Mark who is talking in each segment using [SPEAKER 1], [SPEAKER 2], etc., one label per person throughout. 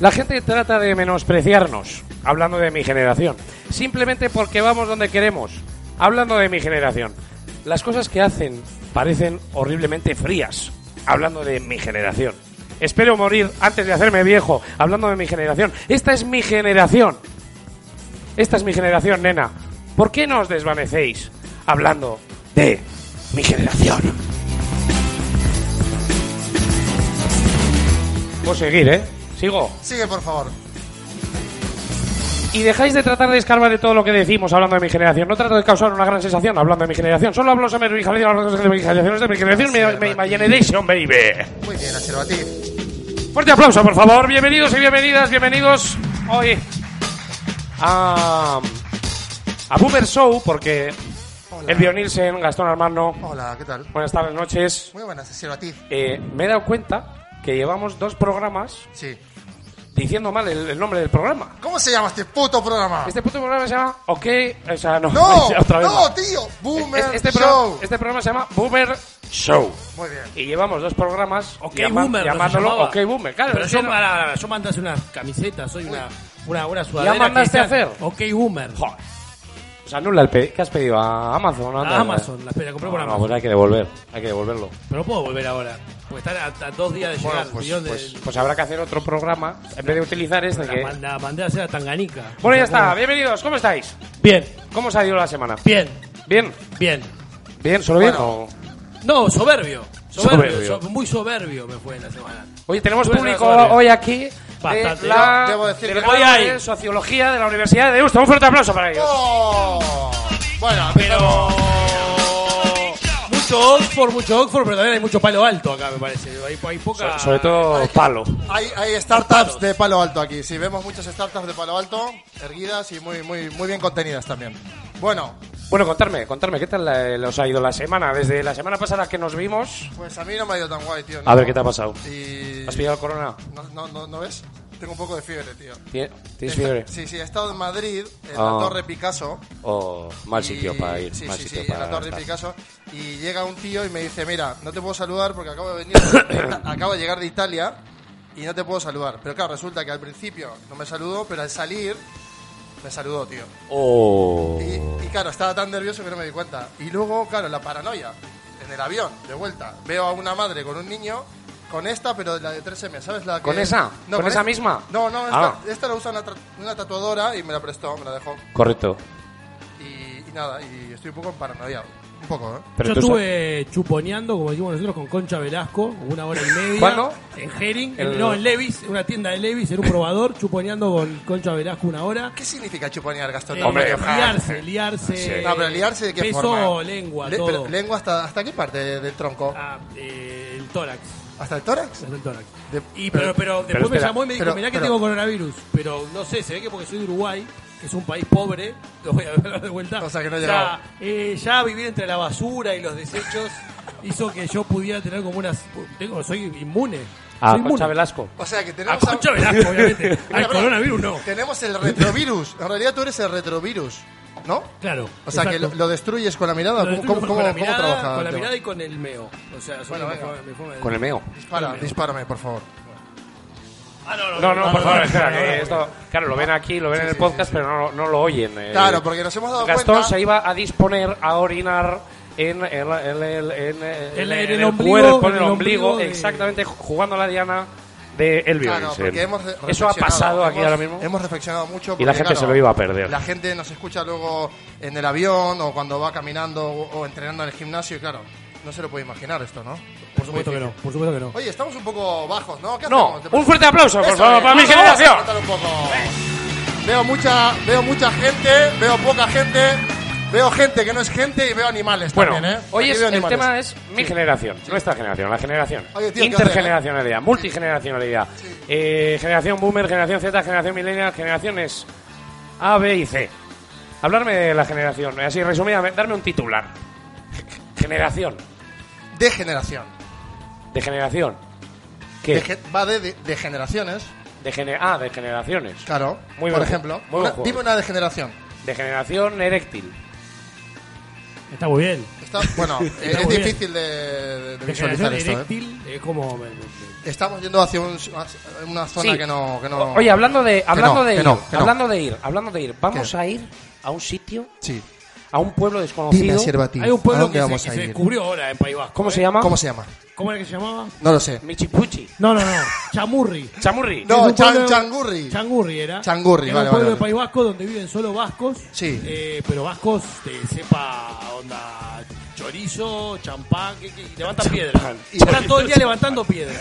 [SPEAKER 1] La gente trata de menospreciarnos, hablando de mi generación, simplemente porque vamos donde queremos, hablando de mi generación. Las cosas que hacen parecen horriblemente frías, hablando de mi generación. Espero morir antes de hacerme viejo, hablando de mi generación. Esta es mi generación. Esta es mi generación, nena. ¿Por qué no os desvanecéis hablando de mi generación? Puedo seguir, ¿eh? Sigo.
[SPEAKER 2] Sigue, por favor.
[SPEAKER 1] Y dejáis de tratar de escarbar de todo lo que decimos hablando de mi generación. No trato de causar una gran sensación hablando de mi generación. Solo hablo sobre mi generación, hablo sobre mi generación, sobre mi generación, mi- mi- my generation, baby.
[SPEAKER 2] Muy bien, Acerbatí.
[SPEAKER 1] Fuerte aplauso, por favor. Bienvenidos y bienvenidas, bienvenidos hoy a, a Boomer Show, porque
[SPEAKER 2] Hola.
[SPEAKER 1] el Nielsen, Gastón Armando,
[SPEAKER 2] Hola, ¿qué tal?
[SPEAKER 1] buenas tardes, noches.
[SPEAKER 2] Muy buenas, Acerbatí.
[SPEAKER 1] Eh, me he dado cuenta que llevamos dos programas
[SPEAKER 2] Sí.
[SPEAKER 1] diciendo mal el- el nombre del programa.
[SPEAKER 2] ¿Cómo se llama este puto programa?
[SPEAKER 1] Este puto programa se llama OK. O sea, no.
[SPEAKER 2] No,
[SPEAKER 1] otra vez
[SPEAKER 2] no,
[SPEAKER 1] mal.
[SPEAKER 2] tío.
[SPEAKER 1] Es-
[SPEAKER 2] Boomer
[SPEAKER 1] este,
[SPEAKER 2] Show.
[SPEAKER 1] Programa, este programa se llama Boomer Show.
[SPEAKER 2] Muy bien.
[SPEAKER 1] Y llevamos dos programas
[SPEAKER 3] Ok
[SPEAKER 1] llama-
[SPEAKER 3] Boomer. nos
[SPEAKER 1] llamándolo
[SPEAKER 3] llamaba.
[SPEAKER 1] OK Boomer. Claro,
[SPEAKER 3] Pero
[SPEAKER 1] es
[SPEAKER 3] yo,
[SPEAKER 1] una-
[SPEAKER 3] para- yo mandaste unas camisetas, soy una, una, una sudadera. que
[SPEAKER 1] mandaste a
[SPEAKER 3] decía
[SPEAKER 1] hacer?
[SPEAKER 3] Ok Boomer. Ah,
[SPEAKER 1] Joder. O sea, anula el pedido. ¿Qué has pedido? ¿A Amazon? Anda, anda.
[SPEAKER 3] A Amazon, la, la compré
[SPEAKER 1] eh. No,
[SPEAKER 3] por
[SPEAKER 1] no,
[SPEAKER 3] Amazon.
[SPEAKER 1] pues hay que devolver. Hay que devolverlo.
[SPEAKER 3] Pero puedo volver ahora. Porque están a, a dos días de
[SPEAKER 2] Bueno,
[SPEAKER 3] llegar.
[SPEAKER 2] pues-
[SPEAKER 3] millón de-
[SPEAKER 2] pues-
[SPEAKER 1] Pues habrá que hacer otro programa en vez de utilizar este
[SPEAKER 3] la,
[SPEAKER 1] que...
[SPEAKER 3] manda- mandé a hacer a Tanganica.
[SPEAKER 1] Bueno, ya está. Bienvenidos. ¿Cómo estáis?
[SPEAKER 3] Bien,
[SPEAKER 1] ¿Cómo os ha ido la semana?
[SPEAKER 3] bien,
[SPEAKER 1] ¿Bien?
[SPEAKER 3] bien.
[SPEAKER 1] ¿Bien? ¿Solo bien?
[SPEAKER 2] Bueno.
[SPEAKER 1] o-
[SPEAKER 3] No, soberbio. Soberbio.
[SPEAKER 1] Soberbio.
[SPEAKER 3] so- muy soberbio me fue la semana.
[SPEAKER 1] Oye, tenemos
[SPEAKER 3] Tuve
[SPEAKER 1] público
[SPEAKER 3] razón, eh.
[SPEAKER 1] hoy aquí de
[SPEAKER 3] Bastante.
[SPEAKER 1] la
[SPEAKER 2] Yo debo decir
[SPEAKER 1] del
[SPEAKER 2] que-
[SPEAKER 1] grado
[SPEAKER 3] Hoy hay.
[SPEAKER 1] de Sociología de la Universidad de Deusto. Un fuerte aplauso para ellos.
[SPEAKER 2] Oh. Bueno,
[SPEAKER 3] Pero. Mucho Oxford, mucho Oxford, pero también hay mucho palo alto acá, me parece. Hay, hay poca.
[SPEAKER 1] So- sobre todo palo.
[SPEAKER 2] Hay, hay startups de palo alto aquí. Sí, vemos muchas startups de palo alto, erguidas y muy, muy, muy bien contenidas también. Bueno,
[SPEAKER 1] Bueno, contarme, contarme, ¿qué tal eh, os ha ido la semana? Desde la semana pasada que nos vimos.
[SPEAKER 2] pues a mí no me ha ido tan guay, tío.
[SPEAKER 1] A ver qué te ha pasado.
[SPEAKER 2] Y...
[SPEAKER 1] ¿Has pillado el corona?
[SPEAKER 2] No, no, no, ¿no ves? Tengo un poco de fiebre, tío.
[SPEAKER 1] ¿Tie- ¿Tienes
[SPEAKER 2] He esta-
[SPEAKER 1] fiebre?
[SPEAKER 2] Sí, sí, he estado en Madrid, en
[SPEAKER 1] Ah.
[SPEAKER 2] la Torre Picasso.
[SPEAKER 1] O mal
[SPEAKER 2] y-
[SPEAKER 1] sitio para ir.
[SPEAKER 2] Sí,
[SPEAKER 1] mal
[SPEAKER 2] sí,
[SPEAKER 1] sitio
[SPEAKER 2] sí, en
[SPEAKER 1] para
[SPEAKER 2] la Torre
[SPEAKER 1] estar.
[SPEAKER 2] Picasso. Y llega un tío y me dice, mira, no te puedo saludar porque acabo de venir, acabo de llegar de Italia y no te puedo saludar. Pero claro, resulta que al principio no me saludó, pero al salir me saludó, tío.
[SPEAKER 1] Oh.
[SPEAKER 2] Y, y claro, estaba tan nervioso que no me di cuenta. Y luego, claro, la paranoia. En el avión, de vuelta. Veo a una madre con un niño, con esta, pero de la de 13 meses, ¿sabes? La que-
[SPEAKER 1] ¿Con esa? ¿Con esa
[SPEAKER 2] esta-
[SPEAKER 1] misma?
[SPEAKER 2] No, no, esta,
[SPEAKER 1] Ah.
[SPEAKER 2] esta la usa una, tra- una tatuadora y me la prestó, me la dejó.
[SPEAKER 1] Correcto.
[SPEAKER 2] Y, y nada, y estoy un poco paranoiado. Un poco, ¿eh?
[SPEAKER 1] Pero
[SPEAKER 3] yo
[SPEAKER 1] tú
[SPEAKER 3] estuve chuponeando, como decimos nosotros, con Concha Velasco, una hora y media.
[SPEAKER 1] ¿Cuándo?
[SPEAKER 3] En Herring,
[SPEAKER 1] El-
[SPEAKER 3] no, en Levis, en una tienda de Levis, en un probador, chuponeando con Concha Velasco una hora.
[SPEAKER 2] ¿Qué significa chuponear, Gastón?
[SPEAKER 3] Eh,
[SPEAKER 2] No,
[SPEAKER 1] Hombre, ah,
[SPEAKER 3] liarse, liarse.
[SPEAKER 2] No, pero liarse de qué
[SPEAKER 3] Beso,
[SPEAKER 2] forma.
[SPEAKER 3] lengua,
[SPEAKER 2] Le-
[SPEAKER 3] todo.
[SPEAKER 2] pero ¿Lengua hasta, hasta qué parte de- del tronco?
[SPEAKER 3] Ah, eh, el tórax.
[SPEAKER 2] ¿Hasta el tórax?
[SPEAKER 3] beso el tórax.
[SPEAKER 2] De-
[SPEAKER 3] y, pero, pero después me
[SPEAKER 1] espera,
[SPEAKER 3] llamó y me dijo,
[SPEAKER 2] pero-
[SPEAKER 3] mirá que
[SPEAKER 2] pero-
[SPEAKER 3] tengo coronavirus. Pero no sé, se ve que porque soy de Uruguay, que es un país pobre, lo voy a ver de vuelta.
[SPEAKER 2] O sea, que no he llegado.
[SPEAKER 3] ya, eh, ya vivir entre la basura y los desechos hizo que yo pudiera tener como unas... Tengo, soy
[SPEAKER 1] A
[SPEAKER 3] inmune. soy inmune.
[SPEAKER 1] Ah, Concha Velasco.
[SPEAKER 2] O sea que
[SPEAKER 3] A
[SPEAKER 2] tenemos. a-
[SPEAKER 3] Concha Velasco, obviamente. Al
[SPEAKER 2] Mira, mira,
[SPEAKER 3] coronavirus no.
[SPEAKER 2] Tenemos el retrovirus. En realidad tú eres el retrovirus, ¿no?
[SPEAKER 3] Claro.
[SPEAKER 2] O sea, que
[SPEAKER 3] exacto.
[SPEAKER 2] lo, lo destruyes con la mirada.
[SPEAKER 3] Lo
[SPEAKER 2] ¿Cómo, cómo,
[SPEAKER 3] destruyo con
[SPEAKER 2] cómo-
[SPEAKER 3] la
[SPEAKER 2] cómo
[SPEAKER 3] mirada,
[SPEAKER 2] trabaja
[SPEAKER 3] Con la
[SPEAKER 2] el tema?
[SPEAKER 3] mirada y con el meo. O sea, son
[SPEAKER 2] Bueno,
[SPEAKER 3] mi
[SPEAKER 2] venga.
[SPEAKER 3] forma- mi forma de-
[SPEAKER 1] Con el meo.
[SPEAKER 2] Dispara, dispárame, por favor.
[SPEAKER 3] Ah, no,
[SPEAKER 1] No, no, por favor, espera,
[SPEAKER 3] no,
[SPEAKER 1] que
[SPEAKER 3] no.
[SPEAKER 1] esto. Claro, lo ven aquí, lo ven en el podcast, pero no, no lo oyen. eh.
[SPEAKER 2] Claro, porque nos hemos dado
[SPEAKER 1] Gastón
[SPEAKER 2] cuenta-
[SPEAKER 1] se iba a disponer a orinar en el, el- el- en, eh,
[SPEAKER 3] En el-
[SPEAKER 1] en
[SPEAKER 3] en el ombligo,
[SPEAKER 1] cuerpo, en
[SPEAKER 3] en
[SPEAKER 1] el
[SPEAKER 3] el
[SPEAKER 1] ombligo,
[SPEAKER 3] ombligo de-
[SPEAKER 1] exactamente ju- jugando a la diana de El
[SPEAKER 2] Claro, Ah, porque hemos re-
[SPEAKER 1] Eso ha
[SPEAKER 2] reflexionado,
[SPEAKER 1] pasado aquí
[SPEAKER 2] hemos-
[SPEAKER 1] ahora mismo.
[SPEAKER 2] Hemos reflexionado mucho.
[SPEAKER 1] Y la
[SPEAKER 2] porque,
[SPEAKER 1] gente
[SPEAKER 2] claro,
[SPEAKER 1] se lo iba a perder.
[SPEAKER 2] La gente nos escucha luego en el avión o cuando va caminando o, o entrenando en el gimnasio y claro, no se lo puede imaginar esto, ¿no?
[SPEAKER 3] Por supuesto que no, por supuesto que no.
[SPEAKER 2] Oye, estamos un poco bajos, ¿no? ¿Qué
[SPEAKER 1] No,
[SPEAKER 2] hacemos? ¿Te
[SPEAKER 1] un fuerte aplauso, por
[SPEAKER 2] Eso
[SPEAKER 1] favor,
[SPEAKER 2] es.
[SPEAKER 1] para mi
[SPEAKER 2] Vamos, vamos a
[SPEAKER 1] generación.
[SPEAKER 2] cortar un poco. Veo mucha, veo mucha gente, veo poca gente, veo gente que no es gente y veo animales
[SPEAKER 1] Bueno,
[SPEAKER 2] también, ¿eh?
[SPEAKER 1] hoy
[SPEAKER 2] Aquí
[SPEAKER 1] es,
[SPEAKER 2] veo
[SPEAKER 1] el
[SPEAKER 2] animales.
[SPEAKER 1] tema es mi generación, nuestra generación, la generación.
[SPEAKER 2] Oye, tío, ¿qué
[SPEAKER 1] Intergeneracionalidad, multigeneracionalidad,
[SPEAKER 2] Sí.
[SPEAKER 1] eh, generación boomer, generación Z, generación millennial, generaciones A, B y C. Hablarme de la generación, así resumida, darme un titular. Generación,
[SPEAKER 2] de generación.
[SPEAKER 1] de generación. ¿Qué?
[SPEAKER 2] De ge- va de, de, de generaciones,
[SPEAKER 1] De gene- ah, de generaciones.
[SPEAKER 2] claro.
[SPEAKER 1] Muy
[SPEAKER 2] Por
[SPEAKER 1] buen-
[SPEAKER 2] ejemplo,
[SPEAKER 1] muy buen
[SPEAKER 2] una-
[SPEAKER 1] juego.
[SPEAKER 2] dime una de generación.
[SPEAKER 1] De generación eréctil.
[SPEAKER 3] Está muy bien.
[SPEAKER 2] Está- bueno, eh,
[SPEAKER 3] Está
[SPEAKER 2] es
[SPEAKER 3] muy bien.
[SPEAKER 2] difícil de, de
[SPEAKER 3] La
[SPEAKER 2] visualizar
[SPEAKER 3] generación
[SPEAKER 2] esto, ¿eh?
[SPEAKER 3] eréctil es como.
[SPEAKER 2] Estamos yendo hacia un- hacia una zona
[SPEAKER 1] Sí.
[SPEAKER 2] que no... Que no
[SPEAKER 1] O- Oye, hablando de, hablando
[SPEAKER 2] no,
[SPEAKER 1] de
[SPEAKER 2] que
[SPEAKER 1] ir,
[SPEAKER 2] no, que no.
[SPEAKER 1] hablando de ir, hablando de ir, vamos
[SPEAKER 2] ¿Qué?
[SPEAKER 1] a ir a un sitio,
[SPEAKER 2] Sí.
[SPEAKER 1] a un pueblo desconocido.
[SPEAKER 2] Dime, Siervati,
[SPEAKER 3] Hay un
[SPEAKER 2] ¿a
[SPEAKER 3] pueblo
[SPEAKER 2] dónde
[SPEAKER 3] que, se,
[SPEAKER 2] vamos
[SPEAKER 3] que
[SPEAKER 2] a
[SPEAKER 3] se
[SPEAKER 2] ir?
[SPEAKER 3] descubrió ahora en País Vasco.
[SPEAKER 1] ¿Cómo
[SPEAKER 3] ¿eh?
[SPEAKER 1] se llama?
[SPEAKER 2] ¿Cómo se llama?
[SPEAKER 3] ¿Cómo era que se llamaba?
[SPEAKER 2] No lo sé.
[SPEAKER 1] Michipuchi.
[SPEAKER 3] No, no, no. Chamurri.
[SPEAKER 1] Chamurri.
[SPEAKER 2] No,
[SPEAKER 3] Es un
[SPEAKER 2] Chan-
[SPEAKER 3] pueblo-
[SPEAKER 2] Changurri.
[SPEAKER 3] Changurri era.
[SPEAKER 2] Changurri,
[SPEAKER 3] Era
[SPEAKER 2] vale,
[SPEAKER 3] un pueblo
[SPEAKER 2] vale,
[SPEAKER 3] de País Vasco donde viven solo vascos.
[SPEAKER 2] Sí.
[SPEAKER 3] Eh, pero vascos de cepa onda chorizo, champán, que, que- y levantan piedras. Y están todo el día levantando piedras.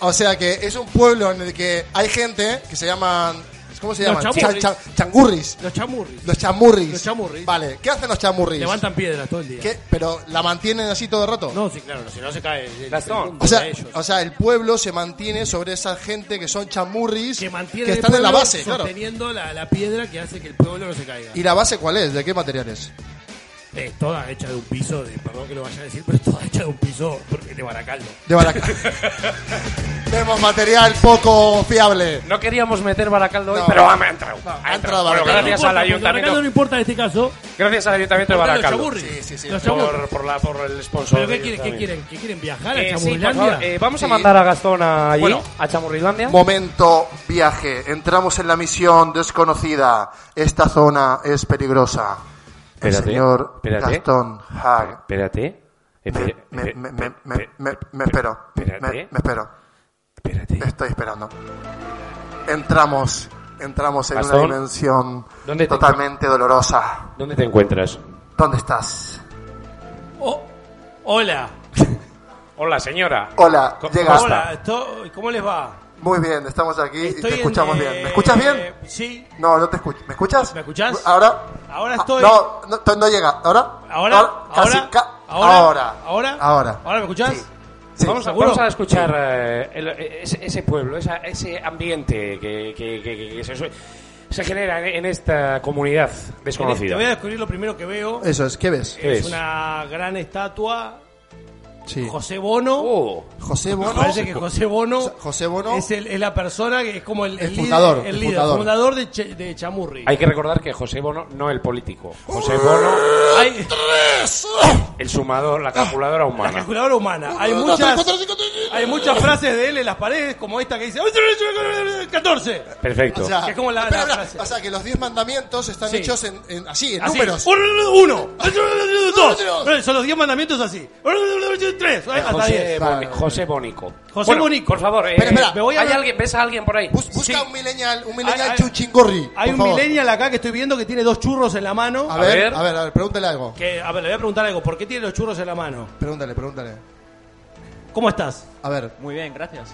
[SPEAKER 2] O sea que es un pueblo en el que hay gente que se llaman... ¿Cómo se
[SPEAKER 3] Los
[SPEAKER 2] llaman?
[SPEAKER 3] chamurris.
[SPEAKER 2] Cha- cha- changurris.
[SPEAKER 3] Los chamurris.
[SPEAKER 2] Los chamurris.
[SPEAKER 3] Los chamurris.
[SPEAKER 2] Vale, ¿qué hacen los chamurris?
[SPEAKER 3] Levantan piedras todo el día.
[SPEAKER 2] ¿Qué? ¿Pero la mantienen así todo el rato?
[SPEAKER 3] No, sí, claro, no, si no se cae. el- el
[SPEAKER 1] Gastón.
[SPEAKER 3] mundo
[SPEAKER 2] O sea,
[SPEAKER 3] de ellos.
[SPEAKER 2] o sea, el pueblo se mantiene sobre esa gente que son chamurris,
[SPEAKER 3] que mantiene el
[SPEAKER 2] están en la
[SPEAKER 3] pueblo
[SPEAKER 2] base, claro.
[SPEAKER 3] sosteniendo la, la piedra que hace que el pueblo no se caiga.
[SPEAKER 2] ¿Y la base cuál es? ¿De qué materiales?
[SPEAKER 3] Es toda hecha de un piso, de, perdón que lo vaya a decir, pero es toda hecha de un piso de Baracaldo.
[SPEAKER 2] De Baracaldo. Tenemos material poco fiable.
[SPEAKER 1] No queríamos meter Baracaldo hoy,
[SPEAKER 2] No.
[SPEAKER 1] pero ha entrado.
[SPEAKER 2] No,
[SPEAKER 1] ha
[SPEAKER 2] ha entrado
[SPEAKER 1] entrado. Bueno,
[SPEAKER 2] Baracaldo.
[SPEAKER 1] gracias
[SPEAKER 3] no importa,
[SPEAKER 1] al
[SPEAKER 3] porque
[SPEAKER 1] ayuntamiento,
[SPEAKER 3] Baracaldo no importa en este caso.
[SPEAKER 1] gracias al ayuntamiento de
[SPEAKER 3] porque los
[SPEAKER 1] Baracaldo.
[SPEAKER 3] chamurris.
[SPEAKER 2] Sí, sí, sí.
[SPEAKER 3] Los chamurris.
[SPEAKER 1] Por, por la, por el sponsor.
[SPEAKER 3] ¿Pero qué
[SPEAKER 1] de
[SPEAKER 3] quieren? ¿Qué
[SPEAKER 1] ayuntamiento.
[SPEAKER 3] quieren? ¿Qué quieren? ¿Viajar a
[SPEAKER 1] Eh, sí, por
[SPEAKER 3] Chamurrilandia?
[SPEAKER 1] favor, eh, vamos a
[SPEAKER 2] Sí.
[SPEAKER 1] mandar a Gastón allí,
[SPEAKER 2] Bueno.
[SPEAKER 1] a Chamurrilandia.
[SPEAKER 2] Momento viaje. Entramos en la misión desconocida. Esta zona es peligrosa. El
[SPEAKER 1] Espérate,
[SPEAKER 2] señor
[SPEAKER 1] espérate.
[SPEAKER 2] Gastón Hag.
[SPEAKER 1] Espérate.
[SPEAKER 2] Me,
[SPEAKER 1] Espe-
[SPEAKER 2] me, me, me,
[SPEAKER 1] espe-
[SPEAKER 2] me, me- me espero. Me,
[SPEAKER 1] Espérate.
[SPEAKER 2] me espero.
[SPEAKER 1] Espérate.
[SPEAKER 2] Estoy esperando. Entramos. Entramos en
[SPEAKER 1] Gastón,
[SPEAKER 2] una dimensión
[SPEAKER 1] ¿dónde te-
[SPEAKER 2] totalmente dolorosa.
[SPEAKER 1] ¿Dónde te encuentras?
[SPEAKER 2] ¿Dónde estás?
[SPEAKER 3] Oh, hola.
[SPEAKER 1] Hola, señora.
[SPEAKER 2] Hola,
[SPEAKER 1] Co-
[SPEAKER 2] llegaste.
[SPEAKER 3] Hola, esto- ¿cómo les va?
[SPEAKER 2] Muy bien, estamos aquí y
[SPEAKER 3] Estoy
[SPEAKER 2] te
[SPEAKER 3] en,
[SPEAKER 2] escuchamos
[SPEAKER 3] eh,
[SPEAKER 2] bien. ¿Me escuchas bien?
[SPEAKER 3] Sí.
[SPEAKER 2] No, no te escucho. ¿Me escuchas?
[SPEAKER 3] ¿Me escuchas?
[SPEAKER 2] Ahora.
[SPEAKER 3] Ahora
[SPEAKER 2] Ah,
[SPEAKER 3] estoy-
[SPEAKER 2] No, no, to- no llega. ¿Ahora?
[SPEAKER 3] Ahora,
[SPEAKER 2] Ah, casi
[SPEAKER 3] ahora,
[SPEAKER 2] ca-
[SPEAKER 3] ahora,
[SPEAKER 2] ahora.
[SPEAKER 3] ahora,
[SPEAKER 2] Ahora.
[SPEAKER 3] ¿Ahora me escuchás?
[SPEAKER 2] Sí. Sí.
[SPEAKER 1] Vamos, a,
[SPEAKER 3] ¿Seguro?
[SPEAKER 1] vamos a escuchar eh, el- ese, ese pueblo, esa- ese ambiente que, que- que- que- que se, sue- se genera en, en esta comunidad
[SPEAKER 3] Te
[SPEAKER 1] desconocida.
[SPEAKER 2] este,
[SPEAKER 3] voy a descubrir lo primero que veo. Es,
[SPEAKER 2] Eso es, ¿qué ves?
[SPEAKER 1] ¿Qué es?
[SPEAKER 3] una gran estatua.
[SPEAKER 2] Sí.
[SPEAKER 3] José Bono.
[SPEAKER 1] Oh,
[SPEAKER 2] José Bono.
[SPEAKER 3] Parece que José Bono,
[SPEAKER 2] Jo- José Bono
[SPEAKER 3] es, el- es la persona que es como el,
[SPEAKER 2] El
[SPEAKER 3] líder-
[SPEAKER 2] fundador,
[SPEAKER 3] el
[SPEAKER 2] el
[SPEAKER 3] líder,
[SPEAKER 2] fundador.
[SPEAKER 3] fundador de, Che- de Chamurri.
[SPEAKER 1] hay que recordar que José Bono, no el político.
[SPEAKER 2] Oh.
[SPEAKER 1] José Bono,
[SPEAKER 3] Hay-
[SPEAKER 1] el sumador, la
[SPEAKER 2] Ah.
[SPEAKER 1] calculadora
[SPEAKER 3] la
[SPEAKER 1] humana.
[SPEAKER 3] calculadora humana. Hay muchas, hay muchas frases de él en las paredes, como esta que dice 14.
[SPEAKER 1] Perfecto.
[SPEAKER 2] O sea,
[SPEAKER 3] Que es como la-
[SPEAKER 2] espera,
[SPEAKER 3] la
[SPEAKER 2] espera.
[SPEAKER 3] frase.
[SPEAKER 2] O sea, que los 10 mandamientos están
[SPEAKER 3] Sí.
[SPEAKER 2] hechos en, en- así, en
[SPEAKER 3] Así.
[SPEAKER 2] números.
[SPEAKER 3] Uno, dos. Son los 10 mandamientos así.
[SPEAKER 2] Eh,
[SPEAKER 3] Tres, hasta
[SPEAKER 1] Eh, José,
[SPEAKER 3] diez.
[SPEAKER 1] Boni- José Bónico.
[SPEAKER 3] José
[SPEAKER 1] Bueno,
[SPEAKER 3] Bónico.
[SPEAKER 1] Por favor, eh,
[SPEAKER 2] Espera, espera.
[SPEAKER 1] me voy a
[SPEAKER 3] Hay
[SPEAKER 1] ver-
[SPEAKER 3] alguien-
[SPEAKER 1] ¿ves a alguien por ahí?
[SPEAKER 2] Bus- busca
[SPEAKER 3] Sí.
[SPEAKER 2] un millennial, un millennial
[SPEAKER 3] Hay- hay-
[SPEAKER 2] chuchingorri.
[SPEAKER 3] Hay
[SPEAKER 2] por
[SPEAKER 3] un
[SPEAKER 2] favor.
[SPEAKER 3] millennial acá que estoy viendo que tiene dos churros en la mano.
[SPEAKER 2] A ver,
[SPEAKER 1] ver.
[SPEAKER 2] a ver, a ver, pregúntale algo.
[SPEAKER 3] Que, a ver, le voy a preguntar algo. ¿Por qué tiene los churros en la mano?
[SPEAKER 2] Pregúntale, pregúntale.
[SPEAKER 3] ¿Cómo estás?
[SPEAKER 2] A ver,
[SPEAKER 4] Muy bien, gracias.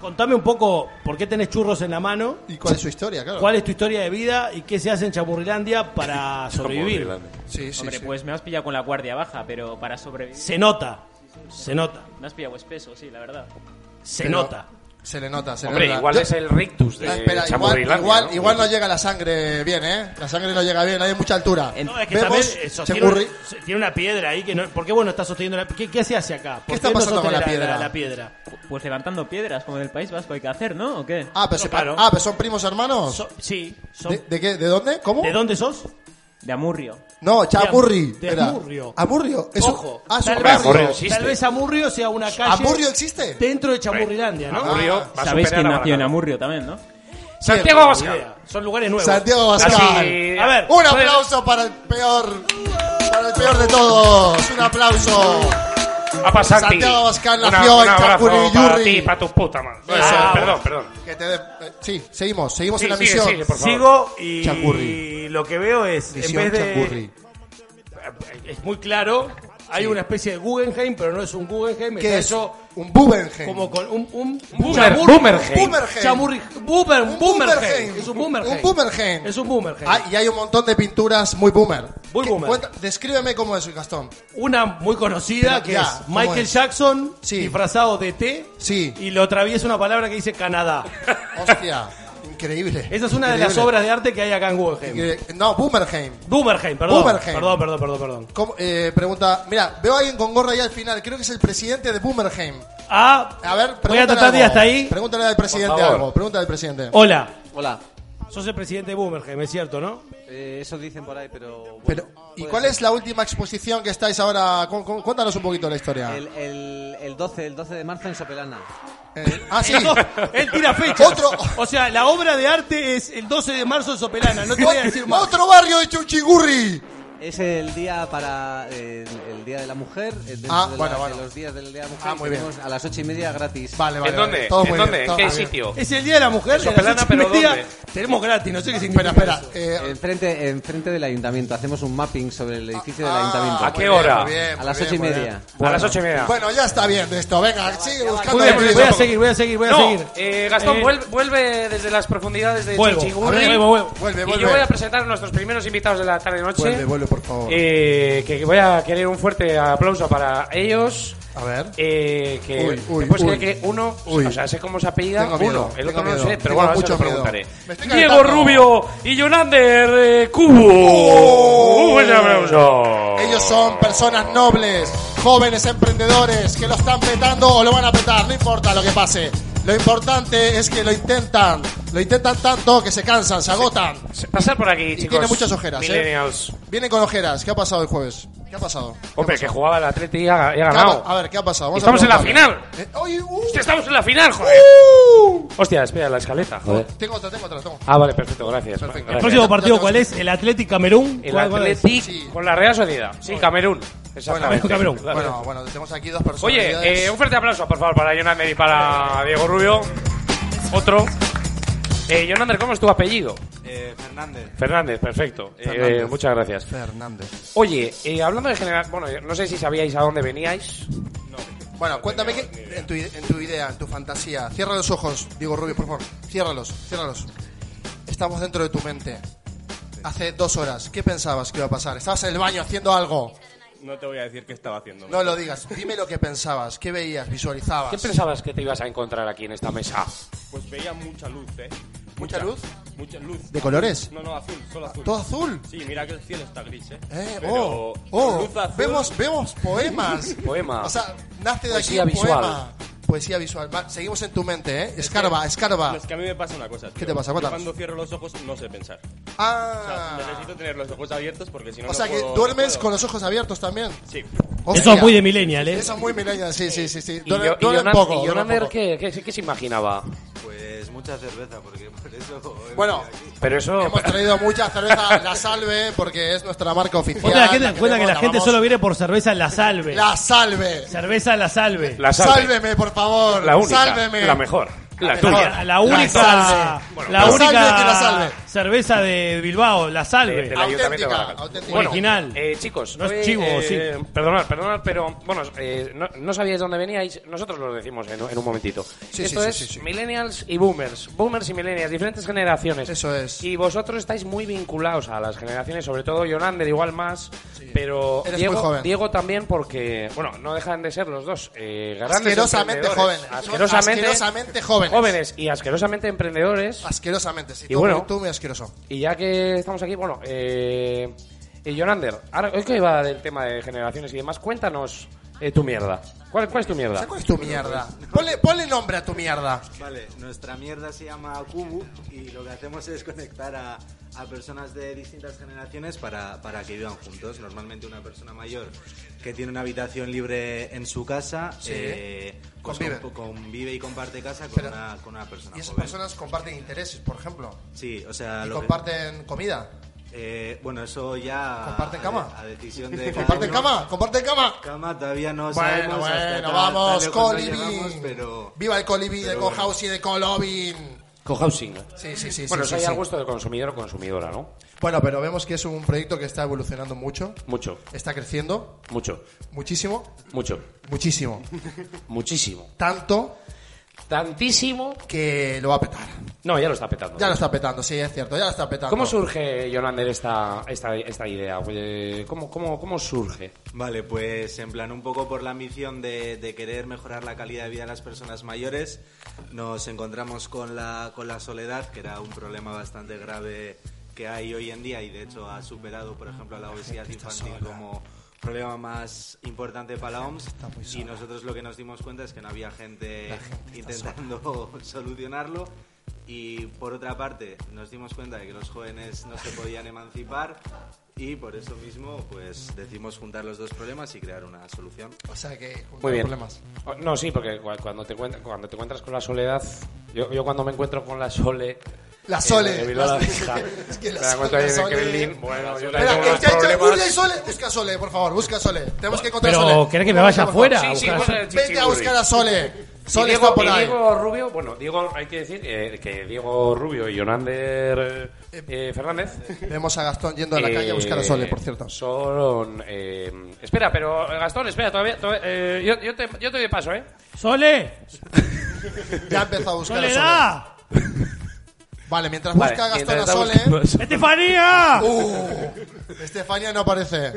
[SPEAKER 3] Contame un poco por qué tenés churros en la mano,
[SPEAKER 2] ¿y cuál es su historia? Claro.
[SPEAKER 3] cuál es tu historia de vida y qué se hace en Chamurrilandia para sobrevivir.
[SPEAKER 2] Sí, sí,
[SPEAKER 4] Hombre,
[SPEAKER 2] sí.
[SPEAKER 4] pues me has pillado con la guardia baja, pero para sobrevivir.
[SPEAKER 3] Se nota, se nota,
[SPEAKER 4] Me has pillado espeso, sí, la verdad.
[SPEAKER 3] se
[SPEAKER 2] Pero
[SPEAKER 3] nota.
[SPEAKER 2] Se le nota, se
[SPEAKER 1] Hombre,
[SPEAKER 2] le nota.
[SPEAKER 1] igual
[SPEAKER 2] Yo-
[SPEAKER 1] es el rictus de
[SPEAKER 2] Ah, espera, igual,
[SPEAKER 1] Chamorrilandia,
[SPEAKER 2] igual,
[SPEAKER 1] ¿no?
[SPEAKER 2] ¿no? igual no llega la sangre bien, ¿eh? La sangre no llega bien, hay mucha altura.
[SPEAKER 3] No, es que
[SPEAKER 2] Vemos
[SPEAKER 3] también eh, sostiene,
[SPEAKER 2] Changurri-
[SPEAKER 3] una- tiene una piedra ahí que no. ¿Por qué vos no estás sosteniendo la ¿Qué, qué se hace acá? ¿Por
[SPEAKER 2] ¿Qué está
[SPEAKER 3] no
[SPEAKER 2] pasando con la
[SPEAKER 3] sostiene
[SPEAKER 2] piedra?
[SPEAKER 3] La, piedra?
[SPEAKER 4] Pu- Pues levantando piedras, como en el País Vasco hay que hacer, ¿no? ¿O qué?
[SPEAKER 2] Ah, pero,
[SPEAKER 3] No,
[SPEAKER 2] se-
[SPEAKER 3] claro.
[SPEAKER 2] ah, pero son primos hermanos.
[SPEAKER 3] So- sí, son-
[SPEAKER 2] ¿De, de qué? ¿De dónde? ¿Cómo?
[SPEAKER 3] ¿De dónde sos?
[SPEAKER 4] De Amurrio.
[SPEAKER 2] No, Chamurri.
[SPEAKER 3] de
[SPEAKER 2] era.
[SPEAKER 3] Amurrio.
[SPEAKER 2] Amurrio. Es un-
[SPEAKER 3] Ojo,
[SPEAKER 2] ah, es un
[SPEAKER 1] Hombre,
[SPEAKER 3] tal, vez,
[SPEAKER 2] barrio.
[SPEAKER 1] Amurrio
[SPEAKER 2] Amurrio.
[SPEAKER 1] existe.
[SPEAKER 3] tal vez Amurrio sea una calle.
[SPEAKER 2] existe?
[SPEAKER 3] Dentro de Chamurrilandia, ¿no?
[SPEAKER 1] Amurrio
[SPEAKER 2] Ah,
[SPEAKER 1] va a
[SPEAKER 4] ¿Sabéis
[SPEAKER 1] superar
[SPEAKER 4] quién
[SPEAKER 1] a
[SPEAKER 4] nació en
[SPEAKER 1] Baracaldo.
[SPEAKER 4] Amurrio también, no?
[SPEAKER 1] Santiago Abascal.
[SPEAKER 3] Idea. Son lugares nuevos.
[SPEAKER 2] Santiago Abascal.
[SPEAKER 1] Así-
[SPEAKER 3] A ver,
[SPEAKER 2] Un
[SPEAKER 3] a ver.
[SPEAKER 2] aplauso para el peor. Para el peor de todos. Un aplauso.
[SPEAKER 1] A pasar
[SPEAKER 2] Santiago Abascal nació en Chapuri,
[SPEAKER 1] para
[SPEAKER 2] Yurri.
[SPEAKER 1] ti, para tus putas, man.
[SPEAKER 3] Eso.
[SPEAKER 1] Ah, perdón, perdón.
[SPEAKER 2] Que te dé- eh, Sí, seguimos, seguimos
[SPEAKER 1] Sí,
[SPEAKER 2] en la
[SPEAKER 1] sigue,
[SPEAKER 2] misión.
[SPEAKER 1] sigue, por favor.
[SPEAKER 3] Sigo y
[SPEAKER 2] Chacurri.
[SPEAKER 3] lo que veo es, en Pues
[SPEAKER 2] Misión
[SPEAKER 3] vez de...
[SPEAKER 2] Chacurri.
[SPEAKER 3] Es muy claro,
[SPEAKER 5] Hay una especie de Guggenheim, pero no es un Guggenheim.
[SPEAKER 2] ¿Qué
[SPEAKER 5] está
[SPEAKER 2] es?
[SPEAKER 5] hecho
[SPEAKER 2] Un Bubenheim.
[SPEAKER 5] como con un. Un,
[SPEAKER 1] boomer-
[SPEAKER 5] chamur-
[SPEAKER 1] boomerheim.
[SPEAKER 2] Boomerheim.
[SPEAKER 5] chamurri- boomer- boomerheim.
[SPEAKER 2] Un boomerheim.
[SPEAKER 5] Es un Boomerheim.
[SPEAKER 2] Un boomerheim.
[SPEAKER 5] Es un Boomerheim.
[SPEAKER 2] Ah, y hay un montón de pinturas muy boomer.
[SPEAKER 5] Muy
[SPEAKER 2] ¿Qué-
[SPEAKER 5] boomer.
[SPEAKER 2] descríbeme cómo es, Gastón.
[SPEAKER 5] Una muy conocida
[SPEAKER 2] Pero
[SPEAKER 5] que
[SPEAKER 2] ya,
[SPEAKER 5] es
[SPEAKER 2] ¿cómo
[SPEAKER 5] Michael
[SPEAKER 2] es?
[SPEAKER 5] Jackson
[SPEAKER 2] Sí.
[SPEAKER 5] disfrazado de T
[SPEAKER 2] Sí.
[SPEAKER 5] y lo atraviesa una palabra que dice Canadá.
[SPEAKER 2] Hostia, increíble.
[SPEAKER 5] Esa es una de
[SPEAKER 2] Increíble.
[SPEAKER 5] las obras de arte que hay acá en Guggenheim.
[SPEAKER 2] Increíble. No, Boomerheim.
[SPEAKER 5] Boomerheim, perdón.
[SPEAKER 2] Boomerheim.
[SPEAKER 5] Perdón, perdón, perdón, perdón.
[SPEAKER 2] ¿Cómo- eh, pregunta, mira, veo a alguien con gorra ahí al final, creo que es el presidente de Boomerheim.
[SPEAKER 5] Ah,
[SPEAKER 2] A ver,
[SPEAKER 5] voy a
[SPEAKER 2] pregúntale
[SPEAKER 5] tratar de ir
[SPEAKER 2] algo.
[SPEAKER 5] hasta ahí. Oh.
[SPEAKER 2] Pregúntale al presidente
[SPEAKER 1] favor.
[SPEAKER 2] algo, pregúntale al presidente.
[SPEAKER 5] Hola,
[SPEAKER 6] Hola.
[SPEAKER 5] sos el presidente de Boomerheim, es cierto, ¿no?
[SPEAKER 6] Eh, eso dicen por ahí, pero. bueno,
[SPEAKER 2] Pero, ¿y
[SPEAKER 6] puede
[SPEAKER 2] cuál
[SPEAKER 6] ser.
[SPEAKER 2] es la última exposición que estáis ahora? Cu- cu- Cuéntanos un poquito la historia.
[SPEAKER 6] El, el, el 12, el 12 de marzo en Sopelana.
[SPEAKER 2] Eh, ah, sí.
[SPEAKER 5] No, él tira fechas.
[SPEAKER 2] Otro.
[SPEAKER 5] O sea, la obra de arte es el 12 de marzo en Sopelana, no te voy a decir más.
[SPEAKER 2] Otro barrio de Chuchigurri.
[SPEAKER 6] Es el día para eh, el, el Día de la Mujer. eh, dentro
[SPEAKER 2] Ah,
[SPEAKER 6] de,
[SPEAKER 2] bueno,
[SPEAKER 6] la-
[SPEAKER 2] bueno.
[SPEAKER 6] de los días del Día de la Mujer.
[SPEAKER 2] Ah, muy bien.
[SPEAKER 6] tenemos A las 8 y media gratis.
[SPEAKER 2] Vale, vale.
[SPEAKER 1] ¿En
[SPEAKER 2] vale.
[SPEAKER 1] dónde?
[SPEAKER 2] Todo
[SPEAKER 1] ¿En
[SPEAKER 2] muy
[SPEAKER 1] dónde?
[SPEAKER 2] bien,
[SPEAKER 1] ¿En
[SPEAKER 2] todo
[SPEAKER 1] qué
[SPEAKER 2] muy bien.
[SPEAKER 1] sitio?
[SPEAKER 5] Es el Día de la Mujer, de las
[SPEAKER 1] Sopelana,
[SPEAKER 5] ocho y
[SPEAKER 1] pero
[SPEAKER 5] media.
[SPEAKER 1] ¿dónde?
[SPEAKER 5] Tenemos gratis, no sé qué significa.
[SPEAKER 2] Espera, espera.
[SPEAKER 5] eso.
[SPEAKER 2] eh,
[SPEAKER 6] Enfrente, enfrente del ayuntamiento. Hacemos un mapping sobre el edificio del
[SPEAKER 2] ah,
[SPEAKER 6] ayuntamiento.
[SPEAKER 1] ¿A qué
[SPEAKER 2] muy bien,
[SPEAKER 1] hora?
[SPEAKER 2] muy bien,
[SPEAKER 6] A las
[SPEAKER 2] muy
[SPEAKER 6] ocho y
[SPEAKER 2] bien, muy
[SPEAKER 6] media.
[SPEAKER 1] A las ocho y media.
[SPEAKER 2] bien. Bueno, ya está bien de esto. Venga, sigue buscando.
[SPEAKER 5] Muy bien,
[SPEAKER 2] el
[SPEAKER 5] voy a
[SPEAKER 2] video.
[SPEAKER 5] seguir, voy a seguir, voy a
[SPEAKER 1] No,
[SPEAKER 5] seguir.
[SPEAKER 1] eh, Gastón,
[SPEAKER 5] Eh,
[SPEAKER 1] vuelve, vuelve desde las profundidades de
[SPEAKER 5] Vuelvo.
[SPEAKER 1] Chichigurri.
[SPEAKER 5] A ver, vuelvo, vuelvo.
[SPEAKER 2] Vuelve,
[SPEAKER 1] Y yo voy
[SPEAKER 2] vuelve.
[SPEAKER 1] a presentar a nuestros primeros invitados de la tarde-noche.
[SPEAKER 2] Vuelve, vuelve, por favor.
[SPEAKER 1] Eh, que voy a querer un fuerte aplauso para ellos.
[SPEAKER 2] A ver.
[SPEAKER 1] Eh, que
[SPEAKER 2] Uy, uy,
[SPEAKER 1] te puedes creer
[SPEAKER 2] uy.
[SPEAKER 1] que uno,
[SPEAKER 2] Uy.
[SPEAKER 1] o sea, sé cómo se apellida,
[SPEAKER 2] Tengo miedo,
[SPEAKER 1] uno, el
[SPEAKER 2] tengo
[SPEAKER 1] otro no lo
[SPEAKER 2] miedo,
[SPEAKER 1] sé, pero
[SPEAKER 2] tengo
[SPEAKER 1] bueno, ahora
[SPEAKER 2] mucho
[SPEAKER 1] se lo
[SPEAKER 2] miedo.
[SPEAKER 1] preguntaré.
[SPEAKER 2] Me estoy
[SPEAKER 1] Diego
[SPEAKER 2] calentando.
[SPEAKER 1] Rubio y Jonander eh, Cubo. Un fuerte aplauso.
[SPEAKER 2] Oh. Ellos son personas nobles, jóvenes emprendedores que lo están petando o lo van a petar, no importa lo que pase. Lo importante es que lo intentan, lo intentan tanto que se cansan, se agotan.
[SPEAKER 1] Pasar por aquí,
[SPEAKER 2] Y
[SPEAKER 1] chicos.
[SPEAKER 2] tiene muchas ojeras, ¿eh?
[SPEAKER 1] Millennials.
[SPEAKER 2] Vienen con ojeras. ¿Qué ha pasado el jueves? ¿Qué ha pasado? ¿Qué ha
[SPEAKER 1] Hombre, que
[SPEAKER 2] pasado?
[SPEAKER 1] jugaba el Atleti y ha, y ha
[SPEAKER 2] ¿Qué ha
[SPEAKER 1] ganado.
[SPEAKER 2] pa- A ver, ¿qué ha pasado? Vamos a
[SPEAKER 1] Estamos en la
[SPEAKER 2] preguntarle.
[SPEAKER 1] final.
[SPEAKER 2] Eh, oye, uh,
[SPEAKER 1] Hostia, estamos en la final, joder. Hostia, espera, la escaleta, joder.
[SPEAKER 2] tengo otra, tengo otra, tengo.
[SPEAKER 1] Ah, vale, perfecto, gracias.
[SPEAKER 2] Perfecto.
[SPEAKER 5] ¿El
[SPEAKER 1] Gracias.
[SPEAKER 5] próximo
[SPEAKER 2] Ya- ya
[SPEAKER 5] partido
[SPEAKER 2] te
[SPEAKER 5] cuál
[SPEAKER 2] vas.
[SPEAKER 5] es? ¿El Athletic Camerún?
[SPEAKER 1] El
[SPEAKER 5] ¿Cuál- cuál es?
[SPEAKER 1] Athletic
[SPEAKER 2] Sí.
[SPEAKER 1] con la Real Sociedad. Sí, Camerún. Exactamente.
[SPEAKER 5] Camerún.
[SPEAKER 1] Claro.
[SPEAKER 2] Bueno, bueno, tenemos aquí dos personas.
[SPEAKER 1] Oye, eh, un fuerte aplauso, por favor, para Jonander y para Diego Rubio. Otro. Eh, Jonander, ¿cómo es tu apellido?
[SPEAKER 7] Fernández.
[SPEAKER 1] Fernández, perfecto. Eh,
[SPEAKER 2] Eh, Fernández.
[SPEAKER 1] muchas gracias.
[SPEAKER 2] Fernández.
[SPEAKER 1] Oye, eh, hablando de general... Bueno, no sé si sabíais a dónde veníais.
[SPEAKER 2] Bueno, cuéntame que en tu, en tu idea, en tu fantasía. Cierra los ojos, Diego Rubio, por favor. Ciérralos, ciérralos. Estamos dentro de tu mente. Hace dos horas, ¿qué pensabas que iba a pasar? Estabas en el baño haciendo algo.
[SPEAKER 7] No te voy a decir qué estaba haciendo.
[SPEAKER 2] No lo digas. Dime lo que pensabas, qué veías, visualizabas.
[SPEAKER 1] ¿Qué pensabas que te ibas a encontrar aquí en esta mesa?
[SPEAKER 7] Pues veía mucha luz, ¿eh?
[SPEAKER 2] ¿Mucha luz?
[SPEAKER 7] Mucha luz.
[SPEAKER 2] ¿De colores?
[SPEAKER 7] No, no, azul, solo azul.
[SPEAKER 2] Todo azul.
[SPEAKER 7] Sí, mira que el cielo está gris, ¿eh?
[SPEAKER 2] Eh,
[SPEAKER 7] Pero
[SPEAKER 2] oh, oh,
[SPEAKER 7] luz azul.
[SPEAKER 2] vemos, vemos poemas.
[SPEAKER 1] Poema.
[SPEAKER 2] O sea, nace de
[SPEAKER 1] Poesía
[SPEAKER 2] aquí un
[SPEAKER 1] visual.
[SPEAKER 2] poema. Poesía visual. Va, seguimos en tu mente, ¿eh? Escarba, escarba.
[SPEAKER 7] Es que a mí me pasa una cosa, tío.
[SPEAKER 2] ¿Qué te pasa?
[SPEAKER 7] Yo
[SPEAKER 2] Cuéntanos.
[SPEAKER 7] cuando cierro los ojos no sé pensar. O sea,
[SPEAKER 2] Ah.
[SPEAKER 7] necesito tener los ojos abiertos porque si no
[SPEAKER 2] O
[SPEAKER 7] no
[SPEAKER 2] sea que
[SPEAKER 7] puedo-
[SPEAKER 2] duermes
[SPEAKER 7] no
[SPEAKER 2] con
[SPEAKER 7] puedo.
[SPEAKER 2] los ojos abiertos también.
[SPEAKER 7] Sí.
[SPEAKER 2] Hostia.
[SPEAKER 5] Eso es muy de millennial, ¿eh?
[SPEAKER 2] Eso es muy millennial, sí, sí, sí. sí.
[SPEAKER 1] Y, yo,
[SPEAKER 2] Duerme,
[SPEAKER 1] y
[SPEAKER 2] duerme
[SPEAKER 1] Jonan-
[SPEAKER 2] poco.
[SPEAKER 1] y
[SPEAKER 2] duerme
[SPEAKER 1] Jonander,
[SPEAKER 2] poco.
[SPEAKER 1] ¿qué, qué- qué se imaginaba?
[SPEAKER 6] Pues mucha cerveza, porque por eso.
[SPEAKER 2] Bueno,
[SPEAKER 1] Pero eso...
[SPEAKER 2] hemos traído mucha cerveza, la salve, porque es nuestra marca oficial.
[SPEAKER 5] Otra gente en cuenta que
[SPEAKER 2] queremos,
[SPEAKER 5] la gente
[SPEAKER 2] amamos.
[SPEAKER 5] solo viene por cerveza La Salve.
[SPEAKER 2] La salve.
[SPEAKER 5] Cerveza La Salve.
[SPEAKER 1] La salve.
[SPEAKER 2] Sálveme, por favor.
[SPEAKER 1] La única.
[SPEAKER 2] Sálveme.
[SPEAKER 1] La mejor. La,
[SPEAKER 2] mejor.
[SPEAKER 1] tuya.
[SPEAKER 5] La, la única,
[SPEAKER 2] salve. Bueno,
[SPEAKER 5] la
[SPEAKER 2] la
[SPEAKER 5] única
[SPEAKER 2] salve que la salve.
[SPEAKER 5] cerveza de Bilbao, la salve.
[SPEAKER 1] de- Eh, del
[SPEAKER 2] Auténtica,
[SPEAKER 1] Ayuntamiento de Baracaldo.
[SPEAKER 2] auténtica.
[SPEAKER 1] Bueno,
[SPEAKER 5] Original.
[SPEAKER 1] eh, chicos,
[SPEAKER 5] No es
[SPEAKER 1] hoy,
[SPEAKER 5] chivo,
[SPEAKER 1] eh, Perdonad, perdonad, pero bueno, eh, no, no sabíais dónde veníais. Nosotros lo decimos en, en un momentito.
[SPEAKER 2] Sí,
[SPEAKER 1] Esto
[SPEAKER 2] sí, sí,
[SPEAKER 1] es
[SPEAKER 2] sí, sí.
[SPEAKER 1] millennials y boomers, boomers y millennials, diferentes generaciones.
[SPEAKER 2] Eso es.
[SPEAKER 1] Y vosotros estáis muy vinculados a las generaciones, sobre todo Jonander igual más, pero
[SPEAKER 2] Eres
[SPEAKER 1] Diego,
[SPEAKER 2] muy joven.
[SPEAKER 1] Diego también porque, bueno, no dejan de ser los dos eh, grandes
[SPEAKER 2] Asquerosamente
[SPEAKER 1] emprendedores.
[SPEAKER 2] jóvenes.
[SPEAKER 1] Asquerosamente,
[SPEAKER 2] Asquerosamente jóvenes.
[SPEAKER 1] jóvenes y asquerosamente emprendedores.
[SPEAKER 2] Asquerosamente, sí.
[SPEAKER 1] Y
[SPEAKER 2] tú,
[SPEAKER 1] bueno.
[SPEAKER 2] tú muy asqueroso.
[SPEAKER 1] Y ya que estamos aquí, bueno, eh, eh, Jonander, ahora hoy que iba del tema de generaciones y demás, cuéntanos eh, tu mierda. ¿Cuál, ¿Cuál es tu mierda?
[SPEAKER 2] ¿Sabes cuál es tu mierda? Ponle, ponle nombre a tu mierda.
[SPEAKER 6] Vale, nuestra mierda se llama Kubu y lo que hacemos es conectar a, a personas de distintas generaciones para, para que vivan juntos. Normalmente una persona mayor que tiene una habitación libre en su casa
[SPEAKER 2] Sí.
[SPEAKER 6] eh, pues
[SPEAKER 2] Convive.
[SPEAKER 6] comp- convive y comparte casa con,
[SPEAKER 2] Pero-
[SPEAKER 6] una, con una persona
[SPEAKER 2] Y esas
[SPEAKER 6] joven.
[SPEAKER 2] personas comparten intereses, por ejemplo.
[SPEAKER 6] Sí, o sea,
[SPEAKER 2] Y
[SPEAKER 6] Ah, lo que-
[SPEAKER 2] comparten comida.
[SPEAKER 6] eh, bueno, eso ya...
[SPEAKER 2] ¿Comparten
[SPEAKER 6] a-
[SPEAKER 2] cama?
[SPEAKER 6] A, decisión de... cada
[SPEAKER 2] Comparten
[SPEAKER 6] uno.
[SPEAKER 2] cama, comparten cama.
[SPEAKER 6] Cama todavía no
[SPEAKER 2] Bueno,
[SPEAKER 6] sabemos hasta
[SPEAKER 2] bueno,
[SPEAKER 6] tal-
[SPEAKER 2] vamos,
[SPEAKER 6] tal lejos no
[SPEAKER 2] Colibin.
[SPEAKER 6] llegamos, pero...
[SPEAKER 2] Viva el Colibin de
[SPEAKER 6] pero
[SPEAKER 2] Cohouse y de Colobin.
[SPEAKER 1] Cohousing.
[SPEAKER 2] Sí, sí, sí.
[SPEAKER 1] bueno,
[SPEAKER 2] sí,
[SPEAKER 1] eso
[SPEAKER 2] sí,
[SPEAKER 1] ya al
[SPEAKER 2] sí.
[SPEAKER 1] gusto del consumidor o consumidora, ¿no?
[SPEAKER 2] Bueno, pero vemos que es un proyecto que está evolucionando mucho,
[SPEAKER 1] Mucho,
[SPEAKER 2] está creciendo
[SPEAKER 1] mucho,
[SPEAKER 2] muchísimo,
[SPEAKER 1] mucho,
[SPEAKER 2] muchísimo.
[SPEAKER 1] muchísimo.
[SPEAKER 2] Tanto
[SPEAKER 1] Tantísimo.
[SPEAKER 2] que lo va a petar.
[SPEAKER 1] No, ya lo está petando.
[SPEAKER 2] Ya lo está petando, sí, es cierto, ya lo está petando.
[SPEAKER 1] ¿Cómo surge, Jonander, esta, esta, esta idea? Eh, ¿Cómo, cómo, ¿Cómo surge?
[SPEAKER 6] Vale, pues en plan un poco por la ambición de, de querer mejorar la calidad de vida de las personas mayores, nos encontramos con la, con la soledad, que era un problema bastante grave que hay hoy en día y de hecho ha superado, por ejemplo, a la obesidad infantil como problema más importante para la OMS y nosotros lo que nos dimos cuenta es que no había gente, intentando solucionarlo y por otra parte nos dimos cuenta de que los jóvenes no se podían emancipar y por eso mismo pues decimos juntar los dos problemas y crear una solución.
[SPEAKER 2] O sea que
[SPEAKER 1] Muy bien.
[SPEAKER 2] problemas.
[SPEAKER 1] O- No, sí, porque cu- cuando te, encuent- cuando te encuentras con la soledad, yo, yo cuando me encuentro con la sole...
[SPEAKER 2] La
[SPEAKER 1] eh,
[SPEAKER 2] Sole.
[SPEAKER 1] que vino la
[SPEAKER 2] La-
[SPEAKER 1] vieja,
[SPEAKER 2] es que la
[SPEAKER 1] me la
[SPEAKER 2] Sole,
[SPEAKER 1] encuentro ahí en
[SPEAKER 2] Sole.
[SPEAKER 1] el Kremlin, bueno, yo
[SPEAKER 2] Espera,
[SPEAKER 1] también tengo
[SPEAKER 2] eh, ya, ya,
[SPEAKER 1] unos
[SPEAKER 2] Google
[SPEAKER 1] problemas.
[SPEAKER 2] Sole, busca a Sole, por favor, busca a Sole. Tenemos que encontrar a Sole.
[SPEAKER 3] Pero, ¿quieres que me
[SPEAKER 2] Por
[SPEAKER 3] vaya
[SPEAKER 2] favor.
[SPEAKER 3] afuera?
[SPEAKER 1] Sí, sí,
[SPEAKER 3] a buscar-
[SPEAKER 1] bueno,
[SPEAKER 2] Vete a buscar a Sole.
[SPEAKER 1] Y
[SPEAKER 2] Sole
[SPEAKER 1] Diego,
[SPEAKER 2] está por
[SPEAKER 1] y
[SPEAKER 2] ahí.
[SPEAKER 1] Diego Rubio, bueno, Diego, hay que decir eh, que Diego Rubio y Jonander eh, eh, Fernández...
[SPEAKER 2] Vemos a Gastón yendo a la calle a buscar a
[SPEAKER 1] eh,
[SPEAKER 2] Sole, por cierto.
[SPEAKER 1] Son... eh, espera, pero eh, Gastón, espera, todavía... todavía, eh, yo, yo te, yo te doy paso, ¿eh?
[SPEAKER 3] ¡Sole!
[SPEAKER 2] Ya ha empezado a buscar a Sole.
[SPEAKER 3] ¡Soledad!
[SPEAKER 2] Vale, mientras
[SPEAKER 1] Vale,
[SPEAKER 2] busca a Gastón a
[SPEAKER 1] mientras
[SPEAKER 2] Sole.
[SPEAKER 1] está buscando a Sole.
[SPEAKER 3] ¡Estefanía!
[SPEAKER 2] Uh, Estefania no aparece.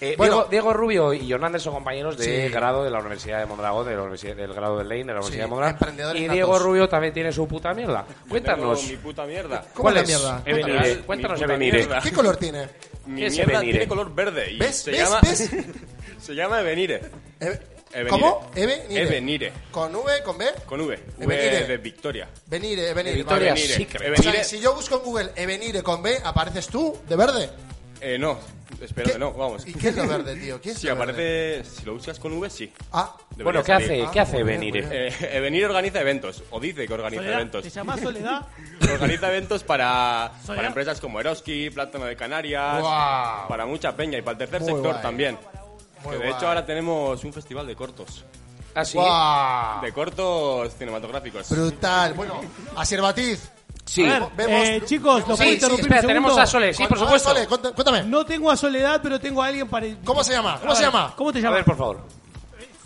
[SPEAKER 1] Eh,
[SPEAKER 2] Bueno.
[SPEAKER 1] Diego, Diego Rubio y Jonander son compañeros de
[SPEAKER 2] Sí.
[SPEAKER 1] grado de la Universidad de Mondragón, de la universidad- del grado de Lane, de la Universidad de Mondragón.
[SPEAKER 2] emprendedores
[SPEAKER 1] Y Diego
[SPEAKER 2] natos.
[SPEAKER 1] Rubio también tiene su puta mierda. Cuéntanos.
[SPEAKER 7] Tengo mi puta mierda.
[SPEAKER 2] ¿Cómo
[SPEAKER 1] ¿Cuál
[SPEAKER 2] es la
[SPEAKER 1] es?
[SPEAKER 2] mierda?
[SPEAKER 1] Evenire.
[SPEAKER 7] Literal, mi
[SPEAKER 1] Cuéntanos,
[SPEAKER 7] puta
[SPEAKER 1] Evenire.
[SPEAKER 7] mierda.
[SPEAKER 2] ¿Qué color tiene?
[SPEAKER 7] Mi
[SPEAKER 1] ¿Qué es
[SPEAKER 7] mierda
[SPEAKER 1] Evenire?
[SPEAKER 7] tiene color verde y
[SPEAKER 2] ¿Ves?
[SPEAKER 7] se
[SPEAKER 2] ¿Ves?
[SPEAKER 7] llama
[SPEAKER 2] ¿Ves?
[SPEAKER 7] se llama Evenire.
[SPEAKER 2] Eve-
[SPEAKER 7] Evenire.
[SPEAKER 2] ¿Cómo? Evenire.
[SPEAKER 7] Evenire.
[SPEAKER 2] ¿Con V? ¿Con B?
[SPEAKER 7] Con V. V
[SPEAKER 2] Evenire.
[SPEAKER 7] de Victoria.
[SPEAKER 2] Venire, venire.
[SPEAKER 1] Victoria
[SPEAKER 2] vale.
[SPEAKER 7] Evenire.
[SPEAKER 1] Secret.
[SPEAKER 2] O sea, que
[SPEAKER 7] Evenire.
[SPEAKER 2] si yo busco en Google Evenire con B, ¿apareces tú? ¿De verde?
[SPEAKER 7] Eh, no, espero
[SPEAKER 2] ¿Qué?
[SPEAKER 7] que no, vamos.
[SPEAKER 2] ¿Y qué es lo verde, tío? ¿Qué es
[SPEAKER 7] Si
[SPEAKER 2] lo verde?
[SPEAKER 7] aparece, si lo buscas con V, sí.
[SPEAKER 2] Ah,
[SPEAKER 7] Debería
[SPEAKER 1] Bueno, ¿qué
[SPEAKER 7] salir.
[SPEAKER 1] hace,
[SPEAKER 2] Ah,
[SPEAKER 1] ¿qué hace
[SPEAKER 2] muy bien, muy
[SPEAKER 1] Evenire?
[SPEAKER 2] bien.
[SPEAKER 7] Eh, Evenir organiza eventos, o dice que organiza
[SPEAKER 3] Soledad,
[SPEAKER 7] eventos.
[SPEAKER 3] ¿Te llamas Soledad?
[SPEAKER 7] Organiza eventos para,
[SPEAKER 3] Soledad.
[SPEAKER 7] para empresas como Eroski, Plátano de Canarias,
[SPEAKER 2] Guau.
[SPEAKER 7] para mucha peña y para el tercer
[SPEAKER 2] Muy
[SPEAKER 7] sector
[SPEAKER 2] guay.
[SPEAKER 7] también.
[SPEAKER 2] Muy
[SPEAKER 7] Que de
[SPEAKER 2] guay.
[SPEAKER 7] hecho ahora tenemos un festival de cortos,
[SPEAKER 1] Ah, sí.
[SPEAKER 2] ¡Guau!
[SPEAKER 7] de cortos cinematográficos.
[SPEAKER 2] Brutal. Bueno, Asier Batiz.
[SPEAKER 1] Sí.
[SPEAKER 3] A ver,
[SPEAKER 2] Vemos-
[SPEAKER 3] eh, chicos, ¿lo
[SPEAKER 2] Sí,
[SPEAKER 3] puedo
[SPEAKER 2] sí,
[SPEAKER 3] interrumpir
[SPEAKER 1] espera,
[SPEAKER 3] un segundo?
[SPEAKER 1] tenemos a Sole, sí,
[SPEAKER 2] Con-
[SPEAKER 1] por
[SPEAKER 2] ah,
[SPEAKER 1] supuesto.
[SPEAKER 2] Sole, cont- cuéntame.
[SPEAKER 3] No tengo a Soledad, pero tengo a alguien para...
[SPEAKER 2] ¿Cómo se llama? ¿Cómo
[SPEAKER 3] A
[SPEAKER 2] se
[SPEAKER 3] ver,
[SPEAKER 2] llama?
[SPEAKER 3] ¿Cómo te
[SPEAKER 1] A
[SPEAKER 3] llamas?
[SPEAKER 1] ver, por favor.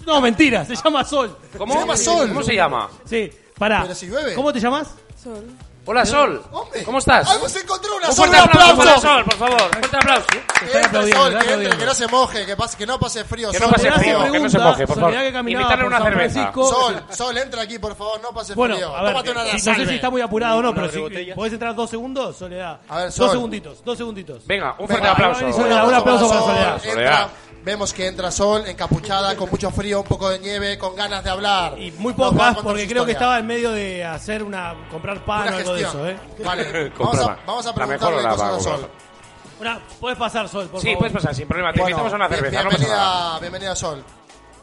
[SPEAKER 3] No, mentira, se llama Sol.
[SPEAKER 1] ¿Cómo?
[SPEAKER 2] Se llama Sol.
[SPEAKER 1] ¿Cómo se llama?
[SPEAKER 3] Sí, pará.
[SPEAKER 2] Pero si llueve.
[SPEAKER 3] ¿Cómo te llamas?
[SPEAKER 8] Sol.
[SPEAKER 1] Hola, Sol.
[SPEAKER 2] Hombre,
[SPEAKER 1] ¿Cómo estás?
[SPEAKER 2] Hemos pues encontrado una
[SPEAKER 1] Un
[SPEAKER 2] Sol,
[SPEAKER 1] fuerte
[SPEAKER 2] un
[SPEAKER 1] aplauso para
[SPEAKER 2] aplauso.
[SPEAKER 1] Sol, por favor. Fuerte aplauso.
[SPEAKER 2] Que entre
[SPEAKER 3] Están aplaudiendo,
[SPEAKER 2] Sol,
[SPEAKER 3] están
[SPEAKER 2] que entre,
[SPEAKER 3] aplaudiendo.
[SPEAKER 2] que no se moje, que, pase, que no pase frío.
[SPEAKER 1] Que no
[SPEAKER 2] Sol,
[SPEAKER 1] pase
[SPEAKER 3] Soledad
[SPEAKER 1] frío,
[SPEAKER 3] se
[SPEAKER 1] que no se
[SPEAKER 3] pregunta,
[SPEAKER 1] moje, por favor.
[SPEAKER 3] Soledad que caminaba
[SPEAKER 1] Invítale
[SPEAKER 3] por
[SPEAKER 1] una
[SPEAKER 3] San
[SPEAKER 1] cerveza.
[SPEAKER 3] Francisco.
[SPEAKER 2] Sol, Sol, entra aquí, por favor, no pase
[SPEAKER 3] Bueno,
[SPEAKER 2] frío.
[SPEAKER 3] a ver,
[SPEAKER 2] Tómate una
[SPEAKER 3] si-
[SPEAKER 2] de
[SPEAKER 3] no sé si
[SPEAKER 2] salve.
[SPEAKER 3] está muy apurado o no,
[SPEAKER 7] Unas
[SPEAKER 3] pero si
[SPEAKER 7] botellas.
[SPEAKER 3] podés entrar dos segundos, Soledad.
[SPEAKER 2] A ver, Sol.
[SPEAKER 3] dos segunditos, dos segunditos.
[SPEAKER 1] Venga, un fuerte
[SPEAKER 2] Venga,
[SPEAKER 3] ahí
[SPEAKER 1] aplauso.
[SPEAKER 3] va Soledad, un aplauso para Soledad.
[SPEAKER 1] Soledad.
[SPEAKER 2] Entra, vemos que entra Sol, encapuchada, con mucho frío, un poco de nieve, con ganas de hablar.
[SPEAKER 3] Y muy
[SPEAKER 2] Nos va a
[SPEAKER 3] pocas,
[SPEAKER 2] contar
[SPEAKER 3] porque
[SPEAKER 2] su
[SPEAKER 3] creo que
[SPEAKER 2] historia.
[SPEAKER 3] estaba en medio de hacer una. comprar pan
[SPEAKER 2] Una
[SPEAKER 3] o algo de eso,
[SPEAKER 2] gestión.
[SPEAKER 3] ¿eh?
[SPEAKER 2] Vale, vamos a,
[SPEAKER 1] Compraba.
[SPEAKER 2] vamos a
[SPEAKER 1] La mejor
[SPEAKER 2] preguntarle
[SPEAKER 1] hora
[SPEAKER 2] cosas
[SPEAKER 1] para
[SPEAKER 2] a Sol.
[SPEAKER 1] comprarla.
[SPEAKER 3] Una, puedes pasar, Sol, por
[SPEAKER 1] Sí,
[SPEAKER 3] favor.
[SPEAKER 1] puedes pasar sin problema. Te
[SPEAKER 2] Bueno,
[SPEAKER 1] invitamos a una
[SPEAKER 2] bien-
[SPEAKER 1] cerveza, no pasa nada.
[SPEAKER 2] bienvenida, bienvenida Sol.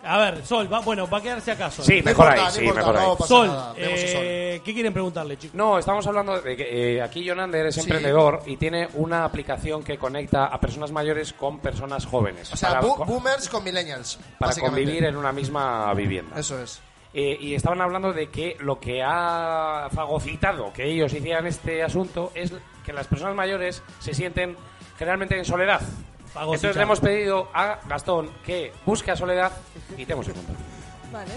[SPEAKER 3] A ver, Sol, va, bueno, va a quedarse acá, Sol.
[SPEAKER 1] Sí,
[SPEAKER 2] No
[SPEAKER 1] mejor
[SPEAKER 2] importa,
[SPEAKER 1] ahí,
[SPEAKER 2] no
[SPEAKER 1] sí,
[SPEAKER 2] importa,
[SPEAKER 1] mejor ahí.
[SPEAKER 2] no pasa
[SPEAKER 3] Sol,
[SPEAKER 2] nada, vemos a Sol.
[SPEAKER 3] eh, ¿qué quieren preguntarle, chicos?
[SPEAKER 1] No, estamos hablando de que eh, aquí Jonander es emprendedor y tiene una aplicación que conecta a personas mayores con personas jóvenes
[SPEAKER 2] O sea,
[SPEAKER 1] para,
[SPEAKER 2] bu-
[SPEAKER 1] co-
[SPEAKER 2] boomers con millennials.
[SPEAKER 1] para
[SPEAKER 2] básicamente.
[SPEAKER 1] convivir en una misma vivienda.
[SPEAKER 2] Eso es.
[SPEAKER 1] Eh, y estaban hablando de que lo que ha fagocitado que ellos hicieran este asunto es que las personas mayores se sienten generalmente en soledad.
[SPEAKER 3] Fagocitado.
[SPEAKER 1] Entonces le hemos pedido a Gastón que busque a Soledad y te hemos encontrado.
[SPEAKER 8] Vale.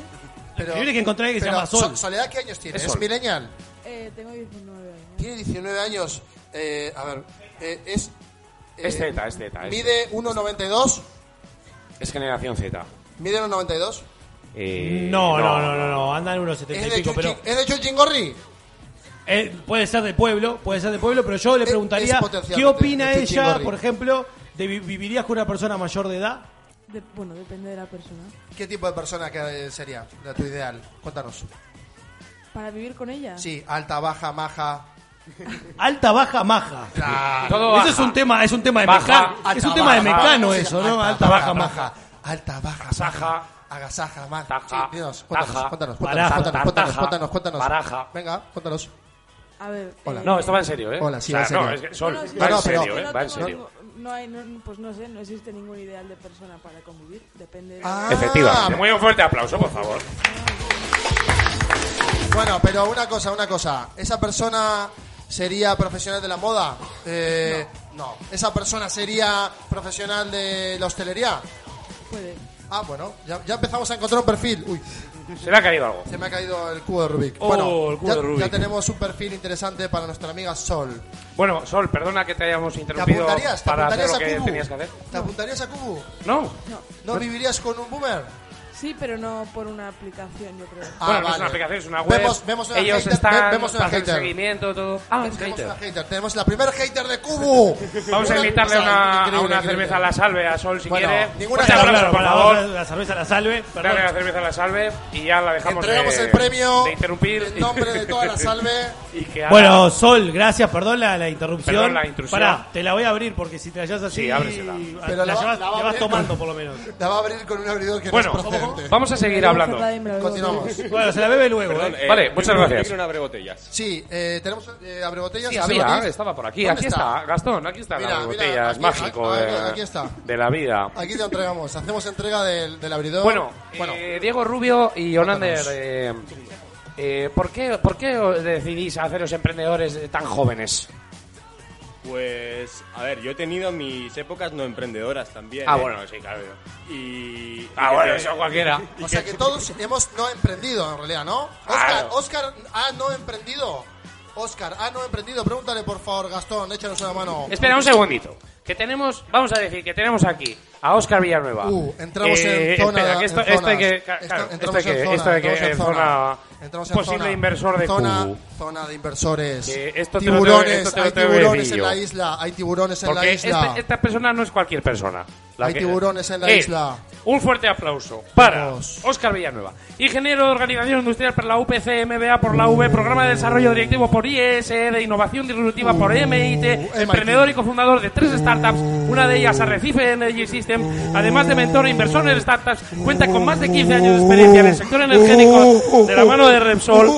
[SPEAKER 2] Pero,
[SPEAKER 3] Tiene que encontrar que se
[SPEAKER 2] pero
[SPEAKER 3] llama Sol.
[SPEAKER 2] So- ¿Soledad qué años tiene?
[SPEAKER 1] Es
[SPEAKER 2] ¿Es,
[SPEAKER 1] Sol.
[SPEAKER 2] millennial?
[SPEAKER 8] Eh, tengo 19 años.
[SPEAKER 2] Tiene 19 años. Eh, a ver, eh, es... eh,
[SPEAKER 1] Es Z, es Z. Es,
[SPEAKER 2] Mide 1,92.
[SPEAKER 1] es generación Z.
[SPEAKER 2] Mide 1,92.
[SPEAKER 1] Eh,
[SPEAKER 3] No, no, no, no, no, andan unos
[SPEAKER 2] ¿Es
[SPEAKER 3] setenta y
[SPEAKER 2] de
[SPEAKER 3] pico, pero
[SPEAKER 2] Chuchi- ¿Es de Chuchin Gorri?
[SPEAKER 3] eh, puede ser de pueblo, puede ser de pueblo, pero yo le
[SPEAKER 2] Es-
[SPEAKER 3] preguntaría,
[SPEAKER 2] es potencialmente
[SPEAKER 3] ¿qué opina
[SPEAKER 2] de
[SPEAKER 3] ella,
[SPEAKER 2] Chuchingorri.
[SPEAKER 3] por ejemplo, de vi- vivirías con una persona mayor de edad?
[SPEAKER 8] De- bueno, depende de la persona.
[SPEAKER 2] ¿Qué tipo de persona que eh, sería la tu ideal? Cuéntanos.
[SPEAKER 8] ¿Para vivir con ella?
[SPEAKER 2] Sí, alta, baja, maja.
[SPEAKER 3] Alta, baja, maja.
[SPEAKER 1] Todo
[SPEAKER 3] Eso es
[SPEAKER 1] baja.
[SPEAKER 3] un tema, es un tema de
[SPEAKER 1] Baja,
[SPEAKER 3] mecano, es
[SPEAKER 2] Alta,
[SPEAKER 3] un tema de
[SPEAKER 2] baja,
[SPEAKER 3] mecano
[SPEAKER 2] baja.
[SPEAKER 3] eso,
[SPEAKER 2] Sí,
[SPEAKER 3] ¿no? Alta, baja, maja.
[SPEAKER 2] maja. Alta, baja,
[SPEAKER 1] Agasaja.
[SPEAKER 2] maja. Agasaja, maja.
[SPEAKER 1] Taja,
[SPEAKER 2] Sí, dinos, cuéntanos,
[SPEAKER 1] taja,
[SPEAKER 2] cuéntanos,
[SPEAKER 3] baraja,
[SPEAKER 2] cuéntanos, cuéntanos,
[SPEAKER 1] tartaja,
[SPEAKER 2] cuéntanos, cuéntanos.
[SPEAKER 1] baraja.
[SPEAKER 2] Venga, cuéntanos.
[SPEAKER 8] A ver.
[SPEAKER 2] Hola.
[SPEAKER 8] eh,
[SPEAKER 1] No, esto va en serio, ¿eh?
[SPEAKER 2] Hola, sí,
[SPEAKER 1] O sea,
[SPEAKER 2] va en serio.
[SPEAKER 1] No, es que Sol,
[SPEAKER 8] bueno, sí,
[SPEAKER 1] va
[SPEAKER 2] No,
[SPEAKER 1] en
[SPEAKER 2] no, pero-
[SPEAKER 1] serio, ¿eh? Va en
[SPEAKER 8] tengo-
[SPEAKER 1] serio.
[SPEAKER 8] No hay, no- pues no sé, no existe ningún ideal de persona para convivir. Depende de.
[SPEAKER 2] Ah,
[SPEAKER 1] Efectivamente. Muy un fuerte aplauso, por favor.
[SPEAKER 2] Bueno, pero una cosa, una cosa. ¿Esa persona sería profesional de la moda? Eh, no. ¿Esa persona sería profesional de la hostelería?
[SPEAKER 8] Puede.
[SPEAKER 2] Ah, bueno, ya, ya empezamos a encontrar un perfil. Uy,
[SPEAKER 1] Se le ha caído algo.
[SPEAKER 2] se me ha caído el cubo de Rubik.
[SPEAKER 3] Oh,
[SPEAKER 2] bueno,
[SPEAKER 3] el cubo
[SPEAKER 2] ya,
[SPEAKER 3] de Rubik.
[SPEAKER 2] ya tenemos un perfil interesante para nuestra amiga Sol.
[SPEAKER 1] Bueno, Sol, perdona que te hayamos
[SPEAKER 2] ¿Te
[SPEAKER 1] interrumpido
[SPEAKER 2] apuntarías, te
[SPEAKER 1] para hacer
[SPEAKER 2] apuntarías
[SPEAKER 1] lo
[SPEAKER 2] a
[SPEAKER 1] que
[SPEAKER 2] Kubu?
[SPEAKER 1] tenías que hacer.
[SPEAKER 2] ¿Te apuntarías a Kubu?
[SPEAKER 1] No.
[SPEAKER 8] No.
[SPEAKER 2] ¿No vivirías con un boomer?
[SPEAKER 8] Sí, pero no por una aplicación, yo creo.
[SPEAKER 2] Ah,
[SPEAKER 1] bueno, no
[SPEAKER 2] vale.
[SPEAKER 1] es una aplicación, es una web.
[SPEAKER 2] Vemos, vemos una
[SPEAKER 1] Ellos
[SPEAKER 2] hater,
[SPEAKER 1] están
[SPEAKER 2] ve- vemos una
[SPEAKER 1] hacen
[SPEAKER 2] hater.
[SPEAKER 1] seguimiento, todo. Ah, es
[SPEAKER 2] Tenemos
[SPEAKER 1] hater.
[SPEAKER 2] una hater. Tenemos la primer hater de Cubo.
[SPEAKER 1] Vamos a invitarle a una, a una cerveza a la salve a Sol si
[SPEAKER 2] Bueno,
[SPEAKER 1] quiere.
[SPEAKER 2] ninguna
[SPEAKER 1] Fuerte
[SPEAKER 2] que
[SPEAKER 1] aplauso,
[SPEAKER 3] Claro,
[SPEAKER 1] por
[SPEAKER 3] para
[SPEAKER 1] favor.
[SPEAKER 3] la- la cerveza la salve. Perdón.
[SPEAKER 1] Dale la cerveza a la salve y ya la dejamos
[SPEAKER 2] Entregamos
[SPEAKER 1] de-
[SPEAKER 2] el premio
[SPEAKER 1] de interrumpir.
[SPEAKER 2] en nombre de toda la salve.
[SPEAKER 1] y que haga-
[SPEAKER 3] Bueno, Sol, gracias, perdón la, la interrupción.
[SPEAKER 1] Perdón la intrusión.
[SPEAKER 3] Pará, te la voy a abrir porque si te la llevas así.
[SPEAKER 1] Sí, ábresela.
[SPEAKER 2] Pero
[SPEAKER 3] Pero
[SPEAKER 2] la
[SPEAKER 3] la,
[SPEAKER 2] va-
[SPEAKER 3] llevas,
[SPEAKER 2] la va
[SPEAKER 3] te
[SPEAKER 2] a
[SPEAKER 3] vas
[SPEAKER 2] abrir-
[SPEAKER 3] tomando, por lo menos.
[SPEAKER 2] La va a abrir con un abridor que
[SPEAKER 1] Bueno,
[SPEAKER 2] no es procedente.
[SPEAKER 1] vamos a seguir hablando.
[SPEAKER 8] Cerrada y me la bebo.
[SPEAKER 2] Continuamos.
[SPEAKER 3] Bueno, se la bebe luego,
[SPEAKER 7] Perdón,
[SPEAKER 3] ¿eh?
[SPEAKER 7] eh,
[SPEAKER 1] Vale,
[SPEAKER 7] yo
[SPEAKER 1] muchas
[SPEAKER 7] quiero- yo
[SPEAKER 1] gracias.
[SPEAKER 7] quiero una abre botellas.
[SPEAKER 2] Sí, eh, tenemos eh, abre botellas.
[SPEAKER 1] Sí,
[SPEAKER 2] abre
[SPEAKER 1] había,
[SPEAKER 2] botellas.
[SPEAKER 1] estaba por aquí.
[SPEAKER 2] ¿Dónde
[SPEAKER 1] Aquí está? Gastón, aquí está
[SPEAKER 2] Mira,
[SPEAKER 1] las
[SPEAKER 2] mira,
[SPEAKER 1] botellas,
[SPEAKER 2] aquí,
[SPEAKER 1] mágico
[SPEAKER 2] ah,
[SPEAKER 1] de,
[SPEAKER 2] aquí está.
[SPEAKER 1] de la vida.
[SPEAKER 2] Aquí te entregamos. Hacemos entrega del, del abridor.
[SPEAKER 1] Bueno,
[SPEAKER 2] bueno.
[SPEAKER 1] eh, Diego Rubio y Onander, eh, eh, ¿por, qué, ¿por qué os decidís haceros emprendedores eh, tan jóvenes?
[SPEAKER 7] Pues, a ver, yo he tenido mis épocas no emprendedoras también.
[SPEAKER 1] Ah,
[SPEAKER 7] ¿eh?
[SPEAKER 1] bueno, sí, claro.
[SPEAKER 7] Y, y
[SPEAKER 1] Ah,
[SPEAKER 7] que
[SPEAKER 1] bueno,
[SPEAKER 7] te-
[SPEAKER 1] eso cualquiera.
[SPEAKER 2] o sea que todos hemos no emprendido en realidad, ¿no? Oscar,
[SPEAKER 1] Claro.
[SPEAKER 2] Oscar ha no emprendido. Oscar ha no emprendido. Pregúntale por favor, Gastón, échanos una mano.
[SPEAKER 1] Espera un segundito. Que tenemos, vamos a decir que tenemos aquí a Óscar Villanueva.
[SPEAKER 2] Uh, entramos en zona.
[SPEAKER 1] Eh, espera, que esto,
[SPEAKER 2] en
[SPEAKER 1] esto hay
[SPEAKER 2] zonas.
[SPEAKER 1] que, ca-
[SPEAKER 2] Esto-
[SPEAKER 1] claro, esto
[SPEAKER 2] entramos
[SPEAKER 1] hay que,
[SPEAKER 2] en zona,
[SPEAKER 1] esto hay que-
[SPEAKER 2] entramos en
[SPEAKER 1] en zona,
[SPEAKER 2] Entramos en
[SPEAKER 1] posible
[SPEAKER 2] zona.
[SPEAKER 1] inversor de
[SPEAKER 2] zona,
[SPEAKER 1] Cubu.
[SPEAKER 2] zona de inversores.
[SPEAKER 1] Que esto te lo tengo-
[SPEAKER 2] tiburones,
[SPEAKER 1] esto te lo
[SPEAKER 2] hay
[SPEAKER 1] tengo que
[SPEAKER 2] tiburones
[SPEAKER 1] decir
[SPEAKER 2] en
[SPEAKER 1] yo.
[SPEAKER 2] la isla, hay tiburones en la
[SPEAKER 1] Porque
[SPEAKER 2] isla.
[SPEAKER 1] este- esta persona no es cualquier persona. La
[SPEAKER 2] Hay
[SPEAKER 1] que-
[SPEAKER 2] tiburones en la
[SPEAKER 1] Eh,
[SPEAKER 2] isla.
[SPEAKER 1] Un fuerte aplauso para
[SPEAKER 2] Vamos.
[SPEAKER 1] Óscar Villanueva, ingeniero de Organización Industrial por la UPC, MBA por la V, Programa de Desarrollo Directivo por IESE, de Innovación Disruptiva por MIT,
[SPEAKER 2] MIT.
[SPEAKER 1] emprendedor y cofundador de tres startups, una de ellas Arrecife Energy System, además de mentor e inversor en startups, cuenta con más de 15 años de experiencia en el sector energético de la mano de Repsol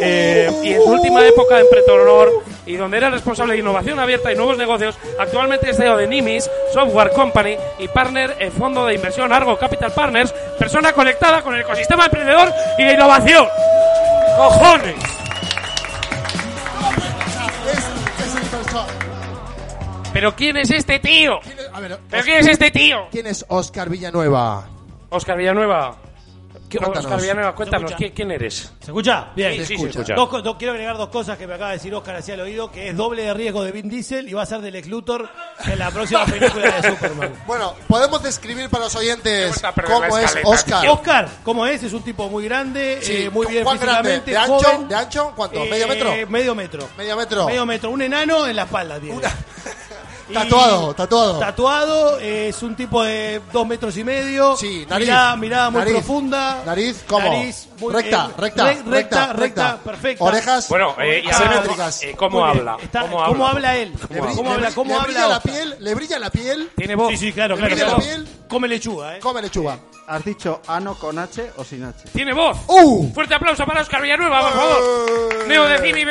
[SPEAKER 1] eh, y en su última época en Pretornor y donde era responsable de innovación abierta y nuevos negocios, actualmente es CEO de Nimis Software Company y partner en fondo de inversión Argo Capital Partners, persona conectada con el ecosistema emprendedor y de innovación. ¡Cojones!
[SPEAKER 2] Es- es inversor.
[SPEAKER 1] ¿Pero quién es este tío?
[SPEAKER 2] ¿Quién es- A ver,
[SPEAKER 1] ¿Pero
[SPEAKER 2] Os-
[SPEAKER 1] quién es este tío?
[SPEAKER 2] ¿quién es Oscar Villanueva?
[SPEAKER 1] Oscar Villanueva. ¿Qué-
[SPEAKER 2] Cuéntanos.
[SPEAKER 1] Oscar Villanueva, cuéntanos,
[SPEAKER 3] Escucha.
[SPEAKER 1] ¿quién, quién eres?
[SPEAKER 3] ¿Se escucha? Bien.
[SPEAKER 1] Sí, sí,
[SPEAKER 2] escucha.
[SPEAKER 1] se escucha.
[SPEAKER 3] Dos co- dos- quiero agregar dos cosas que me acaba de decir Oscar hacia el oído, que es doble de riesgo de Vin Diesel y va a ser del ex Luthor en la próxima película de Superman.
[SPEAKER 2] Bueno, podemos describir para los
[SPEAKER 1] Me
[SPEAKER 2] oyentes
[SPEAKER 1] gusta perder
[SPEAKER 2] cómo
[SPEAKER 1] la
[SPEAKER 2] es
[SPEAKER 1] escaleta,
[SPEAKER 2] Oscar.
[SPEAKER 1] tío.
[SPEAKER 3] Oscar, como es, es un tipo muy grande,
[SPEAKER 2] Sí,
[SPEAKER 3] eh, muy bien
[SPEAKER 2] ¿cuán grande?
[SPEAKER 3] físicamente,
[SPEAKER 2] ¿De ancho?
[SPEAKER 3] joven. Eh,
[SPEAKER 2] ¿De ancho? ¿Cuánto?
[SPEAKER 1] Eh,
[SPEAKER 2] ¿Medio metro?
[SPEAKER 3] Medio metro.
[SPEAKER 2] Medio metro.
[SPEAKER 3] Medio metro. Un enano en la espalda tiene. Y-
[SPEAKER 2] Tatuado, tatuado.
[SPEAKER 3] Tatuado, eh, es un tipo de dos metros y medio.
[SPEAKER 2] Sí, nariz.
[SPEAKER 3] Mirada, mirada muy
[SPEAKER 2] Nariz.
[SPEAKER 3] profunda.
[SPEAKER 2] Nariz, ¿cómo?
[SPEAKER 3] Nariz muy-
[SPEAKER 2] recta,
[SPEAKER 3] eh,
[SPEAKER 2] recta,
[SPEAKER 3] re-
[SPEAKER 2] recta,
[SPEAKER 3] recta, recta, perfecta.
[SPEAKER 2] Orejas
[SPEAKER 1] Bueno, eh, y
[SPEAKER 2] asimétricas.
[SPEAKER 1] además, eh, ¿cómo,
[SPEAKER 3] Muy bien.
[SPEAKER 1] habla?
[SPEAKER 3] Está-
[SPEAKER 1] ¿cómo habla?
[SPEAKER 3] ¿Cómo habla él?
[SPEAKER 2] Le
[SPEAKER 3] ¿Cómo
[SPEAKER 2] bri- le
[SPEAKER 3] habla?
[SPEAKER 2] bri-
[SPEAKER 3] ¿Cómo
[SPEAKER 2] le
[SPEAKER 3] habla
[SPEAKER 2] brilla la
[SPEAKER 3] Oscar?
[SPEAKER 2] piel, le brilla la piel,
[SPEAKER 1] Tiene voz.
[SPEAKER 3] Sí, sí, claro, claro.
[SPEAKER 2] brilla la
[SPEAKER 3] claro.
[SPEAKER 2] piel.
[SPEAKER 3] Come lechuga, ¿eh?
[SPEAKER 2] come lechuga.
[SPEAKER 6] ¿Has dicho ano con H o sin H?
[SPEAKER 1] Tiene voz.
[SPEAKER 2] ¡Uh!
[SPEAKER 1] Fuerte aplauso para Oscar Villanueva, por favor. Neo de Cimi.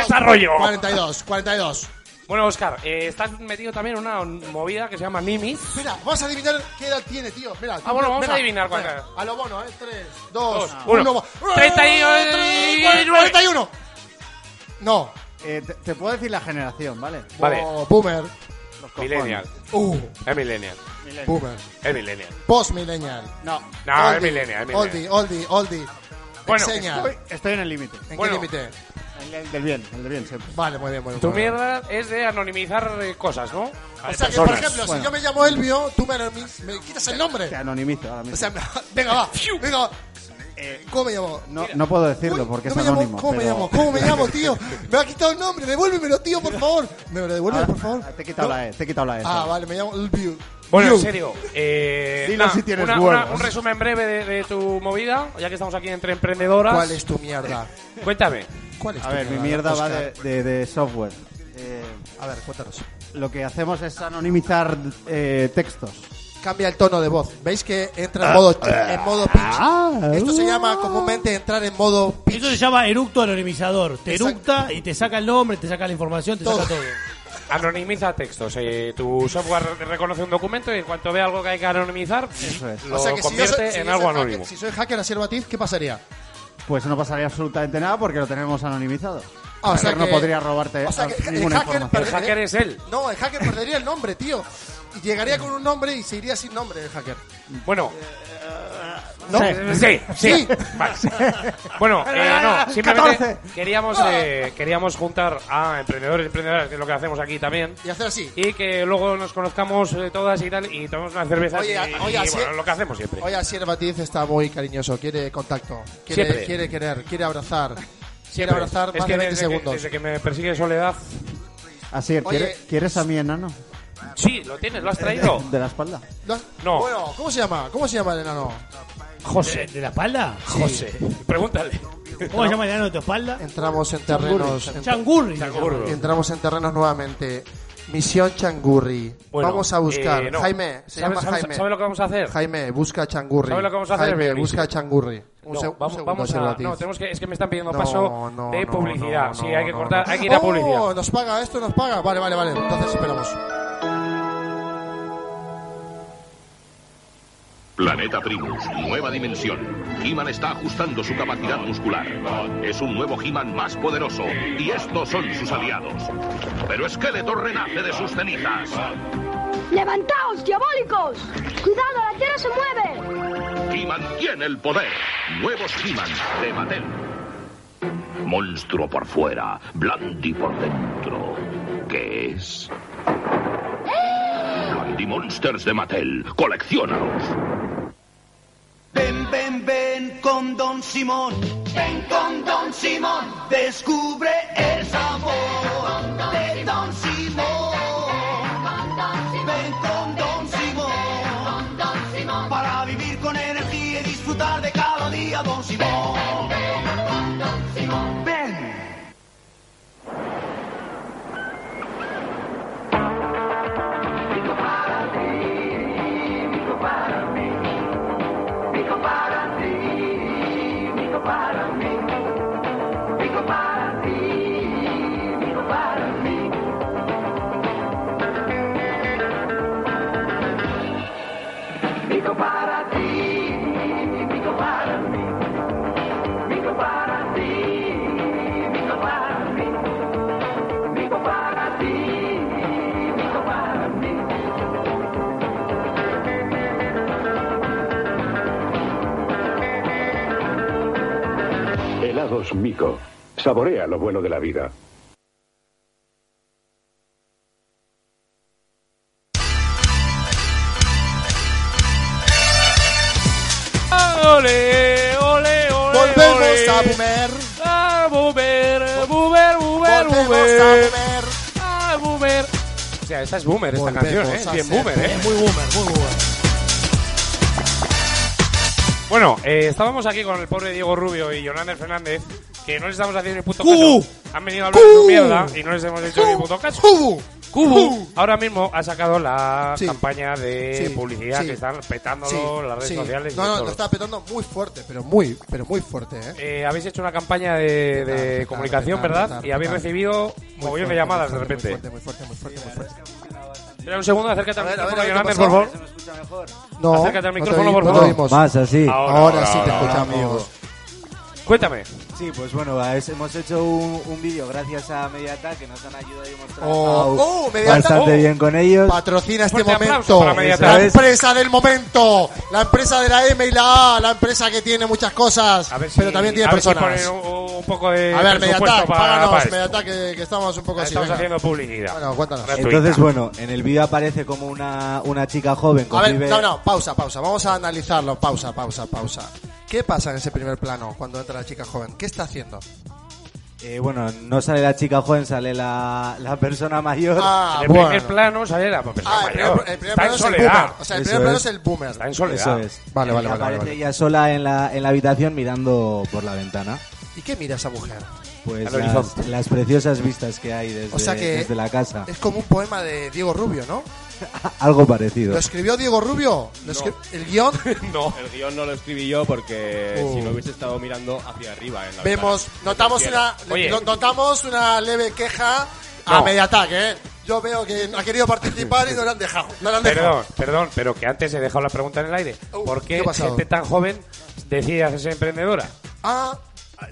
[SPEAKER 1] Desarrollo.
[SPEAKER 2] 42, 42.
[SPEAKER 1] Bueno, Oscar, eh, estás metido también en una movida que se llama Nimis.
[SPEAKER 2] Mira, vamos a adivinar qué edad tiene, tío. Mira,
[SPEAKER 1] Ah, bueno, vamos
[SPEAKER 2] mira,
[SPEAKER 1] a adivinar cuál
[SPEAKER 2] mira.
[SPEAKER 1] es.
[SPEAKER 2] A lo bono, ¿eh? 3, 2,
[SPEAKER 1] Dos,
[SPEAKER 2] 1.
[SPEAKER 1] uno.
[SPEAKER 2] 1
[SPEAKER 1] Treinta y- y-
[SPEAKER 2] 41. No.
[SPEAKER 6] Eh, te, te puedo decir la generación, ¿vale?
[SPEAKER 1] Vale.
[SPEAKER 2] Oh, boomer.
[SPEAKER 6] Los cojones.
[SPEAKER 1] Millennial.
[SPEAKER 2] Uh,
[SPEAKER 1] Es millennial.
[SPEAKER 2] boomer.
[SPEAKER 1] Es millennial.
[SPEAKER 2] Post millennial.
[SPEAKER 6] No,
[SPEAKER 1] No, es millennial. es millennial.
[SPEAKER 2] Oldie, oldie, oldie.
[SPEAKER 1] Bueno,
[SPEAKER 2] Enseña.
[SPEAKER 6] estoy, estoy en el límite.
[SPEAKER 2] ¿En
[SPEAKER 1] Bueno.
[SPEAKER 2] qué límite?
[SPEAKER 6] El, el del bien, el del bien siempre.
[SPEAKER 2] Vale, muy bien, muy bien.
[SPEAKER 1] Tu
[SPEAKER 2] muy bien.
[SPEAKER 1] mierda es de anonimizar eh, cosas, ¿no? A
[SPEAKER 2] O sea que, por
[SPEAKER 1] personas.
[SPEAKER 2] ejemplo, si
[SPEAKER 6] Bueno.
[SPEAKER 2] yo me llamo Elvio, tú me, me quitas el nombre.
[SPEAKER 6] Te anonimizo ahora mismo.
[SPEAKER 2] O sea, me- venga, va. Venga, va.
[SPEAKER 6] Eh,
[SPEAKER 2] ¿Cómo me llamo?
[SPEAKER 6] no, no puedo decirlo
[SPEAKER 2] Uy,
[SPEAKER 6] porque
[SPEAKER 2] no
[SPEAKER 6] es
[SPEAKER 2] me llamo-
[SPEAKER 6] anónimo.
[SPEAKER 2] ¿Cómo me
[SPEAKER 6] pero-
[SPEAKER 2] llamo? ¿Cómo me llamo, tío? Me ha quitado el nombre, devuélvemelo, tío, por favor. ¿Me lo devuelves,
[SPEAKER 6] Ahora-
[SPEAKER 2] por favor?
[SPEAKER 6] Te he quitado
[SPEAKER 2] No.
[SPEAKER 6] la E, te he quitado la E.
[SPEAKER 2] Ah, vale, me llamo Elvio.
[SPEAKER 1] Bueno, en
[SPEAKER 2] Elvio.
[SPEAKER 1] serio. Eh,
[SPEAKER 6] Dilo
[SPEAKER 1] nada,
[SPEAKER 6] si tienes
[SPEAKER 1] una-
[SPEAKER 6] huevos.
[SPEAKER 1] una- un resumen breve de, de tu movida, ya que estamos aquí entre emprendedoras.
[SPEAKER 2] ¿Cuál es tu mierda?
[SPEAKER 1] Cuéntame.
[SPEAKER 2] ¿Cuál es
[SPEAKER 6] A
[SPEAKER 2] tu
[SPEAKER 6] ver, mi mierda va de,
[SPEAKER 2] Oscar?
[SPEAKER 6] de- de software. Eh,
[SPEAKER 2] A ver, cuéntanos.
[SPEAKER 6] lo que hacemos es anonimizar eh, textos.
[SPEAKER 2] Cambia el tono de voz. ¿Veis que entra en
[SPEAKER 1] Ah.
[SPEAKER 2] modo, en modo pitch?
[SPEAKER 6] Ah,
[SPEAKER 2] Esto se
[SPEAKER 6] uh.
[SPEAKER 2] llama comúnmente entrar en modo pitch.
[SPEAKER 3] Eso se llama eructo anonimizador. Te
[SPEAKER 2] Exacto.
[SPEAKER 3] eructa y te saca el nombre, te saca la información, te
[SPEAKER 2] Todo.
[SPEAKER 3] saca todo.
[SPEAKER 1] Anonimiza textos. eh, tu software reconoce un documento y en cuanto ve algo que hay que anonimizar, lo
[SPEAKER 2] o sea que si yo,
[SPEAKER 1] convierte
[SPEAKER 2] soy, si
[SPEAKER 1] en
[SPEAKER 2] yo
[SPEAKER 1] algo
[SPEAKER 2] soy hacker,
[SPEAKER 1] anónimo.
[SPEAKER 2] si soy hacker a Sierva Tiff, ¿qué pasaría?
[SPEAKER 9] Pues no pasaría absolutamente nada porque lo tenemos anonimizado.
[SPEAKER 2] Ah, o sea
[SPEAKER 9] Hacker no
[SPEAKER 2] que-
[SPEAKER 9] podría robarte
[SPEAKER 2] o sea que
[SPEAKER 9] a-
[SPEAKER 2] el
[SPEAKER 9] ninguna
[SPEAKER 2] hacker
[SPEAKER 9] información.
[SPEAKER 1] El hacker es él.
[SPEAKER 2] No, el hacker perdería el nombre, tío. Y llegaría con un nombre y se iría sin nombre el hacker.
[SPEAKER 1] Bueno,
[SPEAKER 2] ¿No?
[SPEAKER 1] Sí, sí.
[SPEAKER 2] Sí.
[SPEAKER 1] Vale. Bueno, eh, no, simplemente
[SPEAKER 9] 14.
[SPEAKER 1] queríamos, eh, queríamos juntar a emprendedores y emprendedoras, que es lo que hacemos aquí también,
[SPEAKER 2] Y hacer así.
[SPEAKER 1] y que luego nos conozcamos eh, todas y tal, y tomemos una cerveza
[SPEAKER 2] Oye, a-
[SPEAKER 1] y,
[SPEAKER 2] oye,
[SPEAKER 1] y,
[SPEAKER 2] así-
[SPEAKER 1] bueno, lo que hacemos siempre.
[SPEAKER 2] Hoy a Sierva Tiff está muy cariñoso, quiere contacto, quiere,
[SPEAKER 1] Siempre.
[SPEAKER 2] quiere querer, quiere abrazar. Quiere
[SPEAKER 1] Siempre.
[SPEAKER 2] abrazar
[SPEAKER 1] Es
[SPEAKER 2] más
[SPEAKER 1] que
[SPEAKER 2] de 20
[SPEAKER 1] desde que-
[SPEAKER 2] segundos.
[SPEAKER 1] desde que me persigue Soledad...
[SPEAKER 9] Así, es,
[SPEAKER 2] Oye.
[SPEAKER 9] ¿quiere- ¿quieres a mi enano?
[SPEAKER 1] Sí, lo tienes, lo has traído.
[SPEAKER 9] De la espalda.
[SPEAKER 2] ¿Lo has-
[SPEAKER 1] No.
[SPEAKER 2] Bueno, ¿cómo se llama? ¿Cómo se llama el enano?
[SPEAKER 3] José. ¿De la espalda?
[SPEAKER 1] José, pregúntale.
[SPEAKER 3] ¿Cómo se llama el enano de tu espalda?
[SPEAKER 2] Entramos en terrenos. en-
[SPEAKER 3] Changurri.
[SPEAKER 1] Seguro.
[SPEAKER 2] entramos en terrenos nuevamente. Misión Changurri.
[SPEAKER 1] Bueno,
[SPEAKER 2] vamos a buscar.
[SPEAKER 1] eh, no.
[SPEAKER 2] Jaime,
[SPEAKER 1] ¿Sabes-
[SPEAKER 2] se llama
[SPEAKER 1] sabes-
[SPEAKER 2] Jaime.
[SPEAKER 1] ¿Sabes lo que vamos a hacer?
[SPEAKER 2] Jaime, busca Changurri.
[SPEAKER 1] ¿Sabes lo que vamos a hacer?
[SPEAKER 2] Jaime,
[SPEAKER 1] Buenísimo.
[SPEAKER 2] busca Changurri. Un,
[SPEAKER 1] No,
[SPEAKER 2] seg- un
[SPEAKER 1] vamos,
[SPEAKER 2] segundo,
[SPEAKER 1] vamos
[SPEAKER 2] Sierva
[SPEAKER 1] a,
[SPEAKER 2] Tiff.
[SPEAKER 1] no, tenemos que, es que me están pidiendo
[SPEAKER 2] No,
[SPEAKER 1] paso
[SPEAKER 2] no,
[SPEAKER 1] de
[SPEAKER 2] no,
[SPEAKER 1] publicidad.
[SPEAKER 2] no,
[SPEAKER 1] sí,
[SPEAKER 2] no,
[SPEAKER 1] hay que
[SPEAKER 2] no,
[SPEAKER 1] cortar,
[SPEAKER 2] no.
[SPEAKER 1] hay que ir a
[SPEAKER 2] Oh,
[SPEAKER 1] publicidad.
[SPEAKER 2] nos paga, esto nos paga. Vale, vale, vale. Entonces esperamos.
[SPEAKER 10] Planeta Primus, nueva dimensión. He-Man está ajustando su capacidad muscular. Es un nuevo He-Man más poderoso y estos son sus aliados. Pero Skeletor renace de sus cenizas.
[SPEAKER 11] ¡Levantaos, diabólicos! ¡Cuidado, la tierra se mueve!
[SPEAKER 10] He-Man tiene el poder. Nuevos He-Man de Mattel. Monstruo por fuera, Blandi por dentro. ¿Qué es?
[SPEAKER 11] ¡Eh!
[SPEAKER 10] Blandi Monsters de Mattel. Colecciónalos.
[SPEAKER 12] Ven, ven, ven con Don Simón. Ven con Don Simón. Descubre el sabor de Don Simón. Ven con Don Simón. Para vivir con energía y disfrutar de cada día, Don Simón. Ven.
[SPEAKER 10] Helados Mico. Saborea lo bueno de la vida.
[SPEAKER 1] Ole, ole, ole.
[SPEAKER 2] Volvemos
[SPEAKER 1] ole.
[SPEAKER 2] a boomer.
[SPEAKER 1] A boomer, boomer, boomer,
[SPEAKER 2] Volvemos a
[SPEAKER 1] boomer.
[SPEAKER 2] boomer.
[SPEAKER 1] A boomer. O sea, esta es boomer, esta
[SPEAKER 2] Volvemos
[SPEAKER 1] canción, ¿eh?
[SPEAKER 2] a
[SPEAKER 1] Es Bien
[SPEAKER 2] ser
[SPEAKER 1] boomer, ¿eh?
[SPEAKER 2] Muy boomer, muy boomer.
[SPEAKER 1] Bueno, eh, estábamos aquí con el pobre Diego Rubio y Jonander Fernández, que no les estamos haciendo ni puto
[SPEAKER 2] Cubu.
[SPEAKER 1] caso. Han venido a hablar de su
[SPEAKER 2] Cubu.
[SPEAKER 1] mierda y no les hemos hecho ni puto caso.
[SPEAKER 2] Cubu.
[SPEAKER 1] Cubu ahora mismo ha sacado la
[SPEAKER 2] Sí.
[SPEAKER 1] campaña de
[SPEAKER 2] Sí,
[SPEAKER 1] Eh, publicidad
[SPEAKER 2] sí.
[SPEAKER 1] que están petándolo
[SPEAKER 2] Sí,
[SPEAKER 1] las redes
[SPEAKER 2] sí.
[SPEAKER 1] sociales. y
[SPEAKER 2] No, no,
[SPEAKER 1] todo.
[SPEAKER 2] lo está petando muy fuerte, pero muy, pero muy fuerte, ¿eh?
[SPEAKER 1] Eh, habéis hecho una campaña de, de
[SPEAKER 2] Petar, petar,
[SPEAKER 1] comunicación,
[SPEAKER 2] petar,
[SPEAKER 1] ¿verdad?
[SPEAKER 2] petar,
[SPEAKER 1] y habéis
[SPEAKER 2] petar.
[SPEAKER 1] recibido
[SPEAKER 2] Muy
[SPEAKER 1] mogollón de
[SPEAKER 2] fuerte,
[SPEAKER 1] llamadas
[SPEAKER 2] muy
[SPEAKER 1] de
[SPEAKER 2] fuerte,
[SPEAKER 1] repente.
[SPEAKER 2] Muy fuerte, muy fuerte, muy fuerte. muy fuerte.
[SPEAKER 1] Espera un segundo, acércate al
[SPEAKER 2] A ver, a ver,
[SPEAKER 1] micrófono,
[SPEAKER 2] a ver,
[SPEAKER 1] Jonander,
[SPEAKER 2] ¿qué
[SPEAKER 1] por
[SPEAKER 2] pasó?
[SPEAKER 1] favor.
[SPEAKER 2] No,
[SPEAKER 1] Acércate al
[SPEAKER 2] no te
[SPEAKER 1] micrófono,
[SPEAKER 2] oí-
[SPEAKER 1] por
[SPEAKER 2] no te
[SPEAKER 1] favor.
[SPEAKER 2] oímos.
[SPEAKER 9] Más así.
[SPEAKER 1] Ahora,
[SPEAKER 2] Ahora, sí
[SPEAKER 1] ahora,
[SPEAKER 2] te
[SPEAKER 1] ahora.
[SPEAKER 2] escuchamos.
[SPEAKER 1] Cuéntame.
[SPEAKER 6] Sí, pues bueno, va, es- hemos hecho un, un vídeo gracias a Mediata que nos han ayudado y hemos trabajado
[SPEAKER 2] Oh, oh, Mediata,
[SPEAKER 6] bastante
[SPEAKER 2] oh.
[SPEAKER 6] bien con ellos.
[SPEAKER 2] Patrocina este
[SPEAKER 1] Fuerte aplauso
[SPEAKER 2] momento.
[SPEAKER 1] para Mediatar.
[SPEAKER 2] La empresa del momento. La empresa de la M y la A. La empresa que tiene muchas cosas.
[SPEAKER 1] A ver si,
[SPEAKER 2] pero también tiene
[SPEAKER 1] a ver si
[SPEAKER 2] personas.
[SPEAKER 1] ponen un, un poco de
[SPEAKER 2] a ver, Mediatar,
[SPEAKER 1] presupuesto para, para
[SPEAKER 2] páganos,
[SPEAKER 1] esto.
[SPEAKER 2] Mediatar, que, que estamos un poco así.
[SPEAKER 1] Estamos
[SPEAKER 2] venga.
[SPEAKER 1] haciendo publicidad.
[SPEAKER 2] Bueno, cuéntanos.
[SPEAKER 1] Gratuita.
[SPEAKER 6] Entonces, bueno, en el vídeo aparece como una, una chica joven
[SPEAKER 2] A ver,
[SPEAKER 6] convive...
[SPEAKER 2] no, no, pausa, pausa. Vamos a analizarlo. Pausa, pausa, pausa. ¿Qué pasa en ese primer plano cuando entra la chica joven? ¿Qué está haciendo?
[SPEAKER 6] Eh, bueno, no sale la chica joven, sale la, la persona mayor.
[SPEAKER 2] Ah,
[SPEAKER 1] En el
[SPEAKER 2] bueno.
[SPEAKER 1] primer plano sale la persona
[SPEAKER 2] Ah, el primer,
[SPEAKER 1] mayor.
[SPEAKER 2] el
[SPEAKER 1] Está
[SPEAKER 2] primer
[SPEAKER 1] en
[SPEAKER 2] plano es el
[SPEAKER 1] soledad.
[SPEAKER 2] boomer. O sea, el
[SPEAKER 6] Eso
[SPEAKER 2] primer plano
[SPEAKER 6] es.
[SPEAKER 2] es el boomer.
[SPEAKER 1] Está en soledad.
[SPEAKER 6] Eso es.
[SPEAKER 2] Vale, vale,
[SPEAKER 6] Y
[SPEAKER 2] vale,
[SPEAKER 6] aparece
[SPEAKER 2] vale.
[SPEAKER 6] ella sola en la, en la habitación mirando por la ventana.
[SPEAKER 2] ¿Y qué mira esa mujer?
[SPEAKER 6] Pues
[SPEAKER 1] Al
[SPEAKER 6] las,
[SPEAKER 1] horizonte.
[SPEAKER 6] las preciosas vistas que hay desde,
[SPEAKER 2] O sea que-
[SPEAKER 6] desde la casa.
[SPEAKER 2] Es como un poema de Diego Rubio, ¿no?
[SPEAKER 6] Algo
[SPEAKER 2] ¿Lo
[SPEAKER 6] parecido.
[SPEAKER 2] escribió Diego Rubio? ¿Lo escri- ¿El guión?
[SPEAKER 1] No.
[SPEAKER 7] El guión no lo escribí yo porque
[SPEAKER 2] Oh.
[SPEAKER 7] si no hubiese estado mirando hacia arriba en la
[SPEAKER 2] Vemos,
[SPEAKER 7] ventana.
[SPEAKER 2] notamos
[SPEAKER 7] Desde el
[SPEAKER 2] una,
[SPEAKER 7] cielo.
[SPEAKER 1] Oye.
[SPEAKER 2] no- notamos una leve queja a
[SPEAKER 1] No.
[SPEAKER 2] media ataque, ¿eh? Yo veo que ha querido participar y no le han dejado. No le han dejado.
[SPEAKER 1] Perdón, perdón, pero que antes he dejado la pregunta en el aire. ¿Por qué,
[SPEAKER 2] ¿qué ha pasado?
[SPEAKER 1] gente tan joven decide hacerse emprendedora?
[SPEAKER 2] Ah,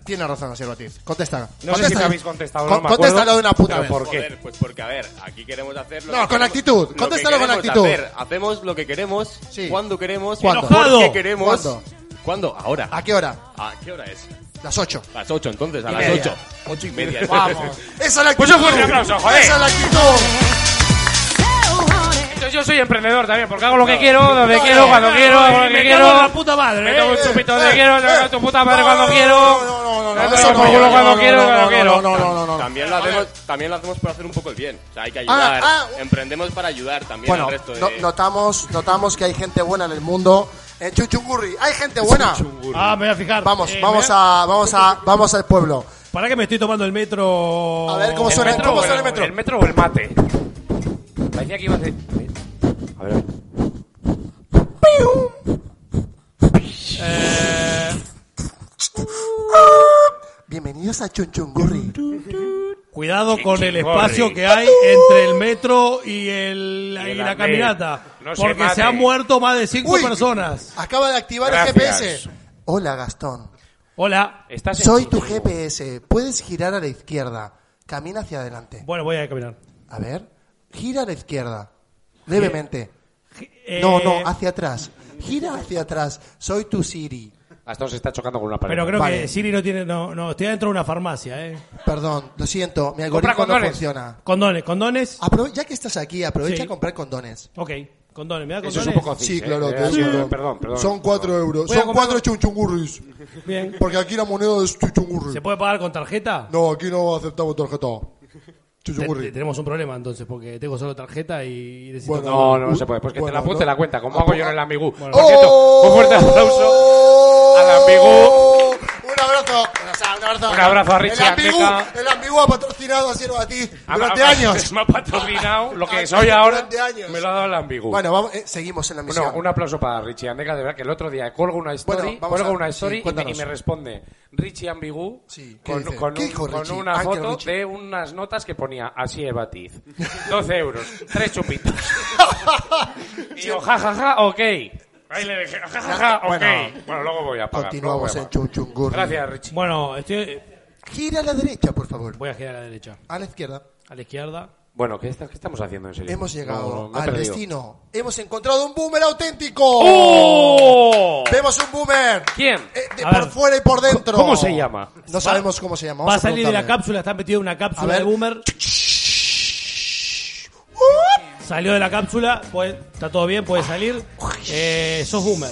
[SPEAKER 2] tiene razón, señor Ortiz. Contesta.
[SPEAKER 1] No sé
[SPEAKER 2] Contesta.
[SPEAKER 1] si me habéis contestado.
[SPEAKER 2] Con-
[SPEAKER 1] no me acuerdo,
[SPEAKER 2] Contéstalo de una puta
[SPEAKER 1] pero
[SPEAKER 2] vez.
[SPEAKER 1] ¿Por qué?
[SPEAKER 7] Joder, pues porque, a ver, aquí queremos hacerlo.
[SPEAKER 2] No, con actitud. Contéstalo con actitud.
[SPEAKER 7] hacemos lo que queremos, cuando queremos,
[SPEAKER 2] ¿Cuándo?
[SPEAKER 7] porque
[SPEAKER 2] Enojado.
[SPEAKER 7] queremos.
[SPEAKER 2] ¿Cuándo?
[SPEAKER 7] ¿Cuándo? Ahora.
[SPEAKER 2] ¿A qué hora?
[SPEAKER 7] ¿A qué hora es?
[SPEAKER 2] Las 8.
[SPEAKER 7] Las 8, entonces, a
[SPEAKER 2] Y
[SPEAKER 7] las
[SPEAKER 2] media.
[SPEAKER 7] 8. 8 y media.
[SPEAKER 2] Vamos. Esa es la
[SPEAKER 1] Pues
[SPEAKER 2] actitud.
[SPEAKER 1] un fuerte aplauso, joder.
[SPEAKER 2] Esa es la actitud.
[SPEAKER 1] Entonces yo soy emprendedor también, porque hago lo que quiero, donde
[SPEAKER 5] No,
[SPEAKER 2] eh,
[SPEAKER 1] quiero,
[SPEAKER 5] no,
[SPEAKER 1] cuando
[SPEAKER 5] no,
[SPEAKER 1] quiero,
[SPEAKER 5] no,
[SPEAKER 1] hago lo
[SPEAKER 5] me
[SPEAKER 1] que
[SPEAKER 5] cago
[SPEAKER 1] quiero.
[SPEAKER 5] en la puta madre,
[SPEAKER 1] Me tomo
[SPEAKER 5] eh,
[SPEAKER 1] un chupito
[SPEAKER 5] eh,
[SPEAKER 1] donde quiero, me
[SPEAKER 5] eh.
[SPEAKER 1] tomo tu puta madre
[SPEAKER 5] No,
[SPEAKER 1] cuando
[SPEAKER 5] no,
[SPEAKER 1] quiero.
[SPEAKER 2] no,
[SPEAKER 1] Me
[SPEAKER 7] no,
[SPEAKER 1] tomo
[SPEAKER 7] eso
[SPEAKER 1] por
[SPEAKER 7] no,
[SPEAKER 1] culo
[SPEAKER 7] no,
[SPEAKER 1] cuando
[SPEAKER 7] no,
[SPEAKER 1] quiero,
[SPEAKER 7] no,
[SPEAKER 1] cuando
[SPEAKER 7] no,
[SPEAKER 1] quiero.
[SPEAKER 2] no, no, no, no.
[SPEAKER 7] También lo, hacemos, también lo hacemos por hacer un poco el bien. O sea, hay que
[SPEAKER 2] Ah,
[SPEAKER 7] ayudar.
[SPEAKER 2] ah,
[SPEAKER 7] Emprendemos para ayudar también
[SPEAKER 2] Bueno,
[SPEAKER 7] al resto eh. de.
[SPEAKER 2] no- notamos, notamos que hay gente buena en el mundo. Eh, Chuchungurri, hay gente buena.
[SPEAKER 3] Ah, me voy a fijar.
[SPEAKER 2] Vamos,
[SPEAKER 3] Eh,
[SPEAKER 2] vamos
[SPEAKER 3] me voy
[SPEAKER 2] a, vamos a, vamos al pueblo.
[SPEAKER 3] Para que me estoy tomando el metro.
[SPEAKER 2] A ver cómo
[SPEAKER 1] ¿El
[SPEAKER 2] suena,
[SPEAKER 1] metro
[SPEAKER 2] cómo
[SPEAKER 1] o
[SPEAKER 2] suena el
[SPEAKER 1] el-
[SPEAKER 2] metro.
[SPEAKER 1] el metro o el mate? Parecía que iba a hacer. A ver, a ver.
[SPEAKER 2] Bienvenidos a Chuchungurri.
[SPEAKER 3] Cuidado con el
[SPEAKER 2] Chichigorri.
[SPEAKER 3] espacio que hay entre el metro y, el, y la
[SPEAKER 2] andén.
[SPEAKER 3] caminata.
[SPEAKER 2] No se
[SPEAKER 3] porque se,
[SPEAKER 2] mate.
[SPEAKER 3] han muerto más de cinco
[SPEAKER 2] Uy.
[SPEAKER 3] personas.
[SPEAKER 2] Acaba de activar
[SPEAKER 3] Gracias.
[SPEAKER 2] el GPS. Hola, Gastón.
[SPEAKER 3] Hola.
[SPEAKER 1] Eh.
[SPEAKER 2] Soy tu GPS. Puedes girar a la izquierda. Camina hacia adelante.
[SPEAKER 3] Bueno, voy a caminar.
[SPEAKER 2] A ver. Gira a la izquierda. Levemente.
[SPEAKER 3] eh.
[SPEAKER 2] No, no, hacia atrás. Gira hacia atrás. Soy tu Siri.
[SPEAKER 1] Gastón se está chocando con una pared.
[SPEAKER 3] Pero creo
[SPEAKER 2] Vale.
[SPEAKER 3] que Siri no tiene. No, no, estoy dentro de una farmacia, ¿eh?
[SPEAKER 2] Perdón, lo siento. Mi
[SPEAKER 3] Compra
[SPEAKER 2] algoritmo no
[SPEAKER 3] condones.
[SPEAKER 2] funciona.
[SPEAKER 3] Condones, condones.
[SPEAKER 2] Aprove- ya que estás aquí, aprovecha
[SPEAKER 3] Sí.
[SPEAKER 2] a comprar condones.
[SPEAKER 3] Ok, condones, me da condones.
[SPEAKER 1] Eso es un poco
[SPEAKER 2] Sí,
[SPEAKER 1] cis, ¿eh?
[SPEAKER 2] claro,
[SPEAKER 1] Eh,
[SPEAKER 2] que es
[SPEAKER 1] sí,
[SPEAKER 2] un-
[SPEAKER 1] Perdón, perdón.
[SPEAKER 2] Son 4 euros.
[SPEAKER 3] Voy a
[SPEAKER 2] Son
[SPEAKER 3] comprar-
[SPEAKER 2] 4 chunchungurris.
[SPEAKER 3] Bien.
[SPEAKER 2] Porque aquí la moneda es chuchungurri.
[SPEAKER 3] ¿Se puede pagar con tarjeta?
[SPEAKER 2] No, aquí no aceptamos tarjeta. Chuchungurri.
[SPEAKER 3] Te- te- tenemos un problema entonces, porque tengo solo tarjeta y necesito.
[SPEAKER 2] Bueno,
[SPEAKER 1] No, no,
[SPEAKER 2] Uy,
[SPEAKER 1] no se puede. Pues que
[SPEAKER 2] bueno,
[SPEAKER 1] te la apunte
[SPEAKER 2] no.
[SPEAKER 1] la cuenta, como
[SPEAKER 2] Ah,
[SPEAKER 1] hago
[SPEAKER 2] pues,
[SPEAKER 1] yo en el Amigú.
[SPEAKER 2] bueno.
[SPEAKER 1] Por cierto, un fuerte aplauso al Amigú.
[SPEAKER 2] Un abrazo. O sea, un abrazo.
[SPEAKER 1] Un abrazo a Richie
[SPEAKER 2] El ambiguo,
[SPEAKER 1] Anteca.
[SPEAKER 2] el ambiguo ha patrocinado a Ciro a ti durante
[SPEAKER 1] Ah,
[SPEAKER 2] años. Ah,
[SPEAKER 1] Me ha patrocinado lo que soy ahora. Me lo ha dado el Ambigu.
[SPEAKER 2] Bueno, vamos, eh, seguimos en la misión.
[SPEAKER 1] Bueno, un aplauso para Richie Andeca, de verdad que el otro día cuelgo una story,
[SPEAKER 2] Bueno, vamos
[SPEAKER 1] cuelgo
[SPEAKER 2] a-
[SPEAKER 1] una
[SPEAKER 2] sí,
[SPEAKER 1] story y, me,
[SPEAKER 2] cuéntanos.
[SPEAKER 1] y me responde Richie Ambigu
[SPEAKER 2] ¿qué
[SPEAKER 1] con,
[SPEAKER 2] dice?
[SPEAKER 1] con
[SPEAKER 2] ¿Qué
[SPEAKER 1] un-
[SPEAKER 2] dijo
[SPEAKER 1] con
[SPEAKER 2] Richie?
[SPEAKER 1] una
[SPEAKER 2] Ángel
[SPEAKER 1] foto
[SPEAKER 2] Richie.
[SPEAKER 1] de unas notas que ponía así es Batiz. 12 euros, tres chupitos. y yo, jajaja, ok. Ahí le dije, jajaja, ok.
[SPEAKER 2] Bueno,
[SPEAKER 1] Bueno, luego voy a pagar. luego voy a
[SPEAKER 2] Continuamos en
[SPEAKER 1] pagar.
[SPEAKER 2] Chuchungurri.
[SPEAKER 1] Gracias, Richie.
[SPEAKER 3] Bueno, estoy.
[SPEAKER 2] Gira a la derecha, por favor.
[SPEAKER 3] Voy a girar a la derecha.
[SPEAKER 2] A la izquierda.
[SPEAKER 3] A la izquierda.
[SPEAKER 1] Bueno, ¿qué, está- qué estamos haciendo en serio?
[SPEAKER 2] Hemos llegado
[SPEAKER 1] No, me he
[SPEAKER 2] al
[SPEAKER 1] perdido.
[SPEAKER 2] destino. Hemos encontrado un boomer auténtico.
[SPEAKER 1] ¡Oh!
[SPEAKER 2] Vemos un boomer.
[SPEAKER 1] ¿Quién?
[SPEAKER 2] Eh, de
[SPEAKER 3] A
[SPEAKER 2] por
[SPEAKER 3] ver.
[SPEAKER 2] fuera y por dentro.
[SPEAKER 1] ¿Cómo se llama?
[SPEAKER 2] No sabemos cómo se llama.
[SPEAKER 3] Va
[SPEAKER 2] Vamos
[SPEAKER 3] a salir de la
[SPEAKER 2] preguntarle.
[SPEAKER 3] cápsula, está metido en una
[SPEAKER 2] A
[SPEAKER 3] cápsula
[SPEAKER 2] ver.
[SPEAKER 3] de boomer. Salió de la cápsula, pues está todo bien, puede salir. Eh, sos boomer.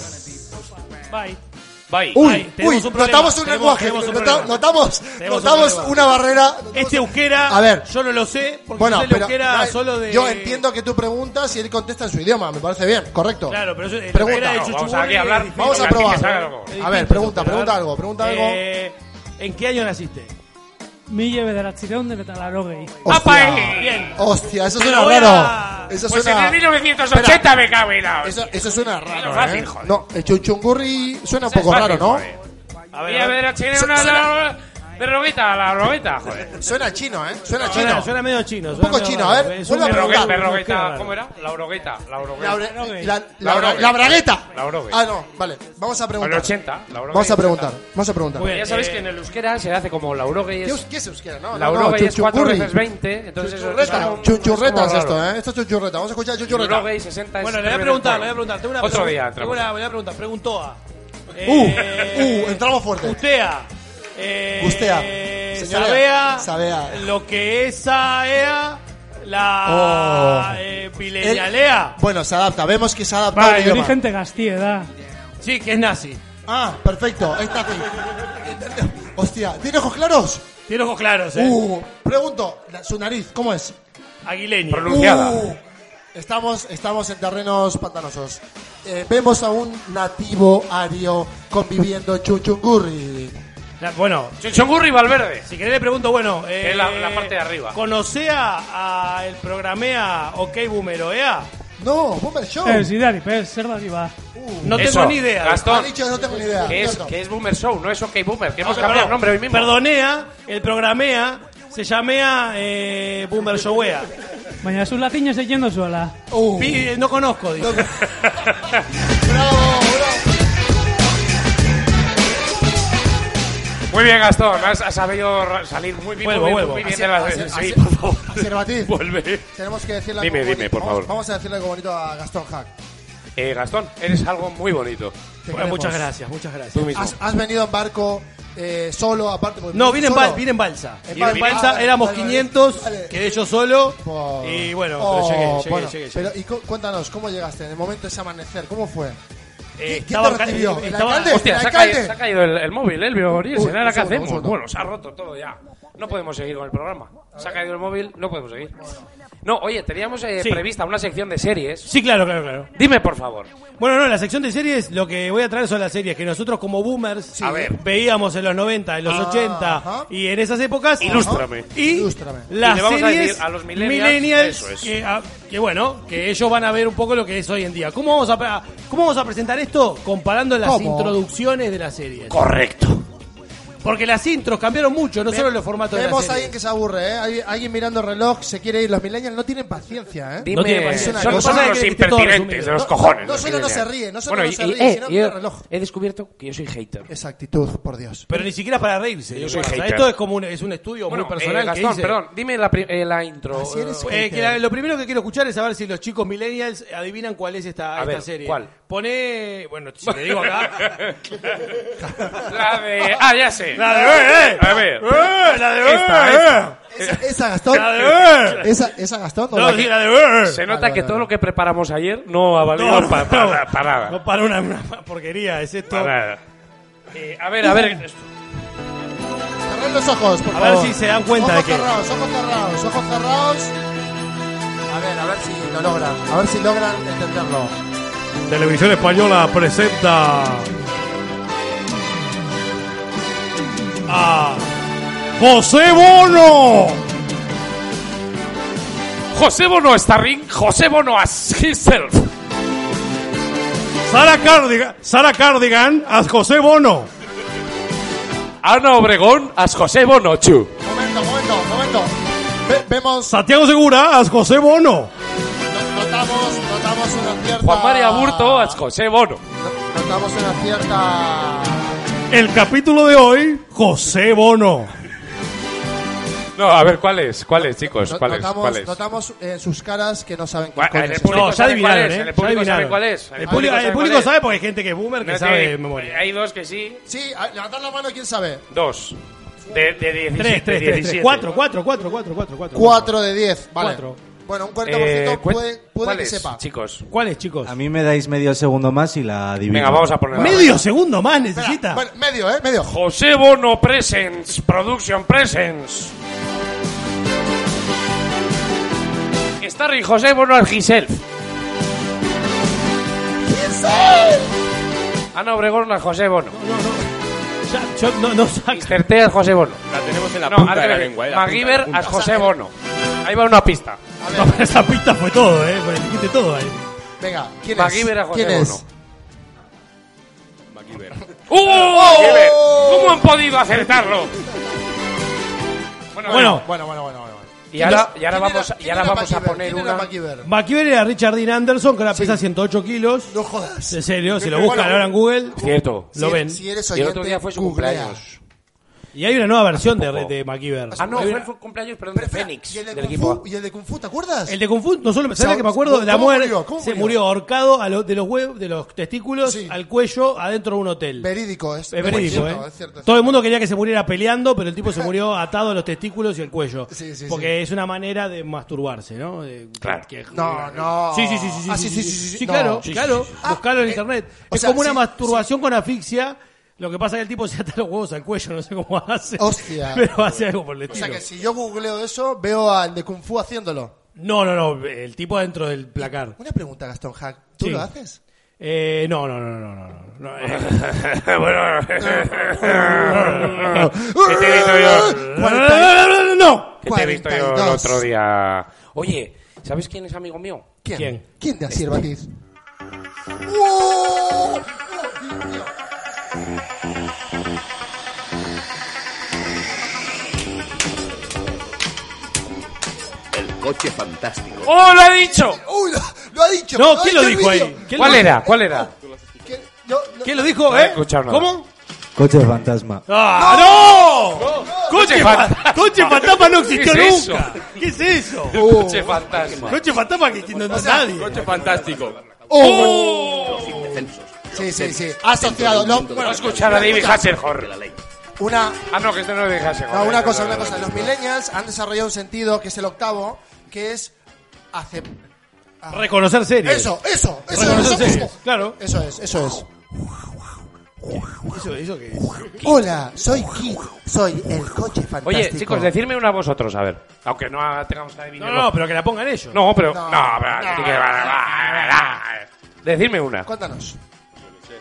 [SPEAKER 3] Bye.
[SPEAKER 1] Bye.
[SPEAKER 3] Bye.
[SPEAKER 2] Uy, uy,
[SPEAKER 3] Tenemos un problema.
[SPEAKER 2] notamos un
[SPEAKER 3] Tenemos-
[SPEAKER 2] lenguaje.
[SPEAKER 3] tenemos un
[SPEAKER 2] nota-
[SPEAKER 3] problema.
[SPEAKER 2] notamos
[SPEAKER 3] Tenemos un
[SPEAKER 2] notamos
[SPEAKER 3] problema.
[SPEAKER 2] una barrera.
[SPEAKER 3] Este euskera,
[SPEAKER 2] A ver.
[SPEAKER 3] yo no lo sé, porque
[SPEAKER 2] Bueno,
[SPEAKER 3] yo sé el
[SPEAKER 2] pero
[SPEAKER 3] euskera
[SPEAKER 2] na-
[SPEAKER 3] solo de.
[SPEAKER 2] yo entiendo que tú preguntas y él contesta en su idioma. Me parece bien, correcto.
[SPEAKER 3] Claro, pero eso, el
[SPEAKER 2] Pregunta.
[SPEAKER 3] euskera de
[SPEAKER 2] No,
[SPEAKER 1] vamos
[SPEAKER 3] Chuchugurri
[SPEAKER 1] aquí a hablar.
[SPEAKER 3] es
[SPEAKER 2] Vamos a
[SPEAKER 1] Aquí que
[SPEAKER 2] probar.
[SPEAKER 1] salga algo.
[SPEAKER 3] distinto.
[SPEAKER 2] A ver, pregunta, pregunta algo, pregunta algo.
[SPEAKER 3] Eh, ¿En qué año naciste?
[SPEAKER 4] Mille bederatzirehun de betalaro
[SPEAKER 2] Hostia.
[SPEAKER 3] eh, Bien.
[SPEAKER 2] Hostia, eso
[SPEAKER 3] Pero
[SPEAKER 2] suena
[SPEAKER 3] voy a-
[SPEAKER 2] raro. Eso
[SPEAKER 1] Pues en
[SPEAKER 2] suena.
[SPEAKER 1] el 1980 me cago en la
[SPEAKER 2] Eso,
[SPEAKER 1] hostia.
[SPEAKER 2] eso suena raro.
[SPEAKER 1] Es fácil,
[SPEAKER 2] ¿eh?
[SPEAKER 1] joder.
[SPEAKER 2] No, el chuchungurri suena un poco
[SPEAKER 1] Es fácil,
[SPEAKER 2] raro, ¿no?
[SPEAKER 1] joder.
[SPEAKER 3] A
[SPEAKER 1] Y a ver, a Chile una la- de roguita, la roguita, joder.
[SPEAKER 2] Suena chino, ¿eh? Suena
[SPEAKER 3] Suena,
[SPEAKER 2] chino.
[SPEAKER 3] suena medio chino. Un
[SPEAKER 2] poco chino, a ver, vuelve a
[SPEAKER 1] Rogueta,
[SPEAKER 2] preguntar.
[SPEAKER 1] perro, rogueta,
[SPEAKER 3] Claro.
[SPEAKER 1] ¿cómo era? La rogueta, la
[SPEAKER 2] La,
[SPEAKER 1] rogueta.
[SPEAKER 2] bre-
[SPEAKER 1] rogueta.
[SPEAKER 2] la- la-
[SPEAKER 1] La
[SPEAKER 2] la bragueta.
[SPEAKER 1] La rogueta.
[SPEAKER 2] Ah, no, vale. Vamos a
[SPEAKER 1] Con
[SPEAKER 2] preguntar.
[SPEAKER 1] el 80, la
[SPEAKER 2] Vamos a preguntar. Vamos a preguntar.
[SPEAKER 1] Ya sabéis que en el euskera se hace como la
[SPEAKER 2] ¿Qué,
[SPEAKER 1] rogueta
[SPEAKER 2] us-
[SPEAKER 1] es...
[SPEAKER 2] qué es euskera? No,
[SPEAKER 1] La
[SPEAKER 2] no, no,
[SPEAKER 1] Euroguay es 4
[SPEAKER 2] chuchurri.
[SPEAKER 1] veces 20, entonces eso es
[SPEAKER 2] Chuchurreta.
[SPEAKER 1] como-
[SPEAKER 2] Chuchurreta
[SPEAKER 1] es
[SPEAKER 2] es
[SPEAKER 1] como
[SPEAKER 2] esto,
[SPEAKER 1] raro.
[SPEAKER 2] ¿eh? Esto es chuchurreta. Vamos a escuchar chuchurreta.
[SPEAKER 1] Euroguay 60 es
[SPEAKER 3] Bueno, le voy a
[SPEAKER 1] primer
[SPEAKER 3] preguntar,
[SPEAKER 1] juego.
[SPEAKER 3] le voy a preguntar. Tengo una
[SPEAKER 1] Otro
[SPEAKER 3] pregunta-
[SPEAKER 1] día
[SPEAKER 3] tengo
[SPEAKER 1] entramos.
[SPEAKER 3] una, voy a preguntar, preguntó a.
[SPEAKER 2] Uh, entramos fuerte.
[SPEAKER 3] Ustea. Eh,
[SPEAKER 2] Ustea. Señora,
[SPEAKER 3] Sabea.
[SPEAKER 2] sabea.
[SPEAKER 3] Lo que es Saea. La.
[SPEAKER 2] Oh.
[SPEAKER 3] Eh,
[SPEAKER 2] El-
[SPEAKER 3] Vileñalea.
[SPEAKER 2] Bueno, se adapta. Vemos que se adapta al
[SPEAKER 4] Bai, hori
[SPEAKER 2] idioma.
[SPEAKER 4] jente gaztie da.
[SPEAKER 3] Sí, que es nazi.
[SPEAKER 2] Ah, perfecto. Ahí está aquí. Hostia, ¿tiene ojos claros?
[SPEAKER 3] Tiene ojos claros, eh.
[SPEAKER 2] Uh, pregunto, la- su nariz, ¿cómo es?
[SPEAKER 3] Aguileño.
[SPEAKER 1] Pronunciada.
[SPEAKER 2] Uh, estamos, estamos en terrenos pantanosos. Eh, vemos a un nativo ario conviviendo en chuchungurri.
[SPEAKER 3] La- bueno,
[SPEAKER 1] Chinchongurri y Valverde.
[SPEAKER 3] si querés le pregunto, bueno. Eh,
[SPEAKER 1] Es la- la parte de arriba.
[SPEAKER 3] ¿Conocea a el programea OK E Boomeroea?
[SPEAKER 2] No, Boomer Show.
[SPEAKER 3] Eh,
[SPEAKER 4] Ez, idari, pez, zer da ba.
[SPEAKER 3] No
[SPEAKER 1] Eso,
[SPEAKER 3] tengo ni idea.
[SPEAKER 2] Ha
[SPEAKER 1] Gastón,
[SPEAKER 2] dicho, no tengo ni idea.
[SPEAKER 1] que es,
[SPEAKER 2] Cierto.
[SPEAKER 1] que es Boomer Show, no es OK Boomer, que hemos
[SPEAKER 3] Ah,
[SPEAKER 1] cambiado
[SPEAKER 3] perdón.
[SPEAKER 1] el nombre hoy mismo.
[SPEAKER 3] Perdonea, el programea se llamea eh, Boomer Showea.
[SPEAKER 4] Baina zu latinez egin duzuela.
[SPEAKER 2] Uh.
[SPEAKER 3] Pi- eh, no conozco, dice.
[SPEAKER 1] Muy bien, Gastón. Has, has sabido ra- salir muy bien,
[SPEAKER 2] Vuelvo,
[SPEAKER 1] muy,
[SPEAKER 2] vuelvo.
[SPEAKER 1] muy bien
[SPEAKER 2] Así-
[SPEAKER 1] de las...
[SPEAKER 2] así-
[SPEAKER 1] sí,
[SPEAKER 2] así-
[SPEAKER 1] por favor.
[SPEAKER 2] Aservatiz.
[SPEAKER 1] Vuelve.
[SPEAKER 2] Tenemos que decirle
[SPEAKER 1] Dime,
[SPEAKER 2] algo bonito.
[SPEAKER 1] dime, por
[SPEAKER 2] Vamos-
[SPEAKER 1] favor.
[SPEAKER 2] Vamos a decirle algo bonito a Gastón Hack.
[SPEAKER 1] Eh, Gastón, eres algo muy bonito.
[SPEAKER 2] Te queremos.
[SPEAKER 1] Tú mismo.
[SPEAKER 2] Has, has venido en barco eh, solo, aparte. porque-
[SPEAKER 3] No, vine en,
[SPEAKER 2] solo.
[SPEAKER 3] bal- vine en balsa.
[SPEAKER 2] En
[SPEAKER 3] Vine en
[SPEAKER 2] balsa.
[SPEAKER 3] balsa,
[SPEAKER 2] Ah,
[SPEAKER 3] éramos
[SPEAKER 2] vale, vale.
[SPEAKER 3] 500, quedé yo solo. Y bueno,
[SPEAKER 2] Oh,
[SPEAKER 3] pero llegué, llegué,
[SPEAKER 2] bueno,
[SPEAKER 3] llegué, llegué.
[SPEAKER 2] Pero, y cu- cuéntanos, ¿cómo llegaste? En el momento de ese amanecer, ¿cómo fue?
[SPEAKER 3] Eh,
[SPEAKER 2] ¿Quién
[SPEAKER 3] estaba-
[SPEAKER 2] te recibió? ¿El
[SPEAKER 3] estaba-
[SPEAKER 2] alcalde?
[SPEAKER 1] Hostia,
[SPEAKER 2] ¿El
[SPEAKER 1] se ha caído,
[SPEAKER 2] alcalde?
[SPEAKER 1] se ha caído el, el móvil, eh, el biogoril.
[SPEAKER 2] Uy,
[SPEAKER 1] ¿Será
[SPEAKER 2] un
[SPEAKER 1] la que
[SPEAKER 2] segundo, un
[SPEAKER 1] hacemos?
[SPEAKER 2] segundo.
[SPEAKER 1] Bueno, se ha roto todo ya. No podemos seguir con el programa. Se ha caído el móvil, no podemos seguir. No, oye, teníamos eh,
[SPEAKER 3] Sí.
[SPEAKER 1] prevista una sección de series.
[SPEAKER 3] Sí, claro, claro, claro.
[SPEAKER 1] Dime, por favor.
[SPEAKER 3] Bueno, no, en la sección de series lo que voy a traer son las series que nosotros como boomers
[SPEAKER 1] A ver.
[SPEAKER 3] veíamos en los 90, en los
[SPEAKER 1] Ah,
[SPEAKER 3] 80 y en esas épocas.
[SPEAKER 1] Ilústrame.
[SPEAKER 3] Y
[SPEAKER 1] Y
[SPEAKER 3] las
[SPEAKER 1] le vamos a
[SPEAKER 3] series
[SPEAKER 1] decir a los millennials,
[SPEAKER 3] millennials,
[SPEAKER 1] eso es.
[SPEAKER 3] que, ah, que bueno, que ellos van a ver un poco lo que es hoy en día. ¿Cómo vamos a, pre- cómo vamos a presentar esto? Comparando las
[SPEAKER 1] ¿Cómo?
[SPEAKER 3] introducciones de las series.
[SPEAKER 1] Correcto.
[SPEAKER 3] Porque las intros cambiaron mucho, no solo los formatos de las
[SPEAKER 2] Vemos a
[SPEAKER 3] series.
[SPEAKER 2] alguien que se aburre, ¿eh? Hay- alguien mirando el reloj, se quiere ir. Los millennials no tienen paciencia, ¿eh?
[SPEAKER 1] Dime,
[SPEAKER 2] Es una
[SPEAKER 1] son,
[SPEAKER 2] cosa-
[SPEAKER 1] son
[SPEAKER 2] pasa
[SPEAKER 1] los
[SPEAKER 2] que- que todo
[SPEAKER 1] impertinentes
[SPEAKER 2] resumido.
[SPEAKER 1] de los
[SPEAKER 2] No-
[SPEAKER 1] cojones.
[SPEAKER 2] No,
[SPEAKER 1] los
[SPEAKER 2] solo no se
[SPEAKER 1] millennials.
[SPEAKER 2] ríe, no solo
[SPEAKER 1] bueno,
[SPEAKER 2] no
[SPEAKER 1] y-
[SPEAKER 2] se
[SPEAKER 1] y,
[SPEAKER 2] ríe,
[SPEAKER 1] eh,
[SPEAKER 2] sino
[SPEAKER 1] yo
[SPEAKER 2] el reloj.
[SPEAKER 1] he descubierto que yo soy hater.
[SPEAKER 2] Exactitud, por Dios.
[SPEAKER 3] Pero ni siquiera para reírse.
[SPEAKER 1] Yo
[SPEAKER 3] o
[SPEAKER 1] soy
[SPEAKER 3] sea,
[SPEAKER 1] hater.
[SPEAKER 3] esto es como un, es un estudio
[SPEAKER 1] Bueno,
[SPEAKER 3] muy personal.
[SPEAKER 1] eh,
[SPEAKER 3] que
[SPEAKER 1] Gastón,
[SPEAKER 3] hice.
[SPEAKER 1] perdón, dime la, pri- eh, la intro.
[SPEAKER 3] Así eres,
[SPEAKER 1] Eh,
[SPEAKER 3] Eh, que la- lo primero que quiero escuchar es saber si los chicos millennials adivinan cuál es esta,
[SPEAKER 1] A
[SPEAKER 3] esta
[SPEAKER 1] ver,
[SPEAKER 3] serie.
[SPEAKER 1] ¿cuál?
[SPEAKER 3] Pone. Bueno, si te digo acá.
[SPEAKER 1] la de... Ah, ya sé.
[SPEAKER 3] La de... ¡Eh, eh!
[SPEAKER 1] A ver.
[SPEAKER 3] ¡Eh, la de...
[SPEAKER 1] Esta,
[SPEAKER 3] ¡Eh,
[SPEAKER 1] esta.
[SPEAKER 2] Esa, esa Gastón.
[SPEAKER 3] La
[SPEAKER 2] esa, esa Gastón. o
[SPEAKER 1] No,
[SPEAKER 2] la que-
[SPEAKER 1] sí, la Se nota que todo lo que preparamos ayer no ha valido
[SPEAKER 3] No,
[SPEAKER 1] pa-
[SPEAKER 3] no.
[SPEAKER 1] para, nada, para nada.
[SPEAKER 3] No para una, una porquería, es esto.
[SPEAKER 1] Para nada. Eh, a ver, a ver.
[SPEAKER 2] Cerrad los ojos, por
[SPEAKER 3] A ver
[SPEAKER 2] favor.
[SPEAKER 3] si se dan cuenta
[SPEAKER 2] ojos
[SPEAKER 3] de que-
[SPEAKER 2] cerrados, ojos cerrados, ojos cerrados. A ver, a ver si lo logran. A ver si logran entenderlo.
[SPEAKER 3] Televisión Española presenta. A. José Bono.
[SPEAKER 1] José Bono Starring, José Bono as himself.
[SPEAKER 3] Sara Cardigan, Sara Cardigan a José Bono.
[SPEAKER 1] Ana Obregón as José Bono Chu.
[SPEAKER 2] Momento, momento, momento. Ve- vemos,
[SPEAKER 3] Santiago Segura a José Bono.
[SPEAKER 2] notamos, notamos una cierta.
[SPEAKER 1] Juan María
[SPEAKER 3] Ah.
[SPEAKER 1] Burto as José Bono.
[SPEAKER 2] Notamos una cierta.
[SPEAKER 3] El capítulo de hoy, José Bono.
[SPEAKER 1] No, a ver, ¿cuál es? ¿Cuál es, chicos?
[SPEAKER 2] no-
[SPEAKER 1] ¿Cuál es?
[SPEAKER 2] notamos,
[SPEAKER 1] ¿Cuál es?
[SPEAKER 2] notamos en sus caras que no saben qué
[SPEAKER 1] Bueno,
[SPEAKER 2] coño
[SPEAKER 1] en el
[SPEAKER 2] es.
[SPEAKER 1] público
[SPEAKER 3] No, ya
[SPEAKER 1] sabe cuál
[SPEAKER 3] adivinaron,
[SPEAKER 1] es,
[SPEAKER 3] ¿eh?
[SPEAKER 1] el
[SPEAKER 3] Ya
[SPEAKER 1] público sabe
[SPEAKER 3] adivinaron.
[SPEAKER 1] cuál es.
[SPEAKER 3] El público, el público sabe porque hay gente que es boomer que
[SPEAKER 1] No
[SPEAKER 3] sabe
[SPEAKER 1] tiene-
[SPEAKER 3] de memoria.
[SPEAKER 1] Hay dos que sí,
[SPEAKER 2] Sí, a- levantad la mano quién sabe.
[SPEAKER 1] dos. De, de 17,
[SPEAKER 3] Tres, tres, tres, tres.
[SPEAKER 1] 17.
[SPEAKER 3] Cuatro, cuatro, cuatro, cuatro, cuatro, cuatro.
[SPEAKER 2] 4 de 10, vale.
[SPEAKER 3] Cuatro.
[SPEAKER 2] Bueno, un 40%
[SPEAKER 1] Eh, cuen-
[SPEAKER 2] puede, puede
[SPEAKER 1] ¿cuál
[SPEAKER 2] que
[SPEAKER 1] es,
[SPEAKER 2] sepa.
[SPEAKER 1] chicos?
[SPEAKER 3] ¿Cuál es, chicos?
[SPEAKER 6] A mí me dais medio segundo más y la adivino.
[SPEAKER 1] Venga, vamos a poner.
[SPEAKER 3] Medio segundo más necesita.
[SPEAKER 2] Bueno, medio, ¿eh? Medio.
[SPEAKER 1] José Bono Presents, Production Presents. Starry José Bono as himself. Ana Obregón as José Bono.
[SPEAKER 3] Ya, yo no, no saco.
[SPEAKER 1] Mr. T as José Bono.
[SPEAKER 7] La tenemos en la
[SPEAKER 1] No,
[SPEAKER 7] punta
[SPEAKER 1] ahora
[SPEAKER 7] de la
[SPEAKER 1] creo que-
[SPEAKER 7] lengua. eh, la punta, la
[SPEAKER 1] MacGyver
[SPEAKER 7] punta.
[SPEAKER 1] as José Bono. Ahí va una pista.
[SPEAKER 3] No, esa pista fue todo, eh. Pero dijiste todo ahí.
[SPEAKER 2] Venga, ¿quién
[SPEAKER 1] MacGyver a
[SPEAKER 2] es?
[SPEAKER 1] José
[SPEAKER 2] ¿Quién es?
[SPEAKER 1] Bono. ¡Uh! MacGyver! ¿Cómo han podido acertarlo? Bueno,
[SPEAKER 3] Bueno,
[SPEAKER 2] Bueno, bueno, bueno, bueno.
[SPEAKER 1] y ahora, y
[SPEAKER 2] ¿Quién
[SPEAKER 1] ahora
[SPEAKER 2] era-
[SPEAKER 1] vamos, a- y
[SPEAKER 2] quién
[SPEAKER 1] ahora
[SPEAKER 2] era
[SPEAKER 1] vamos a
[SPEAKER 2] MacGyver?
[SPEAKER 1] poner
[SPEAKER 2] ¿Quién era
[SPEAKER 1] una.
[SPEAKER 2] MacGyver?
[SPEAKER 3] MacGyver era Richard Dean Anderson, que ahora pesa 108 kilos.
[SPEAKER 2] No jodas.
[SPEAKER 3] En serio, si lo
[SPEAKER 2] Bueno,
[SPEAKER 3] buscan ahora en Google,
[SPEAKER 1] Cierto.
[SPEAKER 3] lo
[SPEAKER 2] si-
[SPEAKER 3] ven.
[SPEAKER 2] Si eres
[SPEAKER 1] Y el
[SPEAKER 2] oyente,
[SPEAKER 1] otro día fue su
[SPEAKER 2] googlea.
[SPEAKER 1] cumpleaños.
[SPEAKER 3] Y hay una nueva versión de,
[SPEAKER 1] poco.
[SPEAKER 3] de MacGyver.
[SPEAKER 1] Ah, no,
[SPEAKER 3] Hay
[SPEAKER 1] fue
[SPEAKER 3] una-
[SPEAKER 1] el fu- cumpleaños, perdón, de Fénix,
[SPEAKER 2] Y el de
[SPEAKER 1] del
[SPEAKER 2] Kung
[SPEAKER 1] equipo.
[SPEAKER 2] Fu, y el de Kung Fu, ¿te acuerdas?
[SPEAKER 3] El de Kung Fu, no solo me sale
[SPEAKER 2] ¿Sabes
[SPEAKER 3] que me acuerdo de la
[SPEAKER 2] cómo
[SPEAKER 3] muerte.
[SPEAKER 2] murió? ¿Cómo
[SPEAKER 3] Se
[SPEAKER 2] murió?
[SPEAKER 3] murió ahorcado a lo- de los huevos, de los testículos
[SPEAKER 2] Sí.
[SPEAKER 3] al cuello adentro de un hotel.
[SPEAKER 2] Verídico, es,
[SPEAKER 3] es verídico,
[SPEAKER 2] cierto,
[SPEAKER 3] ¿eh?
[SPEAKER 2] es cierto, es
[SPEAKER 3] Todo el
[SPEAKER 2] cierto.
[SPEAKER 3] mundo quería que se muriera peleando, pero el tipo se murió atado a los testículos y el cuello.
[SPEAKER 2] Sí, sí,
[SPEAKER 3] porque es una manera de masturbarse, ¿no? De-
[SPEAKER 1] Claro.
[SPEAKER 3] que-
[SPEAKER 2] No, no.
[SPEAKER 3] Sí, sí, sí, sí.
[SPEAKER 2] Ah, sí, sí, sí, sí, sí, no.
[SPEAKER 3] claro,
[SPEAKER 2] Sí, sí,
[SPEAKER 3] claro.
[SPEAKER 2] sí. Ah,
[SPEAKER 3] Buscalo en
[SPEAKER 2] eh,
[SPEAKER 3] internet.
[SPEAKER 2] o
[SPEAKER 3] es
[SPEAKER 2] sea,
[SPEAKER 3] como una
[SPEAKER 2] sí,
[SPEAKER 3] masturbación con asfixia. Lo que pasa es que el tipo se ata los huevos al cuello, no sé cómo hace.
[SPEAKER 2] Hostia.
[SPEAKER 3] Pero hace algo por el
[SPEAKER 2] O
[SPEAKER 3] estilo.
[SPEAKER 2] sea que si yo googleo eso, veo al de Kung Fu haciéndolo.
[SPEAKER 3] No, no, no. El tipo adentro del placar.
[SPEAKER 2] Una pregunta, Gastón Hack. ¿Tú
[SPEAKER 3] Sí.
[SPEAKER 2] lo haces?
[SPEAKER 3] Eh, no, no, no, no, no, no, no. eh.
[SPEAKER 1] bueno. ¿Qué te he visto yo?
[SPEAKER 3] no, no, no.
[SPEAKER 1] ¿Qué te he visto yo el
[SPEAKER 2] 42.
[SPEAKER 1] otro día? Oye, ¿sabes quién es amigo mío?
[SPEAKER 2] ¿Quién?
[SPEAKER 3] ¿Quién? Este.
[SPEAKER 2] ¿Quién, de Asir ¡Oh! Batiz?
[SPEAKER 10] El coche fantástico.
[SPEAKER 1] ¡Oh, lo ha dicho!
[SPEAKER 2] ¡Uy, lo, lo ha dicho!
[SPEAKER 1] No,
[SPEAKER 2] ¡Ay,
[SPEAKER 1] ¿quién lo
[SPEAKER 2] qué
[SPEAKER 1] dijo
[SPEAKER 2] vídeo!
[SPEAKER 1] ahí? ¿Cuál era? ¿Cuál era?
[SPEAKER 2] ¿Quién
[SPEAKER 3] lo dijo,
[SPEAKER 1] eh? ¿Cómo?
[SPEAKER 6] Coche fantasma.
[SPEAKER 3] ¡Ah,
[SPEAKER 1] ¡No!
[SPEAKER 3] Coche,
[SPEAKER 1] Coche
[SPEAKER 3] fa-
[SPEAKER 1] fantasma.
[SPEAKER 3] coche fantasma no existió
[SPEAKER 1] ¿Qué es
[SPEAKER 3] nunca.
[SPEAKER 1] eso?
[SPEAKER 3] ¿Qué es eso?
[SPEAKER 1] Coche fantasma.
[SPEAKER 3] Coche fantasma que no no es nadie. Coche
[SPEAKER 7] fantástico.
[SPEAKER 1] Oh,
[SPEAKER 2] Oh. Sí, sí, sí. Ha asociado. No, bueno,
[SPEAKER 1] Bueno, escuchar a David Hasselhoff.
[SPEAKER 2] Una,
[SPEAKER 1] Ah, no, que este no es David Hasselhoff.
[SPEAKER 2] no, una
[SPEAKER 1] Este
[SPEAKER 2] cosa,
[SPEAKER 1] no,
[SPEAKER 2] una
[SPEAKER 1] no,
[SPEAKER 2] cosa.
[SPEAKER 1] no,
[SPEAKER 2] Los millennials han desarrollado un sentido que es el octavo, que es acep- ah.
[SPEAKER 3] Reconocer series.
[SPEAKER 2] Eso, eso, eso,
[SPEAKER 3] Reconocer
[SPEAKER 2] eso
[SPEAKER 3] series,
[SPEAKER 2] mismo.
[SPEAKER 3] Claro.
[SPEAKER 2] Eso es, eso es.
[SPEAKER 3] Eso, eso que
[SPEAKER 2] Hola, soy Kid, soy el coche fantástico.
[SPEAKER 1] Oye, chicos, decidme una vosotros, a ver. Aunque no ah, tengamos que adivinar.
[SPEAKER 3] No, no, pero que la pongan ellos.
[SPEAKER 1] No, pero. No,
[SPEAKER 3] No.
[SPEAKER 1] pero-
[SPEAKER 3] No.
[SPEAKER 1] sí que- va, va, va, va. Decidme una.
[SPEAKER 2] Cuéntanos.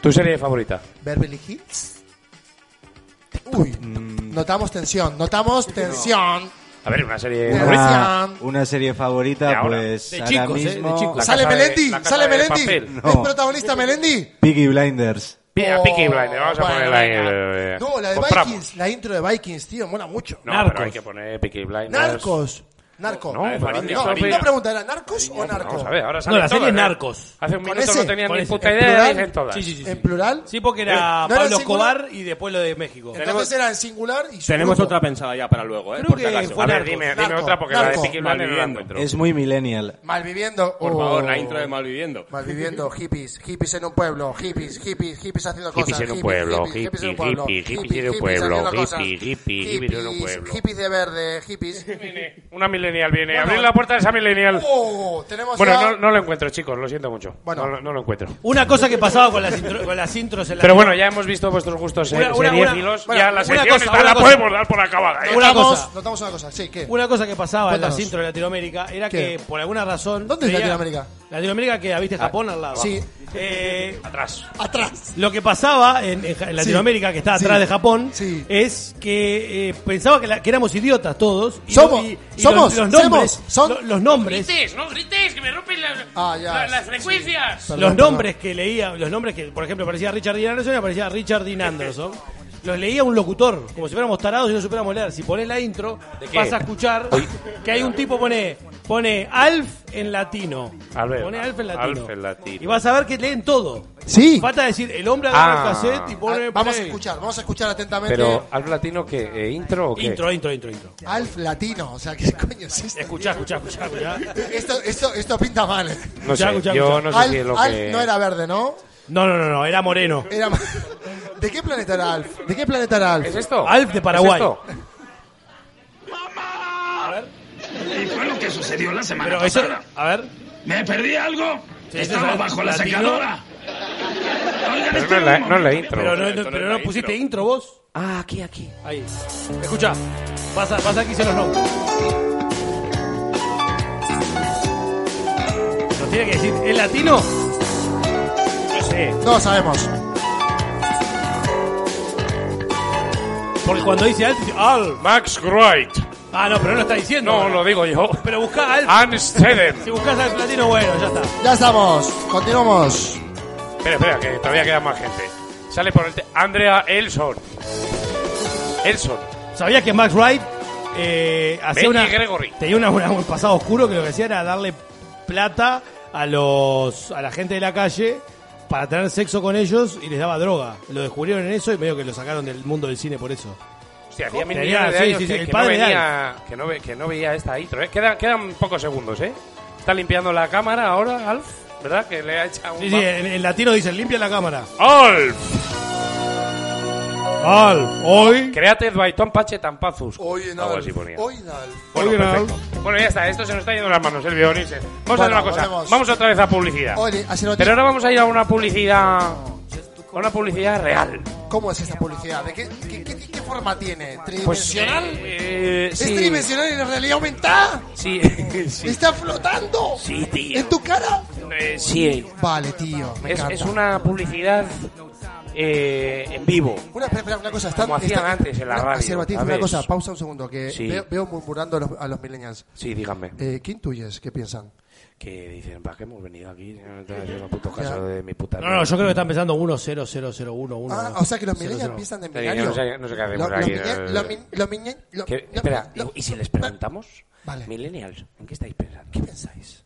[SPEAKER 1] Tu serie favorita.
[SPEAKER 2] Beverly Hills. Uy,
[SPEAKER 1] Mm.
[SPEAKER 2] notamos tensión, notamos tensión.
[SPEAKER 1] A ver, una serie favorita.
[SPEAKER 6] Una, una serie favorita,
[SPEAKER 1] ahora.
[SPEAKER 6] pues
[SPEAKER 1] De
[SPEAKER 6] ahora
[SPEAKER 1] chicos, eh, de
[SPEAKER 6] mismo.
[SPEAKER 1] chicos. La
[SPEAKER 2] ¿Sale
[SPEAKER 1] casa de-
[SPEAKER 2] Melendi?
[SPEAKER 1] la casa
[SPEAKER 2] ¿Sale
[SPEAKER 1] de
[SPEAKER 2] Melendi?
[SPEAKER 1] papel.
[SPEAKER 2] ¿Es
[SPEAKER 6] No.
[SPEAKER 2] protagonista Melendi?
[SPEAKER 6] Peaky Blinders.
[SPEAKER 1] Mira,
[SPEAKER 2] Oh,
[SPEAKER 1] Peaky Blinders, vamos
[SPEAKER 2] bueno,
[SPEAKER 1] a ponerla ahí. eh, eh,
[SPEAKER 2] No, la de
[SPEAKER 1] compramos.
[SPEAKER 2] Vikings, la intro de Vikings, tío, mola mucho.
[SPEAKER 1] No, pero hay que poner Peaky Blinders.
[SPEAKER 2] Narcos. Narco.
[SPEAKER 1] No,
[SPEAKER 2] No,
[SPEAKER 1] Mariña,
[SPEAKER 2] no,
[SPEAKER 1] Mariña.
[SPEAKER 2] una pregunta, ¿era narcos o narco?
[SPEAKER 1] Vamos a ver, ahora sale
[SPEAKER 3] la
[SPEAKER 1] todo,
[SPEAKER 3] serie es
[SPEAKER 1] ¿eh?
[SPEAKER 3] Narcos.
[SPEAKER 1] Hace un
[SPEAKER 3] Con
[SPEAKER 1] minuto no
[SPEAKER 3] ese,
[SPEAKER 1] tenía
[SPEAKER 3] con
[SPEAKER 1] ni
[SPEAKER 3] ese.
[SPEAKER 1] puta
[SPEAKER 3] ¿En
[SPEAKER 1] idea,
[SPEAKER 3] plural?
[SPEAKER 1] dicen todas.
[SPEAKER 3] Sí, sí, sí.
[SPEAKER 2] ¿En plural?
[SPEAKER 3] Sí, porque
[SPEAKER 2] ¿No
[SPEAKER 3] era
[SPEAKER 2] era
[SPEAKER 3] Pablo
[SPEAKER 2] el singular?
[SPEAKER 3] Escobar y después lo de México.
[SPEAKER 2] Entonces era en singular y su
[SPEAKER 7] pues, Tenemos
[SPEAKER 2] grupo.
[SPEAKER 7] otra pensada ya para luego, ¿eh?
[SPEAKER 3] Creo
[SPEAKER 7] Por si
[SPEAKER 3] que
[SPEAKER 7] acaso.
[SPEAKER 3] fue
[SPEAKER 7] A ver,
[SPEAKER 3] Narcos.
[SPEAKER 7] dime, dime
[SPEAKER 2] Narco,
[SPEAKER 7] otra porque la
[SPEAKER 2] narco.
[SPEAKER 7] de Peaky Blinders no la encuentro.
[SPEAKER 6] Es muy millennial.
[SPEAKER 2] Malviviendo.
[SPEAKER 7] Por
[SPEAKER 2] Oh.
[SPEAKER 7] favor, la intro de Malviviendo.
[SPEAKER 2] Malviviendo, hippies, hippies en un pueblo, hippies, hippies, hippies haciendo
[SPEAKER 1] Hippies
[SPEAKER 2] cosas.
[SPEAKER 1] en un pueblo,
[SPEAKER 2] hippies en
[SPEAKER 1] hippie,
[SPEAKER 2] un pueblo,
[SPEAKER 1] hippie, hippies en un pueblo,
[SPEAKER 2] haciendo
[SPEAKER 1] hippie,
[SPEAKER 2] cosas,
[SPEAKER 1] hippie, hippies en un pueblo.
[SPEAKER 2] Hippies de verde, hippies.
[SPEAKER 1] Una millennial viene.
[SPEAKER 2] Bueno.
[SPEAKER 1] Abrir la puerta de esa millennial.
[SPEAKER 2] Oh, tenemos
[SPEAKER 1] Bueno,
[SPEAKER 2] ya-
[SPEAKER 1] no, no lo encuentro, chicos, lo siento mucho.
[SPEAKER 2] Bueno.
[SPEAKER 1] No, lo- no lo encuentro.
[SPEAKER 3] Una cosa que pasaba con las, intro- con las intros en la
[SPEAKER 1] Pero bueno, ya hemos visto vuestros gustos
[SPEAKER 3] Una-
[SPEAKER 1] eh,
[SPEAKER 3] una- una-
[SPEAKER 1] seriéfilos.
[SPEAKER 3] bueno,
[SPEAKER 1] ya la
[SPEAKER 3] una
[SPEAKER 1] sección
[SPEAKER 3] cosa,
[SPEAKER 1] está-
[SPEAKER 3] una
[SPEAKER 1] la
[SPEAKER 3] cosa.
[SPEAKER 1] podemos dar por acabada. ¿eh?
[SPEAKER 3] Una
[SPEAKER 2] Notamos-
[SPEAKER 3] cosa.
[SPEAKER 2] Notamos una cosa, sí, ¿qué?
[SPEAKER 3] Una cosa que pasaba en
[SPEAKER 2] Cuéntanos.
[SPEAKER 3] las intros de Latinoamérica era
[SPEAKER 2] ¿Qué?
[SPEAKER 3] que por alguna razón.
[SPEAKER 2] ¿Dónde es Latinoamérica?
[SPEAKER 3] Latinoamérica que ah, viste Japón al lado.
[SPEAKER 2] Sí.
[SPEAKER 3] Eh,
[SPEAKER 1] Atrás.
[SPEAKER 2] Atrás.
[SPEAKER 3] Lo que pasaba en, en Ja- en Latinoamérica, que está atrás
[SPEAKER 2] Sí.
[SPEAKER 3] de Japón,
[SPEAKER 2] Sí.
[SPEAKER 3] es que eh, pensaba que, la- que éramos idiotas todos. y
[SPEAKER 2] Somos,
[SPEAKER 3] lo- y- y
[SPEAKER 2] somos,
[SPEAKER 3] los, los nombres,
[SPEAKER 2] somos, son-
[SPEAKER 3] lo- los nombres,
[SPEAKER 1] grites, no grites, que me rompen las,
[SPEAKER 2] Ah, ya,
[SPEAKER 1] la- las
[SPEAKER 2] sí.
[SPEAKER 1] frecuencias.
[SPEAKER 2] Perdón,
[SPEAKER 3] los
[SPEAKER 2] perdón.
[SPEAKER 3] nombres que leía, los nombres que, por ejemplo, aparecía Richard Dean Anderson y aparecía Richard Dean Anderson. Los leía un locutor, como si fuéramos tarados y no supiéramos leer. Si pones la intro,
[SPEAKER 1] qué?
[SPEAKER 3] vas a escuchar que hay un tipo pone pone Alf en latino.
[SPEAKER 1] Albert,
[SPEAKER 3] pone Alf en latino.
[SPEAKER 1] Alf en latino.
[SPEAKER 3] Y vas a ver que leen todo.
[SPEAKER 2] Sí.
[SPEAKER 3] Falta decir, el hombre agarra
[SPEAKER 1] Ah.
[SPEAKER 3] el cassette y pone.
[SPEAKER 2] Ah, Vamos a
[SPEAKER 3] pone-
[SPEAKER 2] escuchar, vamos a escuchar atentamente
[SPEAKER 1] Pero, ¿algo latino qué? Eh, ¿Intro o qué?
[SPEAKER 3] Intro, intro, intro, intro.
[SPEAKER 2] Alf Latino. O sea, ¿qué coño es esto?
[SPEAKER 3] Escuchá, escuchá, escuchá, escuchá.
[SPEAKER 2] Esto, esto, esto pinta mal. ¿eh?
[SPEAKER 1] No sé,
[SPEAKER 3] Escuchá, escuchá,
[SPEAKER 1] yo
[SPEAKER 3] escuchá.
[SPEAKER 1] no sé
[SPEAKER 2] Alf,
[SPEAKER 1] si es lo
[SPEAKER 2] Alf
[SPEAKER 1] que...
[SPEAKER 2] no era verde, ¿no?
[SPEAKER 3] No, no, no, no, era moreno.
[SPEAKER 2] Era... ¿De qué planeta era Alf? ¿De qué planeta era Alf?
[SPEAKER 1] ¿Es esto?
[SPEAKER 3] Alf de Paraguay.
[SPEAKER 1] ¿Es esto?
[SPEAKER 13] ¿Y fue lo que sucedió la semana
[SPEAKER 3] Pero eso,
[SPEAKER 13] pasada?
[SPEAKER 3] a ver.
[SPEAKER 13] ¿Me perdí algo?
[SPEAKER 3] Sí,
[SPEAKER 13] Estaba
[SPEAKER 3] eso es
[SPEAKER 13] bajo la
[SPEAKER 3] latino.
[SPEAKER 13] secadora. Oigan,
[SPEAKER 1] Pero no
[SPEAKER 13] esperen
[SPEAKER 1] es la,
[SPEAKER 13] un
[SPEAKER 1] no es la
[SPEAKER 13] momento.
[SPEAKER 1] intro.
[SPEAKER 3] Pero no,
[SPEAKER 7] Esto no
[SPEAKER 3] no- pero
[SPEAKER 7] es la
[SPEAKER 3] no pusiste
[SPEAKER 7] intro.
[SPEAKER 3] intro vos.
[SPEAKER 14] Ah, aquí, aquí.
[SPEAKER 3] Ahí. Escucha, pasa, pasa aquí se los nombres. Lo tiene que decir, ¿es latino? No sé.
[SPEAKER 2] No sabemos.
[SPEAKER 3] Porque cuando dice Alf, dice Alf.
[SPEAKER 1] Max Wright.
[SPEAKER 3] Ah, no, pero no lo está diciendo.
[SPEAKER 1] No, lo Ah. digo yo.
[SPEAKER 3] Pero busca Alf.
[SPEAKER 1] Ann Steden.
[SPEAKER 3] Si buscas Alf latino, bueno, ya está.
[SPEAKER 2] Ya estamos. Continuamos.
[SPEAKER 1] Espera, espera, que todavía queda más gente. Sale por el... te- Andrea Elson. Elson.
[SPEAKER 3] ¿Sabías que Max Wright eh, hacía
[SPEAKER 1] Benny
[SPEAKER 3] una,
[SPEAKER 1] Gregory.
[SPEAKER 3] tenía una- una- un pasado oscuro que lo que hacía era darle plata a los a la gente de la calle para tener sexo con ellos y les daba droga? Lo descubrieron en eso y medio que lo sacaron del mundo del cine por eso.
[SPEAKER 1] Hostia, hacía mil
[SPEAKER 3] Tenía-
[SPEAKER 1] millones de
[SPEAKER 3] sí,
[SPEAKER 1] años
[SPEAKER 3] sí, sí,
[SPEAKER 1] que,
[SPEAKER 3] el
[SPEAKER 1] que
[SPEAKER 3] padre de
[SPEAKER 1] no veía, que, no ve- que no veía esta intro. ¿eh? Quedan, quedan pocos segundos, ¿eh? Está limpiando la cámara ahora, Alf. ¿Verdad? Que le ha echado un...
[SPEAKER 3] Sí, eh. sí, en, en latino dicen limpia la cámara.
[SPEAKER 1] Alf.
[SPEAKER 3] Al, hoy.
[SPEAKER 1] Created by Tom Pache Tampazus.
[SPEAKER 2] Oye,
[SPEAKER 1] Algo así ponía.
[SPEAKER 2] Nal.
[SPEAKER 1] Bueno,
[SPEAKER 3] Oye,
[SPEAKER 1] perfecto. Bueno, ya está, esto se nos está yendo las manos, el Dionís. Vamos a hacer
[SPEAKER 2] Bueno,
[SPEAKER 1] una cosa.
[SPEAKER 2] volvemos.
[SPEAKER 1] Vamos otra vez a publicidad.
[SPEAKER 2] Ah. Oye, hace noticias.
[SPEAKER 1] Pero ahora vamos a ir a una publicidad. A una publicidad real.
[SPEAKER 2] ¿Cómo es esta publicidad? ¿De qué, qué, qué- qué forma tiene?
[SPEAKER 1] Pues.
[SPEAKER 2] ¿Tridimensional?
[SPEAKER 1] eh,
[SPEAKER 2] ¿Es
[SPEAKER 1] sí.
[SPEAKER 2] tridimensional y en realidad aumentada?
[SPEAKER 1] Sí, sí.
[SPEAKER 2] ¿Está flotando?
[SPEAKER 1] Sí, tío.
[SPEAKER 2] ¿En tu cara?
[SPEAKER 1] Eh, sí.
[SPEAKER 2] Vale, tío. Me
[SPEAKER 1] Es,
[SPEAKER 2] encanta.
[SPEAKER 1] es una publicidad eh, en vivo.
[SPEAKER 2] Una, espera, espera, una cosa, están,
[SPEAKER 1] Como hacían
[SPEAKER 2] están-
[SPEAKER 1] antes en la
[SPEAKER 2] una-
[SPEAKER 1] radio,
[SPEAKER 2] Asier Batiz,
[SPEAKER 1] ¿sabes?
[SPEAKER 2] una cosa, pausa un segundo, que
[SPEAKER 1] Sí.
[SPEAKER 2] veo, veo murmurando a los, a los millennials.
[SPEAKER 1] Sí, díganme.
[SPEAKER 2] Eh, ¿Qué intuyes? ¿Qué piensan?
[SPEAKER 1] Que dicen, ¿para qué hemos venido aquí? No te hagas puto caso de mi puta.
[SPEAKER 3] No, no, yo creo que están pensando 1 0 0 0 1 1.
[SPEAKER 2] Ah, o sea que los millennials piensan de
[SPEAKER 1] Sí, yo
[SPEAKER 2] binario.
[SPEAKER 1] no sé- no sé qué hacemos
[SPEAKER 2] Lo-
[SPEAKER 1] aquí. eh,
[SPEAKER 2] Los millennials...
[SPEAKER 1] Que- Espera, ¿y si les preguntamos? Millennials, ¿en qué estáis pensando? ¿Qué pensáis?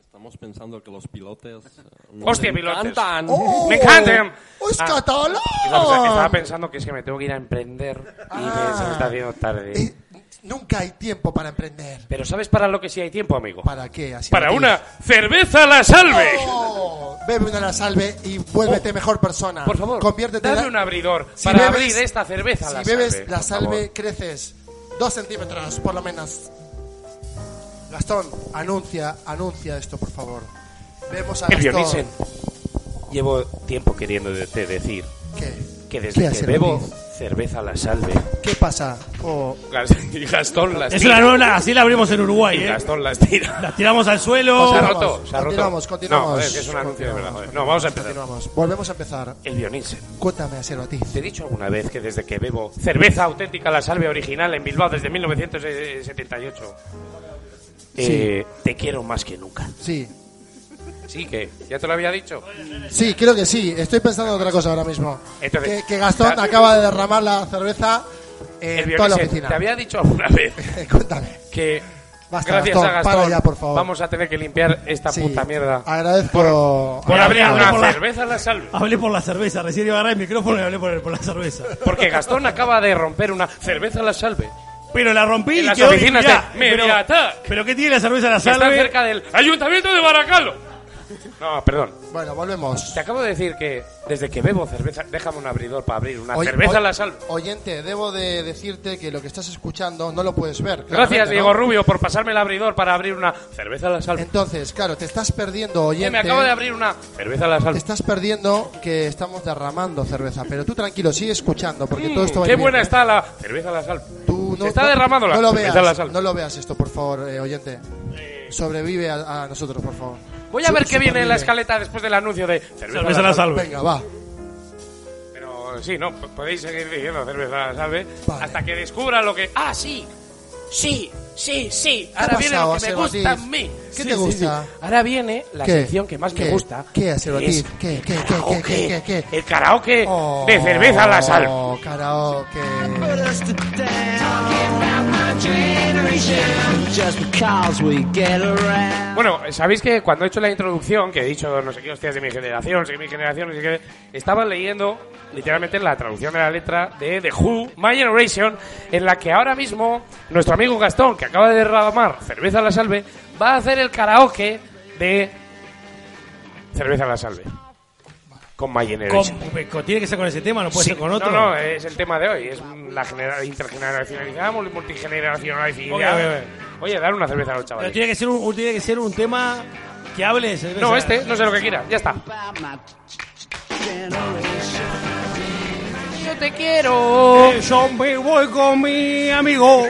[SPEAKER 7] Estamos pensando que los pilotes. eh, no
[SPEAKER 1] ¡Hostia,
[SPEAKER 7] me
[SPEAKER 1] pilotes!
[SPEAKER 7] encantan.
[SPEAKER 1] ¡Me encantan!
[SPEAKER 2] Oh, ¡Es
[SPEAKER 1] Ah,
[SPEAKER 2] catalán!
[SPEAKER 1] estaba- Estaba pensando que es que me tengo que ir a emprender y
[SPEAKER 2] Ah. Eh.
[SPEAKER 1] me- se me está haciendo tarde.
[SPEAKER 2] Nunca hay tiempo para emprender.
[SPEAKER 1] Pero ¿sabes para lo que sí hay tiempo, amigo?
[SPEAKER 2] ¿Para qué? Así
[SPEAKER 1] para
[SPEAKER 2] no
[SPEAKER 1] una cerveza a la salve.
[SPEAKER 2] ¡Oh! Bebe una la salve y vuélvete mejor persona. Por favor, conviértete
[SPEAKER 1] Dame
[SPEAKER 2] la-
[SPEAKER 1] un abridor
[SPEAKER 2] Si
[SPEAKER 1] para
[SPEAKER 2] bebes-
[SPEAKER 1] abrir esta cerveza a la
[SPEAKER 2] Si bebes
[SPEAKER 1] salve,
[SPEAKER 2] la
[SPEAKER 1] por
[SPEAKER 2] salve,
[SPEAKER 1] favor.
[SPEAKER 2] creces dos centímetros, por lo menos. Gastón, anuncia, anuncia esto, por favor. Vemos a
[SPEAKER 1] Que
[SPEAKER 2] Gastón.
[SPEAKER 1] Dionisien, Llevo tiempo queriendo de- te decir que
[SPEAKER 2] ¿Qué
[SPEAKER 1] desde que
[SPEAKER 2] hace
[SPEAKER 1] bebo
[SPEAKER 2] Luis?
[SPEAKER 1] cerveza a la salve.
[SPEAKER 2] ¿Qué pasa? Oh,
[SPEAKER 1] Gas- y Gastón las
[SPEAKER 3] Es
[SPEAKER 1] tira.
[SPEAKER 3] la nueva, así la abrimos en Uruguay,
[SPEAKER 1] Y
[SPEAKER 3] ¿eh?
[SPEAKER 1] Gastón las tira.
[SPEAKER 3] Las tiramos al suelo.
[SPEAKER 1] Se ha roto, se ha roto.
[SPEAKER 2] Continuamos, continuamos.
[SPEAKER 1] No, joder, que es un anuncio de verdad, joder. No, vamos a empezar.
[SPEAKER 2] volvemos a empezar.
[SPEAKER 1] El Dionisien.
[SPEAKER 2] Cuéntame, Acero, a ti.
[SPEAKER 1] Te he dicho alguna vez que desde que bebo cerveza auténtica la salve original en Bilbao desde 1978. eh, Te quiero más que nunca.
[SPEAKER 2] Sí,
[SPEAKER 1] Sí, que ya te lo había dicho.
[SPEAKER 2] sí, creo que sí. Estoy pensando en otra cosa ahora mismo.
[SPEAKER 1] Entonces,
[SPEAKER 2] que, que Gastón
[SPEAKER 1] Gastón-
[SPEAKER 2] acaba de derramar la cerveza eh,
[SPEAKER 1] El
[SPEAKER 2] en toda la
[SPEAKER 1] Dionisien,
[SPEAKER 2] oficina.
[SPEAKER 1] Te había dicho alguna vez que
[SPEAKER 2] Basta,
[SPEAKER 1] gracias
[SPEAKER 2] Gastón,
[SPEAKER 1] a Gastón
[SPEAKER 2] para ya, por favor. Ah,
[SPEAKER 1] vamos a tener que limpiar esta puta mierda.
[SPEAKER 2] Agradezco.
[SPEAKER 1] Por abrir
[SPEAKER 3] Hablé
[SPEAKER 1] una
[SPEAKER 3] por la-
[SPEAKER 1] cerveza a la salve.
[SPEAKER 3] Hablé por la cerveza, recién iba a agarrar el micrófono y hablé por, por la cerveza.
[SPEAKER 1] Porque Gastón acaba de romper una cerveza a la salve.
[SPEAKER 3] Pero la
[SPEAKER 1] En
[SPEAKER 3] rompí y
[SPEAKER 1] las
[SPEAKER 3] quedó
[SPEAKER 1] oficinas
[SPEAKER 3] mirá,
[SPEAKER 1] de Mediatar.
[SPEAKER 3] Pero, pero ¿qué tiene la cerveza a la
[SPEAKER 1] Que está
[SPEAKER 3] salve?
[SPEAKER 1] cerca del Ayuntamiento de Baracalo. No, perdón.
[SPEAKER 2] Bueno, volvemos.
[SPEAKER 1] Te acabo de decir que desde que bebo cerveza, déjame un abridor para abrir una
[SPEAKER 2] Oy-
[SPEAKER 1] cerveza
[SPEAKER 2] oy-
[SPEAKER 1] a la salve.
[SPEAKER 2] Oyente, debo de decirte que lo que estás escuchando no lo puedes ver.
[SPEAKER 1] Gracias,
[SPEAKER 2] claramente,
[SPEAKER 1] Diego
[SPEAKER 2] ¿no?
[SPEAKER 1] Rubio, por pasarme el abridor para abrir una cerveza a la salve.
[SPEAKER 2] Entonces, claro, te estás perdiendo,
[SPEAKER 1] Eh,
[SPEAKER 2] oyente.
[SPEAKER 1] me acabo de abrir una cerveza a la
[SPEAKER 2] Te
[SPEAKER 1] salve.
[SPEAKER 2] estás perdiendo que estamos derramando cerveza. Pero tú tranquilo, sigue escuchando porque todo esto va a
[SPEAKER 1] Qué
[SPEAKER 2] ir bien. ¿eh?
[SPEAKER 1] buena está la cerveza a la salve.
[SPEAKER 2] Tú no-
[SPEAKER 1] Se está
[SPEAKER 2] no-
[SPEAKER 1] derramando la
[SPEAKER 2] no lo
[SPEAKER 1] cerveza
[SPEAKER 2] veas,
[SPEAKER 1] a la salve.
[SPEAKER 2] No lo veas esto, por favor, eh, oyente. Sobrevive a, a nosotros, por favor.
[SPEAKER 1] Voy a
[SPEAKER 2] Su-
[SPEAKER 1] ver qué viene en la
[SPEAKER 2] supervive.
[SPEAKER 1] escaleta después del anuncio de cerveza,
[SPEAKER 3] Cerveza a la salve.
[SPEAKER 2] Venga, va.
[SPEAKER 1] Pero sí, no, p- podéis seguir diciendo cerveza a la salve hasta que descubra lo que... Ah, sí, sí, sí, sí.
[SPEAKER 2] ¿Qué
[SPEAKER 1] Ahora
[SPEAKER 2] ha
[SPEAKER 1] viene
[SPEAKER 2] pasado,
[SPEAKER 1] lo que me
[SPEAKER 2] Sebastín?
[SPEAKER 1] gusta a mí.
[SPEAKER 2] ¿Qué
[SPEAKER 1] Sí, sí,
[SPEAKER 2] te gusta?
[SPEAKER 1] sí. Ahora viene la
[SPEAKER 2] ¿Qué?
[SPEAKER 1] sección que más me
[SPEAKER 2] ¿Qué?
[SPEAKER 1] gusta.
[SPEAKER 2] ¿Qué hace
[SPEAKER 1] que es
[SPEAKER 2] Batir? ¿Qué, qué, qué, qué,
[SPEAKER 1] karaoke.
[SPEAKER 2] qué, qué,
[SPEAKER 1] El karaoke de cerveza a la salve.
[SPEAKER 2] Oh, karaoke.
[SPEAKER 12] Just because we get around.
[SPEAKER 1] Bueno, sabéis que cuando he hecho la introducción, que he dicho no sé qué hostias de mi generación, no sé qué mi generación, no sé qué, estaba leyendo literalmente la traducción de la letra de The Who, My Generation, en la que ahora mismo nuestro amigo Gastón, que acaba de derramar cerveza a la salve, va a hacer el karaoke de cerveza a la salve. Con My Generation.
[SPEAKER 3] Con- con- tiene que ser con ese tema, no puede
[SPEAKER 1] Sí.
[SPEAKER 3] ser con otro.
[SPEAKER 1] No, eh, no, es el tema de hoy. Es la genera- intergeneracionalidad, multigeneracionalidad.
[SPEAKER 3] Oye, oye, oye.
[SPEAKER 1] Oye, dar una cerveza a los
[SPEAKER 3] Pero
[SPEAKER 1] chavales.
[SPEAKER 3] tiene que ser un, un- tiene que ser un tema que hable de cerveza.
[SPEAKER 1] No, este, no sé lo que quiera, ya está. Yo te quiero.
[SPEAKER 3] Yo me voy con mi amigo.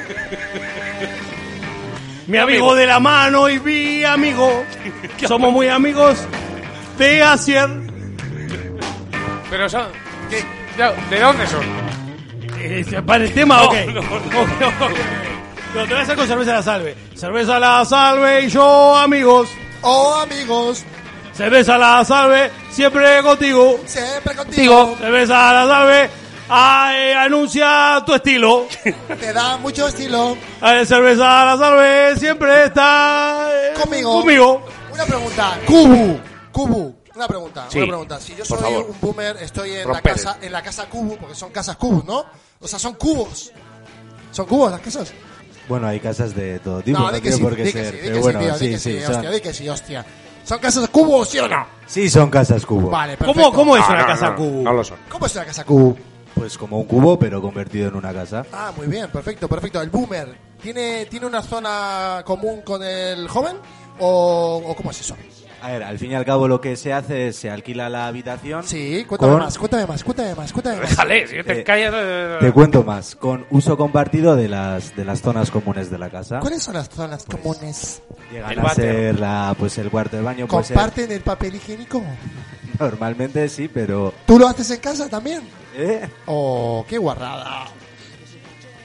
[SPEAKER 3] Mi amigo de la mano y mi amigo. Somos muy amigos de Asier.
[SPEAKER 1] Pero son. ¿qué? Ya, ¿De dónde son?
[SPEAKER 3] Eh, Para el tema,
[SPEAKER 1] No,
[SPEAKER 3] ok.
[SPEAKER 1] no, no.
[SPEAKER 3] No, te voy a hacer con cerveza a la salve. Cerveza a la salve y yo, amigos.
[SPEAKER 2] Oh, amigos.
[SPEAKER 3] Cerveza a la salve, siempre contigo.
[SPEAKER 2] Siempre contigo.
[SPEAKER 3] Cerveza a la salve, ay, anuncia tu estilo.
[SPEAKER 2] Te da mucho estilo.
[SPEAKER 3] Ay, cerveza a la salve, siempre está eh,
[SPEAKER 2] Conmigo.
[SPEAKER 3] conmigo.
[SPEAKER 2] Una pregunta. Cubu. Cubu. Una pregunta,
[SPEAKER 3] Sí,
[SPEAKER 2] una pregunta. Si yo
[SPEAKER 3] por
[SPEAKER 2] soy
[SPEAKER 3] favor.
[SPEAKER 2] un boomer, estoy en la
[SPEAKER 3] Rompele.
[SPEAKER 2] casa, en la casa cubo, porque son casas cubos, ¿no? O sea, son cubos. Son cubos las casas.
[SPEAKER 6] Bueno, hay casas de todo tipo, no,
[SPEAKER 2] di que
[SPEAKER 6] tiene
[SPEAKER 2] sí,
[SPEAKER 6] por qué
[SPEAKER 2] di que
[SPEAKER 6] ser.
[SPEAKER 2] sí, di
[SPEAKER 6] pero
[SPEAKER 2] que
[SPEAKER 6] bueno,
[SPEAKER 2] sí, tío, di
[SPEAKER 6] sí,
[SPEAKER 2] que sí,
[SPEAKER 6] sí, son-
[SPEAKER 2] hostia, di que sí, hostia. ¿Son casas cubo, sí o no?
[SPEAKER 6] sí, son casas cubo.
[SPEAKER 2] Vale, perfecto.
[SPEAKER 3] ¿Cómo, cómo es
[SPEAKER 6] No,
[SPEAKER 3] una
[SPEAKER 6] no,
[SPEAKER 3] casa
[SPEAKER 6] no,
[SPEAKER 3] cubo?
[SPEAKER 6] no
[SPEAKER 1] lo son.
[SPEAKER 2] ¿Cómo es una casa cubo?
[SPEAKER 6] Cubo, pues como un cubo, pero convertido en una casa.
[SPEAKER 2] Ah, muy bien, perfecto, perfecto. El boomer, ¿tiene, tiene una zona común con el joven? ¿O, o cómo es eso?
[SPEAKER 6] A ver, al fin y al cabo lo que se hace es se alquila la habitación.
[SPEAKER 2] Sí, Cuéntame
[SPEAKER 6] Con-
[SPEAKER 2] más, cuéntame más, cuéntame más, cuéntame más.
[SPEAKER 1] Déjale, si te
[SPEAKER 6] Eh,
[SPEAKER 1] callas.
[SPEAKER 6] Te cuento más, con uso compartido de las de las zonas comunes de la casa.
[SPEAKER 2] ¿Cuáles son las zonas comunes?
[SPEAKER 6] Llegan
[SPEAKER 1] El
[SPEAKER 6] a
[SPEAKER 1] váter.
[SPEAKER 6] ser la, pues el cuarto de baño, pues
[SPEAKER 2] ¿Comparten el papel higiénico?
[SPEAKER 6] normalmente sí, pero
[SPEAKER 2] ¿Tú lo haces en casa también?
[SPEAKER 6] ¿eh?
[SPEAKER 2] Oh, qué guarrada.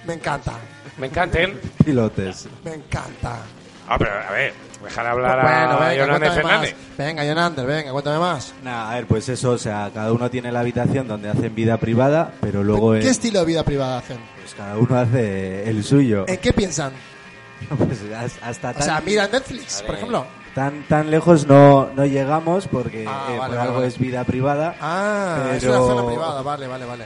[SPEAKER 2] Me encanta,
[SPEAKER 1] Me encanta él.
[SPEAKER 6] pilotes.
[SPEAKER 2] me encanta.
[SPEAKER 1] Ah, pero a ver, dejar hablar
[SPEAKER 2] Bueno,
[SPEAKER 1] a
[SPEAKER 2] venga,
[SPEAKER 1] Jonathan
[SPEAKER 2] cuéntame más.
[SPEAKER 1] Fernández.
[SPEAKER 2] Venga, Jonander, venga, cuéntame más.
[SPEAKER 6] Nah, a ver, pues eso, o sea, cada uno tiene la habitación donde hacen vida privada, pero luego
[SPEAKER 2] ¿Qué
[SPEAKER 6] es,
[SPEAKER 2] estilo de vida privada hacen?
[SPEAKER 6] pues, cada uno hace el suyo.
[SPEAKER 2] ¿En qué piensan?
[SPEAKER 6] Pues has- hasta
[SPEAKER 2] O
[SPEAKER 6] tan-
[SPEAKER 2] sea, mira Netflix, por ejemplo.
[SPEAKER 6] Tan, tan lejos no, no llegamos porque
[SPEAKER 2] Ah, vale,
[SPEAKER 6] eh, por
[SPEAKER 2] vale,
[SPEAKER 6] algo
[SPEAKER 2] vale.
[SPEAKER 6] es vida privada.
[SPEAKER 2] Ah,
[SPEAKER 6] pero,
[SPEAKER 2] es una zona privada, vale, vale, vale.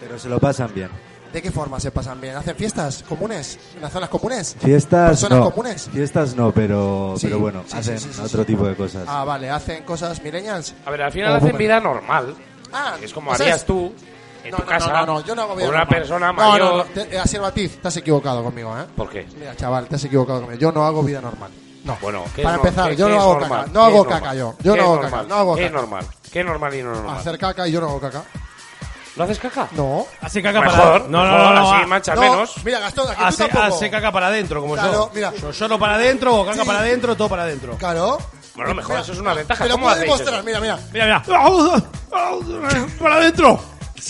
[SPEAKER 6] Pero se lo pasan bien.
[SPEAKER 2] ¿De qué forma se pasan bien? ¿Hacen fiestas comunes? ¿En las zonas comunes?
[SPEAKER 6] Fiestas
[SPEAKER 2] ¿Personas
[SPEAKER 6] no,
[SPEAKER 2] comunes?
[SPEAKER 6] fiestas no, pero,
[SPEAKER 2] Sí,
[SPEAKER 6] pero bueno,
[SPEAKER 2] sí, sí,
[SPEAKER 6] hacen
[SPEAKER 2] sí, sí,
[SPEAKER 6] otro tipo de cosas.
[SPEAKER 2] Ah, vale, hacen cosas millennials. Oh,
[SPEAKER 1] A ver, al final hacen vida normal.
[SPEAKER 2] Ah,
[SPEAKER 1] es como
[SPEAKER 2] o sea,
[SPEAKER 1] harías
[SPEAKER 2] es-
[SPEAKER 1] tú en
[SPEAKER 2] No,
[SPEAKER 1] tu
[SPEAKER 2] no,
[SPEAKER 1] casa
[SPEAKER 2] no, no, yo no hago vida
[SPEAKER 1] con una
[SPEAKER 2] normal.
[SPEAKER 1] persona
[SPEAKER 2] No,
[SPEAKER 1] mayor.
[SPEAKER 2] No, no, te- eh, Asier Batiz, te has equivocado conmigo, ¿eh?
[SPEAKER 1] ¿Por qué?
[SPEAKER 2] Mira, chaval, te has equivocado conmigo. Yo no hago vida normal. No.
[SPEAKER 1] Bueno, ¿qué
[SPEAKER 2] Para
[SPEAKER 1] es no-
[SPEAKER 2] empezar,
[SPEAKER 1] qué-
[SPEAKER 2] yo
[SPEAKER 1] qué
[SPEAKER 2] no
[SPEAKER 1] es
[SPEAKER 2] hago
[SPEAKER 1] normal?
[SPEAKER 2] caca. No
[SPEAKER 1] ¿Qué
[SPEAKER 2] hago
[SPEAKER 1] es
[SPEAKER 2] caca
[SPEAKER 1] normal?
[SPEAKER 2] yo. Yo
[SPEAKER 1] ¿Qué
[SPEAKER 2] no
[SPEAKER 1] es
[SPEAKER 2] hago
[SPEAKER 1] normal?
[SPEAKER 2] caca. No hago
[SPEAKER 1] ¿Qué es
[SPEAKER 2] caca.
[SPEAKER 1] normal? ¿Qué es normal y no normal?
[SPEAKER 2] Hacer caca y yo no hago caca.
[SPEAKER 1] ¿No haces caca?
[SPEAKER 2] No.
[SPEAKER 3] Hace caca
[SPEAKER 1] Mejor,
[SPEAKER 3] para No,
[SPEAKER 1] mejor,
[SPEAKER 3] no, no, no,
[SPEAKER 1] así
[SPEAKER 3] va.
[SPEAKER 1] manchas
[SPEAKER 2] No,
[SPEAKER 1] menos.
[SPEAKER 2] Mira, Gastón, aquí
[SPEAKER 3] Hace,
[SPEAKER 2] tú tampoco.
[SPEAKER 3] hace caca para adentro, como
[SPEAKER 2] Claro,
[SPEAKER 3] yo.
[SPEAKER 2] mira.
[SPEAKER 3] Yo lloro para adentro, o caca
[SPEAKER 2] Sí.
[SPEAKER 3] para adentro, todo para adentro.
[SPEAKER 2] Claro.
[SPEAKER 1] Bueno, a lo mejor eso es una ventaja.
[SPEAKER 2] Te lo
[SPEAKER 1] ¿Cómo
[SPEAKER 2] puedo
[SPEAKER 1] hacéis eso?
[SPEAKER 2] demostrar, mira, mira.
[SPEAKER 3] Mira, mira. ¡Para adentro!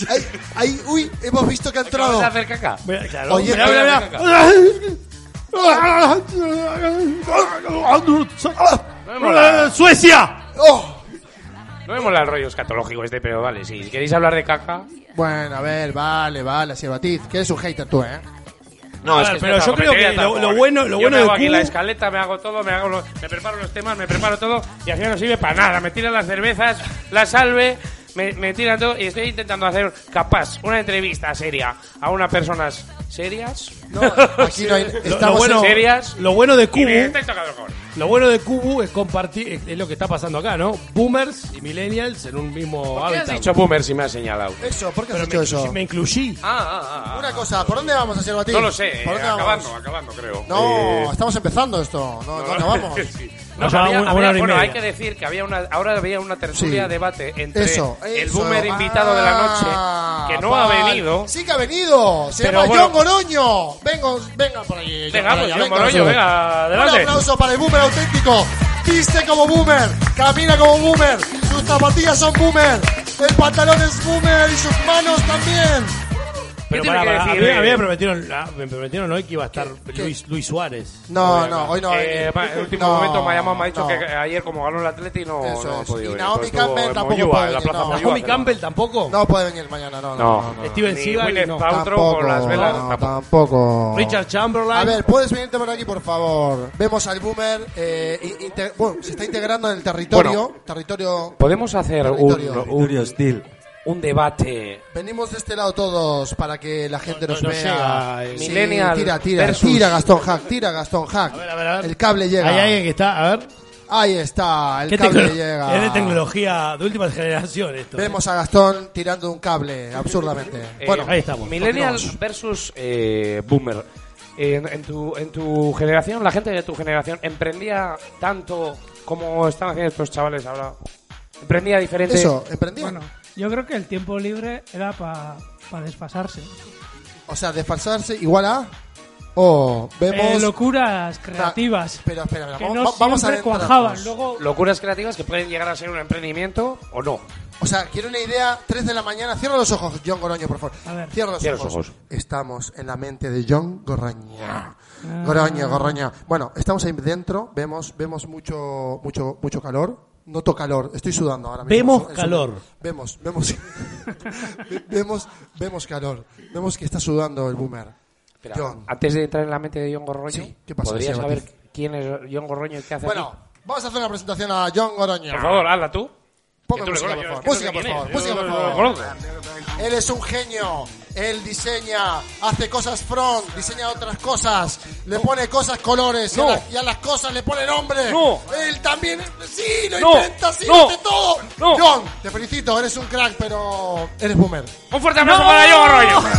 [SPEAKER 2] Ahí, ahí, uy, hemos visto que ha entrado.
[SPEAKER 1] ¿Acabas de hacer caca?
[SPEAKER 3] Mira,
[SPEAKER 1] claro.
[SPEAKER 2] Oye,
[SPEAKER 1] Mira,
[SPEAKER 2] mira,
[SPEAKER 1] mira,
[SPEAKER 2] mira.
[SPEAKER 1] mira.
[SPEAKER 3] ¡Suecia!
[SPEAKER 2] ¡Oh!
[SPEAKER 1] No me mola el rollo escatológico este, pero vale, si queréis hablar de caca...
[SPEAKER 2] Bueno, a ver, vale, vale, Asier Batiz, que eres un hater tú, ¿eh?
[SPEAKER 1] No,
[SPEAKER 3] A
[SPEAKER 1] es
[SPEAKER 3] ver,
[SPEAKER 1] que
[SPEAKER 3] pero
[SPEAKER 1] esta
[SPEAKER 3] yo creo
[SPEAKER 1] cafetería
[SPEAKER 3] que
[SPEAKER 1] está
[SPEAKER 3] lo- lo
[SPEAKER 1] pobre.
[SPEAKER 3] bueno- lo
[SPEAKER 1] ¿eh? Yo
[SPEAKER 3] bueno
[SPEAKER 1] me hago
[SPEAKER 3] de
[SPEAKER 1] aquí
[SPEAKER 3] Q-
[SPEAKER 1] la escaleta, me hago todo, me hago los- me preparo los temas, me preparo todo y al final no sirve para nada. Me tiran las cervezas, las salve, me, me tiran todo y estoy intentando hacer capaz una entrevista seria a unas personas serias.
[SPEAKER 2] No, aquí no hay-
[SPEAKER 1] Lo-
[SPEAKER 3] Lo, lo bueno,
[SPEAKER 1] serias.
[SPEAKER 3] lo bueno de
[SPEAKER 1] Y me
[SPEAKER 3] Cubu,
[SPEAKER 1] intento acabar con-
[SPEAKER 3] lo bueno de Cubu es compartir, es, es lo que está pasando acá, ¿no? Boomers y millennials en un mismo
[SPEAKER 1] ¿Qué
[SPEAKER 3] hábitat.
[SPEAKER 1] has dicho boomer si me has señalado?
[SPEAKER 2] Eso, ¿por qué has
[SPEAKER 3] Pero
[SPEAKER 2] hecho
[SPEAKER 3] me,
[SPEAKER 2] eso?
[SPEAKER 3] me incluí.
[SPEAKER 4] Ah,
[SPEAKER 1] Ah,
[SPEAKER 2] Una cosa, ¿por dónde vamos, Asier Batiz?
[SPEAKER 1] No lo sé, eh,
[SPEAKER 2] ¿Por dónde
[SPEAKER 1] acabando,
[SPEAKER 2] vamos?
[SPEAKER 1] acabando creo.
[SPEAKER 2] No, estamos empezando esto, no, no acabamos.
[SPEAKER 1] Sí. No,
[SPEAKER 3] O sea,
[SPEAKER 1] había-
[SPEAKER 3] una
[SPEAKER 1] había-
[SPEAKER 3] hora y
[SPEAKER 1] bueno,
[SPEAKER 3] media.
[SPEAKER 1] hay que decir que había una, ahora había una tertulia
[SPEAKER 2] Sí.
[SPEAKER 1] debate entre
[SPEAKER 2] Eso,
[SPEAKER 1] el
[SPEAKER 2] eso.
[SPEAKER 1] boomer invitado de la
[SPEAKER 2] Ah,
[SPEAKER 1] noche, que no
[SPEAKER 2] vale.
[SPEAKER 1] ha venido.
[SPEAKER 2] Sí que ha venido. Se
[SPEAKER 1] Pero
[SPEAKER 2] llama
[SPEAKER 1] bueno.
[SPEAKER 2] John Goroño. Vengo, venga por ahí.
[SPEAKER 1] Venga,
[SPEAKER 2] John
[SPEAKER 1] pues,
[SPEAKER 2] Goroño,
[SPEAKER 1] John Goroño,
[SPEAKER 2] Goroño.
[SPEAKER 1] venga, adelante.
[SPEAKER 2] Un aplauso para el boomer auténtico. Viste como boomer, camina como boomer, sus zapatillas son boomer, el pantalón es boomer y sus manos también.
[SPEAKER 3] Pero
[SPEAKER 1] tiene
[SPEAKER 3] pará,
[SPEAKER 1] que
[SPEAKER 3] pará, a,
[SPEAKER 1] decir,
[SPEAKER 3] mí,
[SPEAKER 1] eh?
[SPEAKER 3] a mí me prometieron, ah, me prometieron hoy que iba a estar Luis, Luis Suárez.
[SPEAKER 2] No, no, hoy no.
[SPEAKER 1] Eh, va, en el último
[SPEAKER 2] No,
[SPEAKER 1] momento me ha llamado, me ha dicho
[SPEAKER 2] no.
[SPEAKER 1] que ayer como ganó el Atleti no,
[SPEAKER 2] Eso
[SPEAKER 1] no ha
[SPEAKER 2] es.
[SPEAKER 1] podido
[SPEAKER 2] Y
[SPEAKER 1] venir,
[SPEAKER 2] Naomi
[SPEAKER 1] pero estuvo
[SPEAKER 2] Campbell
[SPEAKER 1] en
[SPEAKER 2] tampoco
[SPEAKER 1] Moyúa,
[SPEAKER 2] puede
[SPEAKER 1] en la
[SPEAKER 2] venir,
[SPEAKER 1] plaza
[SPEAKER 2] no.
[SPEAKER 1] Moyúa,
[SPEAKER 3] Naomi
[SPEAKER 1] pero-
[SPEAKER 3] Campbell tampoco.
[SPEAKER 2] No puede venir mañana, no, no.
[SPEAKER 1] No.
[SPEAKER 2] no, no, no.
[SPEAKER 3] Steven
[SPEAKER 1] Ni
[SPEAKER 3] Seagal
[SPEAKER 1] Gwyneth
[SPEAKER 3] no.
[SPEAKER 1] Paltrow
[SPEAKER 2] Tampoco,
[SPEAKER 1] con las velas.
[SPEAKER 2] no,
[SPEAKER 1] tampoco.
[SPEAKER 2] tampoco.
[SPEAKER 3] Richard Chamberlain.
[SPEAKER 2] A ver, puedes venirte por aquí, por favor. Vemos al boomer. eh, in- inte- bueno, se está integrando en el territorio. territorio.
[SPEAKER 1] Podemos hacer un,
[SPEAKER 2] Territorio.
[SPEAKER 1] un-
[SPEAKER 6] Territorio hostil.
[SPEAKER 1] un debate
[SPEAKER 2] Venimos de este lado todos para que la gente nos
[SPEAKER 3] no
[SPEAKER 2] vea.
[SPEAKER 3] llega, eh.
[SPEAKER 2] Sí,
[SPEAKER 1] Millennial
[SPEAKER 2] tira, tira,
[SPEAKER 1] versus-
[SPEAKER 2] tira Gastón Hack, tira Gastón Hack.
[SPEAKER 3] A ver, a ver, a ver.
[SPEAKER 2] El cable llega.
[SPEAKER 3] Hay alguien que está, a ver.
[SPEAKER 2] Ahí está, el
[SPEAKER 3] ¿Qué eh?
[SPEAKER 2] cable
[SPEAKER 3] tecno-
[SPEAKER 2] llega.
[SPEAKER 3] Es de tecnología de última generación esto.
[SPEAKER 2] Vemos a Gastón tirando un cable, absurdamente.
[SPEAKER 1] Eh,
[SPEAKER 2] bueno,
[SPEAKER 3] ahí estamos.
[SPEAKER 1] Millennial versus eh, Boomer. En, en tu, en tu generación, la gente de tu generación emprendía tanto como están haciendo estos chavales ahora. Emprendía diferente.
[SPEAKER 2] eso, ¿emprendían?
[SPEAKER 4] Bueno, yo creo que el tiempo libre era para desfasarse.
[SPEAKER 2] O sea, desfalsarse igual a. Oh,
[SPEAKER 4] Eh,
[SPEAKER 2] vemos.
[SPEAKER 4] locuras creativas.
[SPEAKER 2] Pero espera, espera,
[SPEAKER 4] que
[SPEAKER 2] vamos,
[SPEAKER 4] no
[SPEAKER 2] va- vamos a
[SPEAKER 4] siempre
[SPEAKER 2] ver.
[SPEAKER 4] cuajaban. Luego,
[SPEAKER 1] Locuras creativas que pueden llegar a ser un emprendimiento o no.
[SPEAKER 2] O sea, quiero una idea. 3 de la mañana. Cierra los ojos, John Goroño, por favor.
[SPEAKER 4] A ver.
[SPEAKER 2] Cierra los,
[SPEAKER 1] Cierra los
[SPEAKER 2] ojos.
[SPEAKER 1] ojos.
[SPEAKER 2] Estamos en la mente de John Goroño. Goroño, Goroño. Bueno, estamos ahí dentro. Vemos, vemos mucho, mucho, mucho calor. Noto calor. Estoy sudando ahora mismo.
[SPEAKER 3] Vemos
[SPEAKER 2] Es un-
[SPEAKER 3] calor.
[SPEAKER 2] Vemos, vemos, ve- vemos, vemos calor. Vemos que está sudando el boomer.
[SPEAKER 1] Espera,
[SPEAKER 2] John.
[SPEAKER 1] Antes de entrar en la mente de John Gorroño,
[SPEAKER 2] Sí, ¿qué pasa,
[SPEAKER 1] ¿podrías
[SPEAKER 2] Seba
[SPEAKER 1] saber
[SPEAKER 2] Ortiz?
[SPEAKER 1] quién es John Gorroño y qué hace
[SPEAKER 2] Bueno,
[SPEAKER 1] aquí?
[SPEAKER 2] vamos a hacer una presentación a John Goroño.
[SPEAKER 1] Por favor, hazla tú.
[SPEAKER 2] Ponme
[SPEAKER 1] Que tú
[SPEAKER 2] música,
[SPEAKER 1] le
[SPEAKER 2] por favor.
[SPEAKER 1] conoces,
[SPEAKER 2] Música,
[SPEAKER 1] que
[SPEAKER 2] por
[SPEAKER 1] tú
[SPEAKER 2] favor.
[SPEAKER 1] le conoces.
[SPEAKER 2] Música, por
[SPEAKER 1] Yo no
[SPEAKER 2] favor.
[SPEAKER 1] lo conozco.
[SPEAKER 2] Él es un genio. Él diseña, hace cosas front, diseña otras cosas, le pone cosas colores y, a
[SPEAKER 1] No.
[SPEAKER 2] las, y a las cosas le pone nombre.
[SPEAKER 1] No.
[SPEAKER 2] Él también, sí, lo
[SPEAKER 1] No.
[SPEAKER 2] inventa, sí,
[SPEAKER 1] No.
[SPEAKER 2] lo hace todo.
[SPEAKER 1] No.
[SPEAKER 2] John, te felicito, eres un crack, pero eres boomer.
[SPEAKER 1] Un fuerte aplauso para John Gorroño.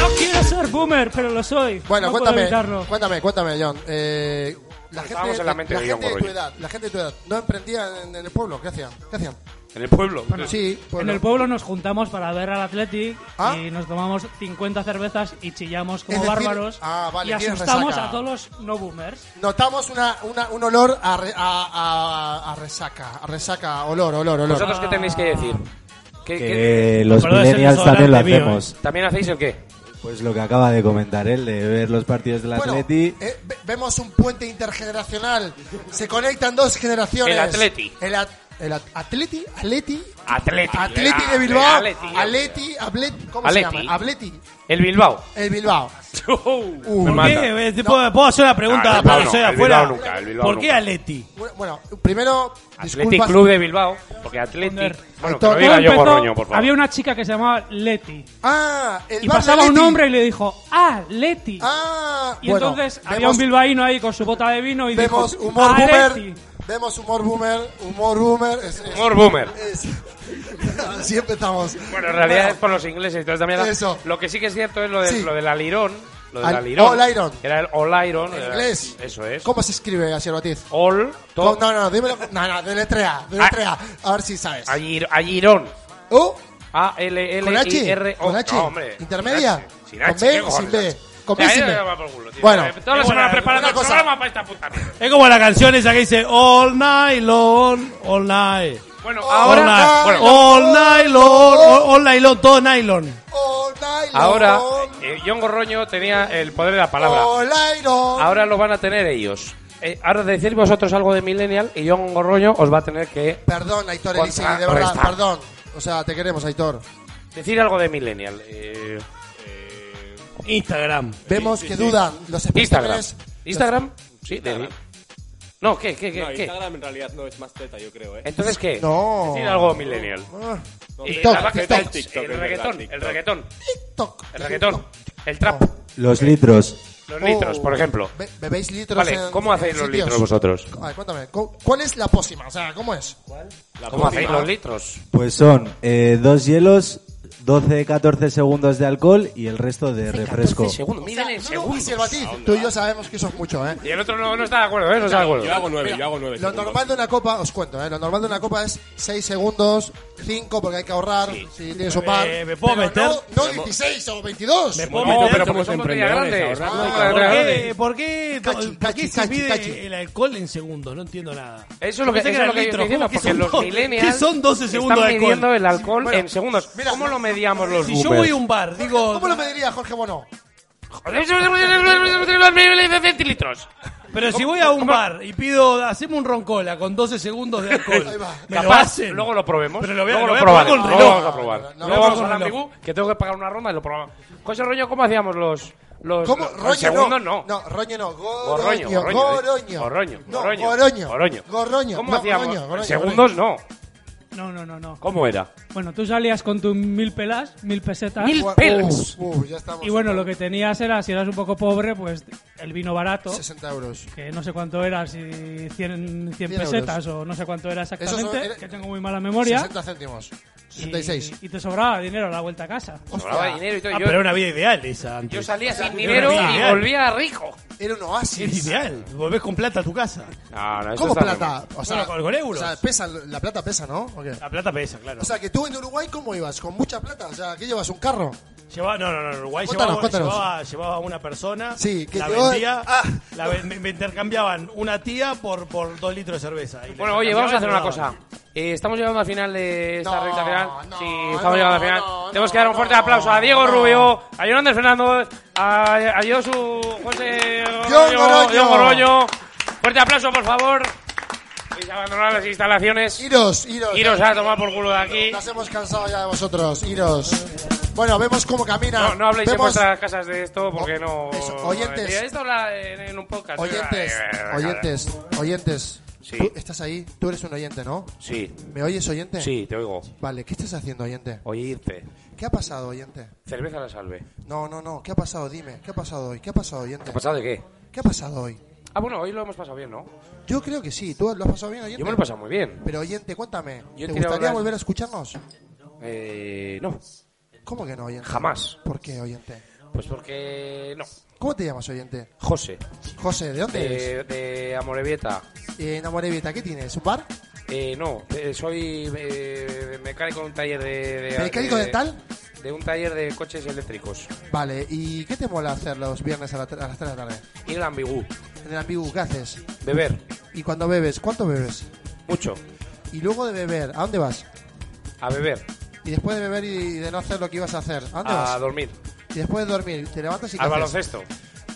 [SPEAKER 4] no quiero ser boomer, pero lo soy.
[SPEAKER 2] Bueno,
[SPEAKER 4] No puedo
[SPEAKER 2] cuéntame,
[SPEAKER 4] evitarlo.
[SPEAKER 2] cuéntame, cuéntame, John. Eh, la gente,
[SPEAKER 1] Estábamos en la mente de John
[SPEAKER 2] gente de tu
[SPEAKER 1] Gorroño.
[SPEAKER 2] edad, la gente de tu edad, ¿no emprendía en, en el pueblo? ¿Qué hacían? ¿Qué hacían?
[SPEAKER 1] En el pueblo.
[SPEAKER 2] sí,
[SPEAKER 4] En
[SPEAKER 2] pueblo.
[SPEAKER 4] el pueblo nos juntamos para ver al Athletic
[SPEAKER 2] Ah.
[SPEAKER 4] y nos tomamos 50 cervezas y chillamos como
[SPEAKER 2] Es decir-
[SPEAKER 4] bárbaros
[SPEAKER 2] Ah, vale,
[SPEAKER 4] y
[SPEAKER 2] tienes
[SPEAKER 4] asustamos
[SPEAKER 2] resaca.
[SPEAKER 4] a todos los no boomers.
[SPEAKER 2] Notamos una, una- un olor a, re- a- a- a resaca, a resaca, olor, olor, olor.
[SPEAKER 1] ¿Vosotros qué tenéis que decir?
[SPEAKER 2] eh,
[SPEAKER 1] ¿Qué- qué-
[SPEAKER 6] Que los
[SPEAKER 3] Perdón, es el
[SPEAKER 6] millennials también lo
[SPEAKER 3] desodorante mío,
[SPEAKER 6] hacemos.
[SPEAKER 1] ¿También hacéis el qué?
[SPEAKER 6] Pues lo que acaba de comentar él, de ver los partidos del
[SPEAKER 2] Bueno,
[SPEAKER 6] Atleti.
[SPEAKER 2] eh, ve- vemos un puente intergeneracional. Se conectan dos generaciones.
[SPEAKER 1] El Atleti.
[SPEAKER 2] El, at- El At- Atleti, Atleti,
[SPEAKER 1] Atleti.
[SPEAKER 2] Atleti de
[SPEAKER 1] Ah,
[SPEAKER 2] Bilbao,
[SPEAKER 1] Atleti.
[SPEAKER 2] Atleti, Atleti, ¿cómo
[SPEAKER 1] Atleti.
[SPEAKER 2] se llama? Atleti,
[SPEAKER 1] El Bilbao.
[SPEAKER 2] el Bilbao. Uh,
[SPEAKER 3] ¿Por qué? Eh, te ¿Puedo, puedo hacer una
[SPEAKER 1] No,
[SPEAKER 3] pregunta
[SPEAKER 1] Ah, el
[SPEAKER 3] para
[SPEAKER 1] Bilbao
[SPEAKER 3] los de
[SPEAKER 1] no, el Bilbao
[SPEAKER 3] afuera?
[SPEAKER 1] nunca, el Bilbao
[SPEAKER 3] ¿Por qué
[SPEAKER 1] nunca.
[SPEAKER 3] Aleti?
[SPEAKER 2] Bueno, bueno, primero,
[SPEAKER 1] Athletic
[SPEAKER 2] disculpas.
[SPEAKER 1] Club de Bilbao. Porque Athletic. Bueno, que
[SPEAKER 4] Todo
[SPEAKER 1] lo diga yo,
[SPEAKER 4] empezó-
[SPEAKER 1] Gorroño, por favor.
[SPEAKER 4] Había una chica que se llamaba Leti.
[SPEAKER 2] Ah, el
[SPEAKER 4] y
[SPEAKER 2] bar de
[SPEAKER 4] pasaba un
[SPEAKER 2] Leti.
[SPEAKER 4] hombre y le dijo, ah, Leti.
[SPEAKER 2] Ah,
[SPEAKER 4] y
[SPEAKER 2] bueno,
[SPEAKER 4] entonces había
[SPEAKER 2] vemos-
[SPEAKER 4] un bilbaíno ahí con su bota de vino y
[SPEAKER 2] Vemos
[SPEAKER 4] dijo,
[SPEAKER 2] humor
[SPEAKER 4] ah,
[SPEAKER 2] boomer,
[SPEAKER 4] Leti.
[SPEAKER 2] vemos humor boomer, humor boomer. es- es-
[SPEAKER 1] Humor boomer.
[SPEAKER 2] es- Así empezamos.
[SPEAKER 1] Bueno, en realidad es por los ingleses y toda esta mierda.
[SPEAKER 2] Eso.
[SPEAKER 1] Lo que sí que es cierto es lo, de, lo del alirón. Lo del
[SPEAKER 2] Al-
[SPEAKER 1] alirón.
[SPEAKER 2] All Iron.
[SPEAKER 1] Era el All Iron.
[SPEAKER 2] En
[SPEAKER 1] era-
[SPEAKER 2] inglés.
[SPEAKER 1] Eso es.
[SPEAKER 2] ¿Cómo se escribe, Asier Batiz?
[SPEAKER 1] All.
[SPEAKER 2] No, no, no, dímelo. No, no, deletrea,
[SPEAKER 1] Ah.
[SPEAKER 2] deletrea. A ver si sabes.
[SPEAKER 1] Allir- Alirón.
[SPEAKER 2] ¿Oh?
[SPEAKER 1] A L
[SPEAKER 2] ¿Con
[SPEAKER 1] L I
[SPEAKER 2] H?
[SPEAKER 1] R O.
[SPEAKER 2] ¿Con H?
[SPEAKER 1] No, hombre.
[SPEAKER 2] ¿Intermedia?
[SPEAKER 1] Sin H,
[SPEAKER 2] ¿Con B
[SPEAKER 1] ¿qué
[SPEAKER 2] o sin
[SPEAKER 1] cojones?
[SPEAKER 2] B? ¿Con B
[SPEAKER 1] Ya,
[SPEAKER 2] o sin
[SPEAKER 1] ya,
[SPEAKER 2] B?
[SPEAKER 1] ya va por culo, tío.
[SPEAKER 2] Bueno.
[SPEAKER 1] Eh, toda la semana preparando el
[SPEAKER 2] una cosa.
[SPEAKER 1] programa para esta puta mierda.
[SPEAKER 3] Es como la canción esa que dice All night long, all night.
[SPEAKER 1] Bueno,
[SPEAKER 3] all night,
[SPEAKER 2] ah,
[SPEAKER 1] ahora. bueno,
[SPEAKER 3] all night long, all, all night long, todo nylon.
[SPEAKER 2] oh,
[SPEAKER 1] ahora. eh, John Gorroño tenía el poder de la palabra.
[SPEAKER 2] All Iron.
[SPEAKER 1] Ahora lo van a tener ellos. Eh, ahora decir vosotros algo de Millennial y John Gorroño os va a tener que
[SPEAKER 2] Perdón, Aitor Elisi,
[SPEAKER 1] ah,
[SPEAKER 2] de verdad,
[SPEAKER 1] Contrarrestar.
[SPEAKER 2] perdón. O sea, te queremos, Aitor.
[SPEAKER 1] decir algo de Millennial. Eh,
[SPEAKER 3] Instagram.
[SPEAKER 2] Vemos que dudan los
[SPEAKER 1] Instagram.
[SPEAKER 2] espectadores.
[SPEAKER 1] Instagram. Sí, de... No, ¿qué, qué, qué?
[SPEAKER 7] No,
[SPEAKER 1] qué?
[SPEAKER 7] Instagram en realidad no es más teta, yo creo, ¿eh?
[SPEAKER 1] Entonces, ¿qué?
[SPEAKER 2] No.
[SPEAKER 1] Decir algo millennial.
[SPEAKER 2] Ah.
[SPEAKER 1] Y
[SPEAKER 2] TikTok,
[SPEAKER 1] la vaca-
[SPEAKER 2] TikTok.
[SPEAKER 1] el
[SPEAKER 7] TikTok, es verdad,
[SPEAKER 1] reggaetón, el
[SPEAKER 7] TikTok.
[SPEAKER 1] reggaetón. El reggaetón. El trap.
[SPEAKER 6] Los litros.
[SPEAKER 1] Los litros, por ejemplo.
[SPEAKER 2] Be- ¿Bebéis Oh. litros?
[SPEAKER 1] Vale,
[SPEAKER 2] en-
[SPEAKER 1] ¿cómo
[SPEAKER 2] en
[SPEAKER 1] hacéis los
[SPEAKER 2] sitios?
[SPEAKER 1] litros vosotros?
[SPEAKER 2] A ver, cuéntame. ¿cu- ¿Cuál es la pócima? O sea, ¿cómo es?
[SPEAKER 1] ¿Cómo hacéis los litros?
[SPEAKER 6] Pues son eh, dos hielos, 12-14 segundos de alcohol y el resto de refresco.
[SPEAKER 1] Segundo, miden en segundos.
[SPEAKER 2] Asier Batiz, tú y yo sabemos que eso es mucho, ¿eh?
[SPEAKER 1] Y el otro no, no está de acuerdo, ¿eh? No está de acuerdo.
[SPEAKER 7] Yo hago nueve, yo hago nueve.
[SPEAKER 1] pues
[SPEAKER 2] Lo
[SPEAKER 7] segundos.
[SPEAKER 2] normal de una copa, os cuento, ¿eh? Lo normal de una copa es 6 segundos, 5 porque hay que ahorrar, si tienes un par.
[SPEAKER 3] Eh, ¿me puedo
[SPEAKER 2] Pero
[SPEAKER 3] meter?
[SPEAKER 2] No, no 16 o 22.
[SPEAKER 3] ¿Me puedo
[SPEAKER 1] No,
[SPEAKER 3] meter?
[SPEAKER 1] pero
[SPEAKER 7] somos
[SPEAKER 1] porque somos media
[SPEAKER 7] emprendedores,
[SPEAKER 1] grandes.
[SPEAKER 7] ahorrar
[SPEAKER 1] Somos
[SPEAKER 7] no hay
[SPEAKER 1] media
[SPEAKER 7] que
[SPEAKER 3] ¿Por
[SPEAKER 7] ahorrar.
[SPEAKER 1] grandes.
[SPEAKER 3] qué, por qué,
[SPEAKER 2] Cachi,
[SPEAKER 3] por qué
[SPEAKER 2] cachi,
[SPEAKER 3] se
[SPEAKER 2] cachi,
[SPEAKER 3] mide
[SPEAKER 2] cachi.
[SPEAKER 3] el alcohol en segundos? No entiendo nada.
[SPEAKER 1] Eso es lo que, eso
[SPEAKER 3] Pensé
[SPEAKER 1] es lo que
[SPEAKER 3] eran
[SPEAKER 1] yo estoy
[SPEAKER 3] litros.
[SPEAKER 1] diciendo,
[SPEAKER 3] ¿Cómo que
[SPEAKER 1] porque
[SPEAKER 3] son
[SPEAKER 1] los
[SPEAKER 3] dos?
[SPEAKER 1] millennials
[SPEAKER 3] ¿Qué son 12 segundos de
[SPEAKER 1] están
[SPEAKER 3] alcohol?
[SPEAKER 1] midiendo el alcohol
[SPEAKER 2] Bueno,
[SPEAKER 1] en segundos.
[SPEAKER 2] mira,
[SPEAKER 1] ¿Cómo lo medíamos los
[SPEAKER 3] Si yo voy a un bar, digo...
[SPEAKER 2] ¿Cómo lo pediría Jorge Bono?
[SPEAKER 1] boomers? centilitros.
[SPEAKER 3] Pero si voy a un bar y pido, hacemos un roncola con 12 segundos de alcohol,
[SPEAKER 2] Ahí va.
[SPEAKER 3] me lo
[SPEAKER 1] Capaz,
[SPEAKER 3] hacen. Ah,
[SPEAKER 1] Luego lo probemos.
[SPEAKER 3] Pero lo voy a-
[SPEAKER 1] luego
[SPEAKER 3] lo voy a
[SPEAKER 1] probaremos,
[SPEAKER 3] probar con
[SPEAKER 1] luego
[SPEAKER 3] reloj.
[SPEAKER 1] vamos a probar.
[SPEAKER 2] No,
[SPEAKER 1] luego
[SPEAKER 3] no,
[SPEAKER 1] vamos
[SPEAKER 3] no,
[SPEAKER 1] a la
[SPEAKER 3] no.
[SPEAKER 1] ambigú, que tengo que pagar una ronda y lo probamos. José Rollo, ¿cómo hacíamos los. los
[SPEAKER 2] ¿Cómo?
[SPEAKER 1] los- los
[SPEAKER 2] Roño
[SPEAKER 1] segundos no. eh.
[SPEAKER 2] no. No, Roño no. Goroño.
[SPEAKER 1] Gorroño,
[SPEAKER 2] Goroño.
[SPEAKER 1] Gorroño. Gorroño.
[SPEAKER 2] No,
[SPEAKER 1] Gorroño.
[SPEAKER 2] Goroño.
[SPEAKER 1] Gorroño.
[SPEAKER 2] Gorroño.
[SPEAKER 1] ¿Cómo
[SPEAKER 2] No,
[SPEAKER 1] hacíamos?
[SPEAKER 2] Goroño, Goroño,
[SPEAKER 1] Segundos no.
[SPEAKER 4] No, no, no, no.
[SPEAKER 1] ¿Cómo era?
[SPEAKER 4] Bueno, tú salías con tus mil pelas, mil pesetas.
[SPEAKER 1] Mil
[SPEAKER 2] Goroño.
[SPEAKER 1] pelas.
[SPEAKER 2] Uh, uh, ya estamos.
[SPEAKER 4] y bueno, lo que tenías era, si eras un poco pobre, pues el vino barato,
[SPEAKER 2] 60 euros.
[SPEAKER 4] que no sé cuánto era, si 100, 100
[SPEAKER 2] euros.
[SPEAKER 4] pesetas o no sé cuánto era exactamente,
[SPEAKER 2] era-
[SPEAKER 4] que tengo muy mala memoria.
[SPEAKER 2] 60 céntimos.
[SPEAKER 4] y-
[SPEAKER 2] 66.
[SPEAKER 4] Y, te sobraba dinero a la vuelta a casa.
[SPEAKER 1] Sobraba dinero y todo.
[SPEAKER 3] Ah,
[SPEAKER 1] yo,
[SPEAKER 3] pero era una vida ideal esa antes.
[SPEAKER 1] yo salía sin
[SPEAKER 3] Era
[SPEAKER 1] dinero
[SPEAKER 3] una vida
[SPEAKER 1] y
[SPEAKER 3] ideal.
[SPEAKER 1] volvía rico.
[SPEAKER 2] Era un
[SPEAKER 3] Era
[SPEAKER 2] oasis.
[SPEAKER 3] ideal. Volvés con plata a tu casa.
[SPEAKER 1] No, no, eso
[SPEAKER 2] ¿Cómo
[SPEAKER 1] está muy
[SPEAKER 2] plata?
[SPEAKER 1] mal.
[SPEAKER 2] O sea,
[SPEAKER 3] Bueno, con- con euros.
[SPEAKER 2] O sea, pesa, la plata pesa, ¿no? ¿O qué?
[SPEAKER 3] La plata pesa, claro.
[SPEAKER 2] O sea, que tú en Uruguay, ¿cómo ibas? ¿Con mucha plata? O sea, ¿qué llevas? ¿Un carro?
[SPEAKER 3] Llevaba, no, no, no, Uruguay
[SPEAKER 2] Cuéntanos,
[SPEAKER 3] llevaba,
[SPEAKER 2] cuéntanos.
[SPEAKER 3] Llevaba, llevaba a una persona,
[SPEAKER 2] Sí, que
[SPEAKER 3] la
[SPEAKER 2] llevaba-
[SPEAKER 3] vendía,
[SPEAKER 2] ah,
[SPEAKER 3] la ven- me, me intercambiaban una tía por, por dos litros de cerveza. Y
[SPEAKER 1] Bueno,
[SPEAKER 3] la
[SPEAKER 1] oye, vamos a hacer una
[SPEAKER 3] intercambiaban
[SPEAKER 1] cosa.
[SPEAKER 3] y
[SPEAKER 1] Eh, estamos llegando al final de esta
[SPEAKER 2] No,
[SPEAKER 1] recta final.
[SPEAKER 2] no,
[SPEAKER 1] sí, estamos llegando al final.
[SPEAKER 2] no,
[SPEAKER 1] Tenemos
[SPEAKER 2] no,
[SPEAKER 1] que dar un fuerte
[SPEAKER 2] no,
[SPEAKER 1] aplauso a Diego
[SPEAKER 2] no.
[SPEAKER 1] Rubio, a Jonander Fernández, a, a Josu José
[SPEAKER 2] John
[SPEAKER 1] Gorroño,
[SPEAKER 2] Gorroño.
[SPEAKER 1] John Gorroño. Fuerte aplauso, por favor. Podéis abandonar las instalaciones.
[SPEAKER 2] Iros, iros.
[SPEAKER 1] Iros a tomar por culo de aquí.
[SPEAKER 2] Nos hemos cansado ya de vosotros. Iros. Bueno, vemos cómo camina.
[SPEAKER 1] No, no habléis en
[SPEAKER 2] vemos... Oh,
[SPEAKER 1] vuestras casas de esto porque no.
[SPEAKER 2] Eso, oyentes.
[SPEAKER 1] Esto habla en, en un podcast.
[SPEAKER 2] Oyentes, oyentes, oyentes.
[SPEAKER 1] Sí.
[SPEAKER 2] Tú estás ahí, tú eres un oyente, ¿no?
[SPEAKER 1] Sí,
[SPEAKER 2] ¿Me oyes, oyente?
[SPEAKER 1] sí, te oigo.
[SPEAKER 2] Vale, ¿qué estás haciendo, oyente?
[SPEAKER 1] Oírte.
[SPEAKER 2] ¿Qué ha pasado, oyente?
[SPEAKER 1] Cerveza la salve.
[SPEAKER 2] No, no, no, ¿qué ha pasado? Dime, ¿qué ha pasado hoy? ¿Qué ha pasado, oyente?
[SPEAKER 1] ¿Qué ha pasado de qué?
[SPEAKER 2] ¿Qué ha pasado hoy?
[SPEAKER 1] Ah, bueno, hoy lo hemos pasado bien, ¿no?
[SPEAKER 2] Yo creo que sí, ¿tú lo has pasado bien, oyente?
[SPEAKER 1] Yo me lo he pasado muy bien.
[SPEAKER 2] Pero, oyente, cuéntame,
[SPEAKER 1] Yo
[SPEAKER 2] ¿te
[SPEAKER 1] quiero
[SPEAKER 2] gustaría
[SPEAKER 1] hablar-
[SPEAKER 2] volver a escucharnos?
[SPEAKER 1] Eh, no,
[SPEAKER 2] ¿Cómo que no, oyente?
[SPEAKER 1] jamás.
[SPEAKER 2] ¿Por qué, oyente?
[SPEAKER 1] Pues porque no.
[SPEAKER 2] ¿Cómo te llamas, oyente?
[SPEAKER 1] José,
[SPEAKER 2] José, ¿de dónde
[SPEAKER 1] Eh,
[SPEAKER 2] eres?
[SPEAKER 1] de, de Amorebieta.
[SPEAKER 2] Eh, Namorevita, ¿qué tienes? ¿Un bar?
[SPEAKER 1] Eh, no, eh, soy eh, mecánico de un taller de... de-
[SPEAKER 2] ¿Mecánico dental?
[SPEAKER 1] De un taller de coches eléctricos.
[SPEAKER 2] Vale, ¿y qué te mola hacer los viernes a, la- a las 3 de la tarde?
[SPEAKER 1] Ir al ambigú.
[SPEAKER 2] En el ambigu, ¿qué haces?
[SPEAKER 1] Beber.
[SPEAKER 2] ¿Y cuando bebes? ¿Cuánto bebes?
[SPEAKER 1] Mucho.
[SPEAKER 2] Y luego de beber, ¿a dónde vas?
[SPEAKER 1] A beber.
[SPEAKER 2] Y después de beber y de no hacer lo que ibas a hacer, ¿a dónde
[SPEAKER 1] A
[SPEAKER 2] vas?
[SPEAKER 1] dormir.
[SPEAKER 2] Y después de dormir, te levantas y ¿qué
[SPEAKER 1] Al
[SPEAKER 2] haces?
[SPEAKER 1] baloncesto.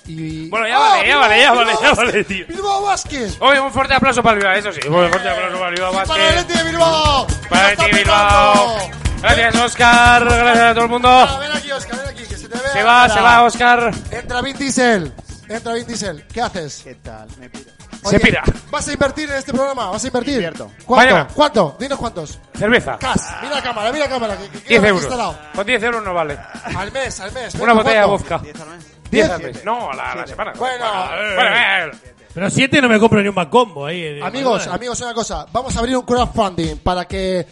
[SPEAKER 2] Y...
[SPEAKER 1] Bueno, ya vale, ya vale, ya vale, ya vale, tío.
[SPEAKER 2] Bilbao Vázquez.
[SPEAKER 1] Oye, un fuerte aplauso para el Bilbao, eso sí. Un fuerte aplauso para el Bilbao
[SPEAKER 2] Y para el
[SPEAKER 1] Vázquez.
[SPEAKER 2] Atleti de Bilbao.
[SPEAKER 1] Para el
[SPEAKER 2] Está
[SPEAKER 1] Atleti Bilbao. Gracias, Oscar. Gracias a todo el mundo.
[SPEAKER 2] ah, Ven aquí, Oscar, ven aquí, que se te vea.
[SPEAKER 1] Se va, se va, Oscar.
[SPEAKER 2] Entra Vin Diesel. Entra Vin Diesel. ¿Qué haces? ¿Qué tal? Me pira. Oye,
[SPEAKER 1] Se pira.
[SPEAKER 2] ¿Vas a invertir en este programa? ¿Vas a invertir?
[SPEAKER 1] Invierto.
[SPEAKER 2] ¿Cuánto?
[SPEAKER 1] Mañana.
[SPEAKER 2] ¿Cuánto? Dinos cuántos.
[SPEAKER 1] Cerveza.
[SPEAKER 2] Cas, mira a cámara, mira a cámara. que- que- que
[SPEAKER 1] 10
[SPEAKER 2] lo he
[SPEAKER 1] euros.
[SPEAKER 2] instalado.
[SPEAKER 1] Con 10 euros no vale.
[SPEAKER 2] Al mes, al mes.
[SPEAKER 1] Una
[SPEAKER 2] Venga,
[SPEAKER 1] botella de
[SPEAKER 2] ¿cuánto?
[SPEAKER 1] vodka. 10
[SPEAKER 2] Diez.
[SPEAKER 1] al mes. No, a la, a la semana.
[SPEAKER 2] Bueno,
[SPEAKER 1] Bueno, eh,
[SPEAKER 3] Pero siete no me compro ni un Macombo ahí. eh,
[SPEAKER 2] Amigos,
[SPEAKER 3] McDonald's.
[SPEAKER 2] amigos, una cosa. Vamos a abrir un crowdfunding para que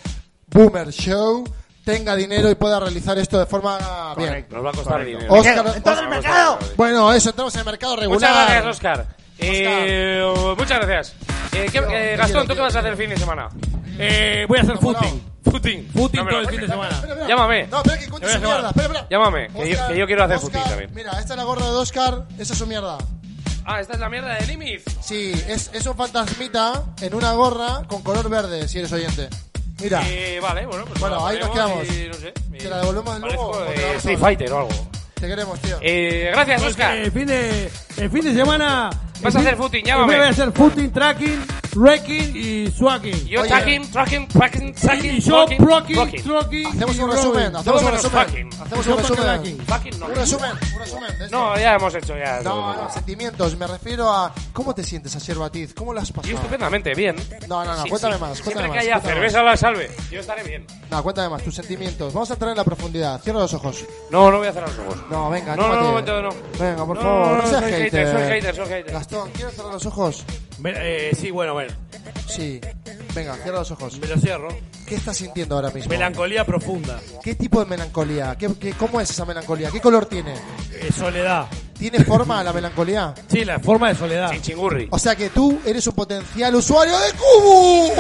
[SPEAKER 2] Boomer Show tenga dinero y pueda realizar esto de forma bien.
[SPEAKER 1] Nos va a costar dinero.
[SPEAKER 2] Oscar,
[SPEAKER 1] Nos va a costar dinero.
[SPEAKER 2] Bueno, eso, entramos en el mercado regular.
[SPEAKER 1] Muchas gracias, Oscar. Eh, muchas gracias. Eh, ¿qué- eh, Gastón, ¿tú qué vas a hacer el fin de semana? Eh, voy a hacer footing. Footing. Footing
[SPEAKER 5] todo el fin de semana.
[SPEAKER 1] Llámame.
[SPEAKER 2] No, espera, que cuente su mierda. Espera, espera.
[SPEAKER 1] Llámame, que yo, que yo quiero hacer footing también.
[SPEAKER 2] Mira, esta es la gorra de Oscar, esa es su mierda.
[SPEAKER 1] Ah, esta es la mierda de Nimitz.
[SPEAKER 2] Sí, es, es un fantasmita en una gorra con color verde, si eres oyente. Mira.
[SPEAKER 1] Eh, vale, bueno, pues
[SPEAKER 2] Bueno,
[SPEAKER 1] la
[SPEAKER 2] ahí nos
[SPEAKER 1] ponemos
[SPEAKER 2] quedamos.
[SPEAKER 1] y no sé,
[SPEAKER 2] ¿Te la devolvemos de
[SPEAKER 1] parezco
[SPEAKER 2] luego? o te la
[SPEAKER 1] de
[SPEAKER 2] vamos a Pues,
[SPEAKER 1] Street
[SPEAKER 2] dar?
[SPEAKER 1] Fighter o algo.
[SPEAKER 2] Te queremos, tío.
[SPEAKER 1] Eh, gracias,
[SPEAKER 4] Porque
[SPEAKER 1] Oscar.
[SPEAKER 4] El fin de, el fin de semana.
[SPEAKER 1] Vas
[SPEAKER 4] el
[SPEAKER 1] a
[SPEAKER 4] fin-
[SPEAKER 1] hacer footing, llámame.
[SPEAKER 4] el fin Voy a hacer footing, tracking, wrecking y swacking.
[SPEAKER 1] Yo tracking, tracking, tracking, tracking.
[SPEAKER 4] Y yo
[SPEAKER 1] blocking,
[SPEAKER 4] blocking,
[SPEAKER 1] blocking.
[SPEAKER 4] tracking.
[SPEAKER 2] Hacemos
[SPEAKER 4] y
[SPEAKER 2] un
[SPEAKER 4] rolling.
[SPEAKER 2] resumen, hacemos un
[SPEAKER 1] menos
[SPEAKER 2] resumen.
[SPEAKER 1] fucking.
[SPEAKER 2] Hacemos
[SPEAKER 1] Yo
[SPEAKER 2] un
[SPEAKER 1] fucking
[SPEAKER 2] resumen.
[SPEAKER 1] Fucking no.
[SPEAKER 2] Un resumen, un resumen. de esto.
[SPEAKER 1] No, ya hemos hecho ya.
[SPEAKER 2] No, no, sentimientos. Me refiero a cómo te sientes ayer, Batiz. ¿Cómo lo has
[SPEAKER 1] Yo
[SPEAKER 2] pasado?
[SPEAKER 1] estupendamente, bien.
[SPEAKER 2] No, no, no,
[SPEAKER 1] Sí,
[SPEAKER 2] cuéntame
[SPEAKER 1] sí.
[SPEAKER 2] más. Cuéntame
[SPEAKER 1] Siempre que
[SPEAKER 2] más,
[SPEAKER 1] haya
[SPEAKER 2] cuéntame
[SPEAKER 1] cerveza
[SPEAKER 2] más.
[SPEAKER 1] la salve. Yo estaré bien.
[SPEAKER 2] No, cuéntame más, tus sentimientos. Vamos a entrar en la profundidad. Cierra los ojos.
[SPEAKER 1] No, no voy a cerrar los ojos.
[SPEAKER 2] No, venga,
[SPEAKER 1] No, no, no,
[SPEAKER 2] anímate.
[SPEAKER 1] no, no.
[SPEAKER 2] Venga, por
[SPEAKER 1] No,
[SPEAKER 2] favor,
[SPEAKER 1] no,
[SPEAKER 2] no,
[SPEAKER 1] no,
[SPEAKER 2] seas
[SPEAKER 1] soy hater, soy hater, soy hater.
[SPEAKER 2] Gastón, ¿quieres cerrar los ojos?
[SPEAKER 3] Me- eh, sí, bueno, bueno.
[SPEAKER 2] Sí. Venga, cierra los ojos.
[SPEAKER 3] Me lo cierro.
[SPEAKER 2] ¿Qué estás sintiendo ahora mismo?
[SPEAKER 3] Melancolía profunda.
[SPEAKER 2] ¿Qué tipo de melancolía? ¿Qué, qué, cómo es esa melancolía? ¿Qué color tiene?
[SPEAKER 3] Eh, soledad.
[SPEAKER 2] ¿Tiene forma la melancolía?
[SPEAKER 3] Sí, la forma de soledad.
[SPEAKER 1] Chingurri.
[SPEAKER 2] O sea que tú eres un potencial usuario de Cubo.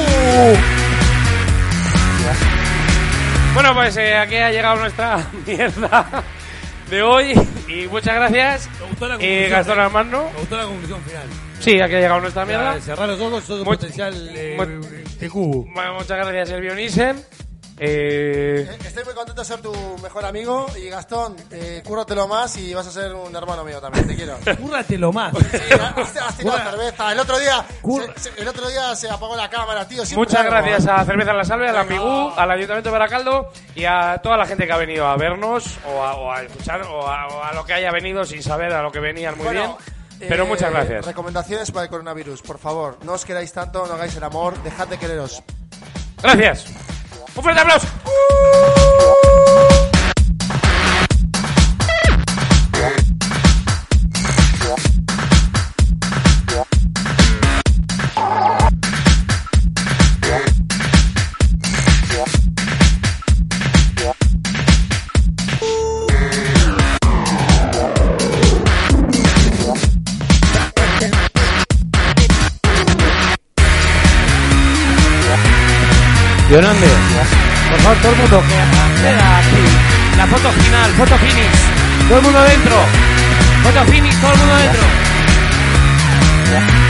[SPEAKER 1] Bueno, pues eh, aquí ha llegado nuestra mierda de hoy. Y muchas gracias. Eh, Gastón Armando.
[SPEAKER 4] Me gustó la conclusión final.
[SPEAKER 1] Sí, aquí ha llegado nuestra
[SPEAKER 4] Ya,
[SPEAKER 1] mierda.
[SPEAKER 4] Cerrar los ojos, sos un
[SPEAKER 1] Muy-
[SPEAKER 4] potencial eh,
[SPEAKER 1] muy-
[SPEAKER 4] de cubo.
[SPEAKER 1] Bueno, muchas gracias, el Bionisen. Eh,
[SPEAKER 2] Estoy muy contento de ser tu mejor amigo y Gastón, eh, cúrratelo más y vas a ser un hermano mío también, te quiero.
[SPEAKER 4] Cúrratelo más.
[SPEAKER 2] Has, has tirado cerveza. El otro día, se- se- el otro día se apagó la cámara, tío. siempre
[SPEAKER 1] Muchas
[SPEAKER 2] algo,
[SPEAKER 1] gracias
[SPEAKER 2] ¿eh?
[SPEAKER 1] a Cerveza La Salve, a la Ambigú, al Ayuntamiento de Baracaldo y a toda la gente que ha venido a vernos o a, o a escuchar o a, o a lo que haya venido sin saber a lo que venían muy
[SPEAKER 2] Bueno,
[SPEAKER 1] bien. Pero
[SPEAKER 2] Eh,
[SPEAKER 1] muchas gracias.
[SPEAKER 2] Recomendaciones para el coronavirus, por favor. No os queráis tanto, no hagáis el amor, dejad de quereros.
[SPEAKER 1] Gracias. Un fuerte aplauso.
[SPEAKER 3] Yolande.
[SPEAKER 1] Por favor, todo el mundo que acceda aquí. La foto final, foto finish. Todo el mundo dentro. Foto finish, todo el mundo dentro.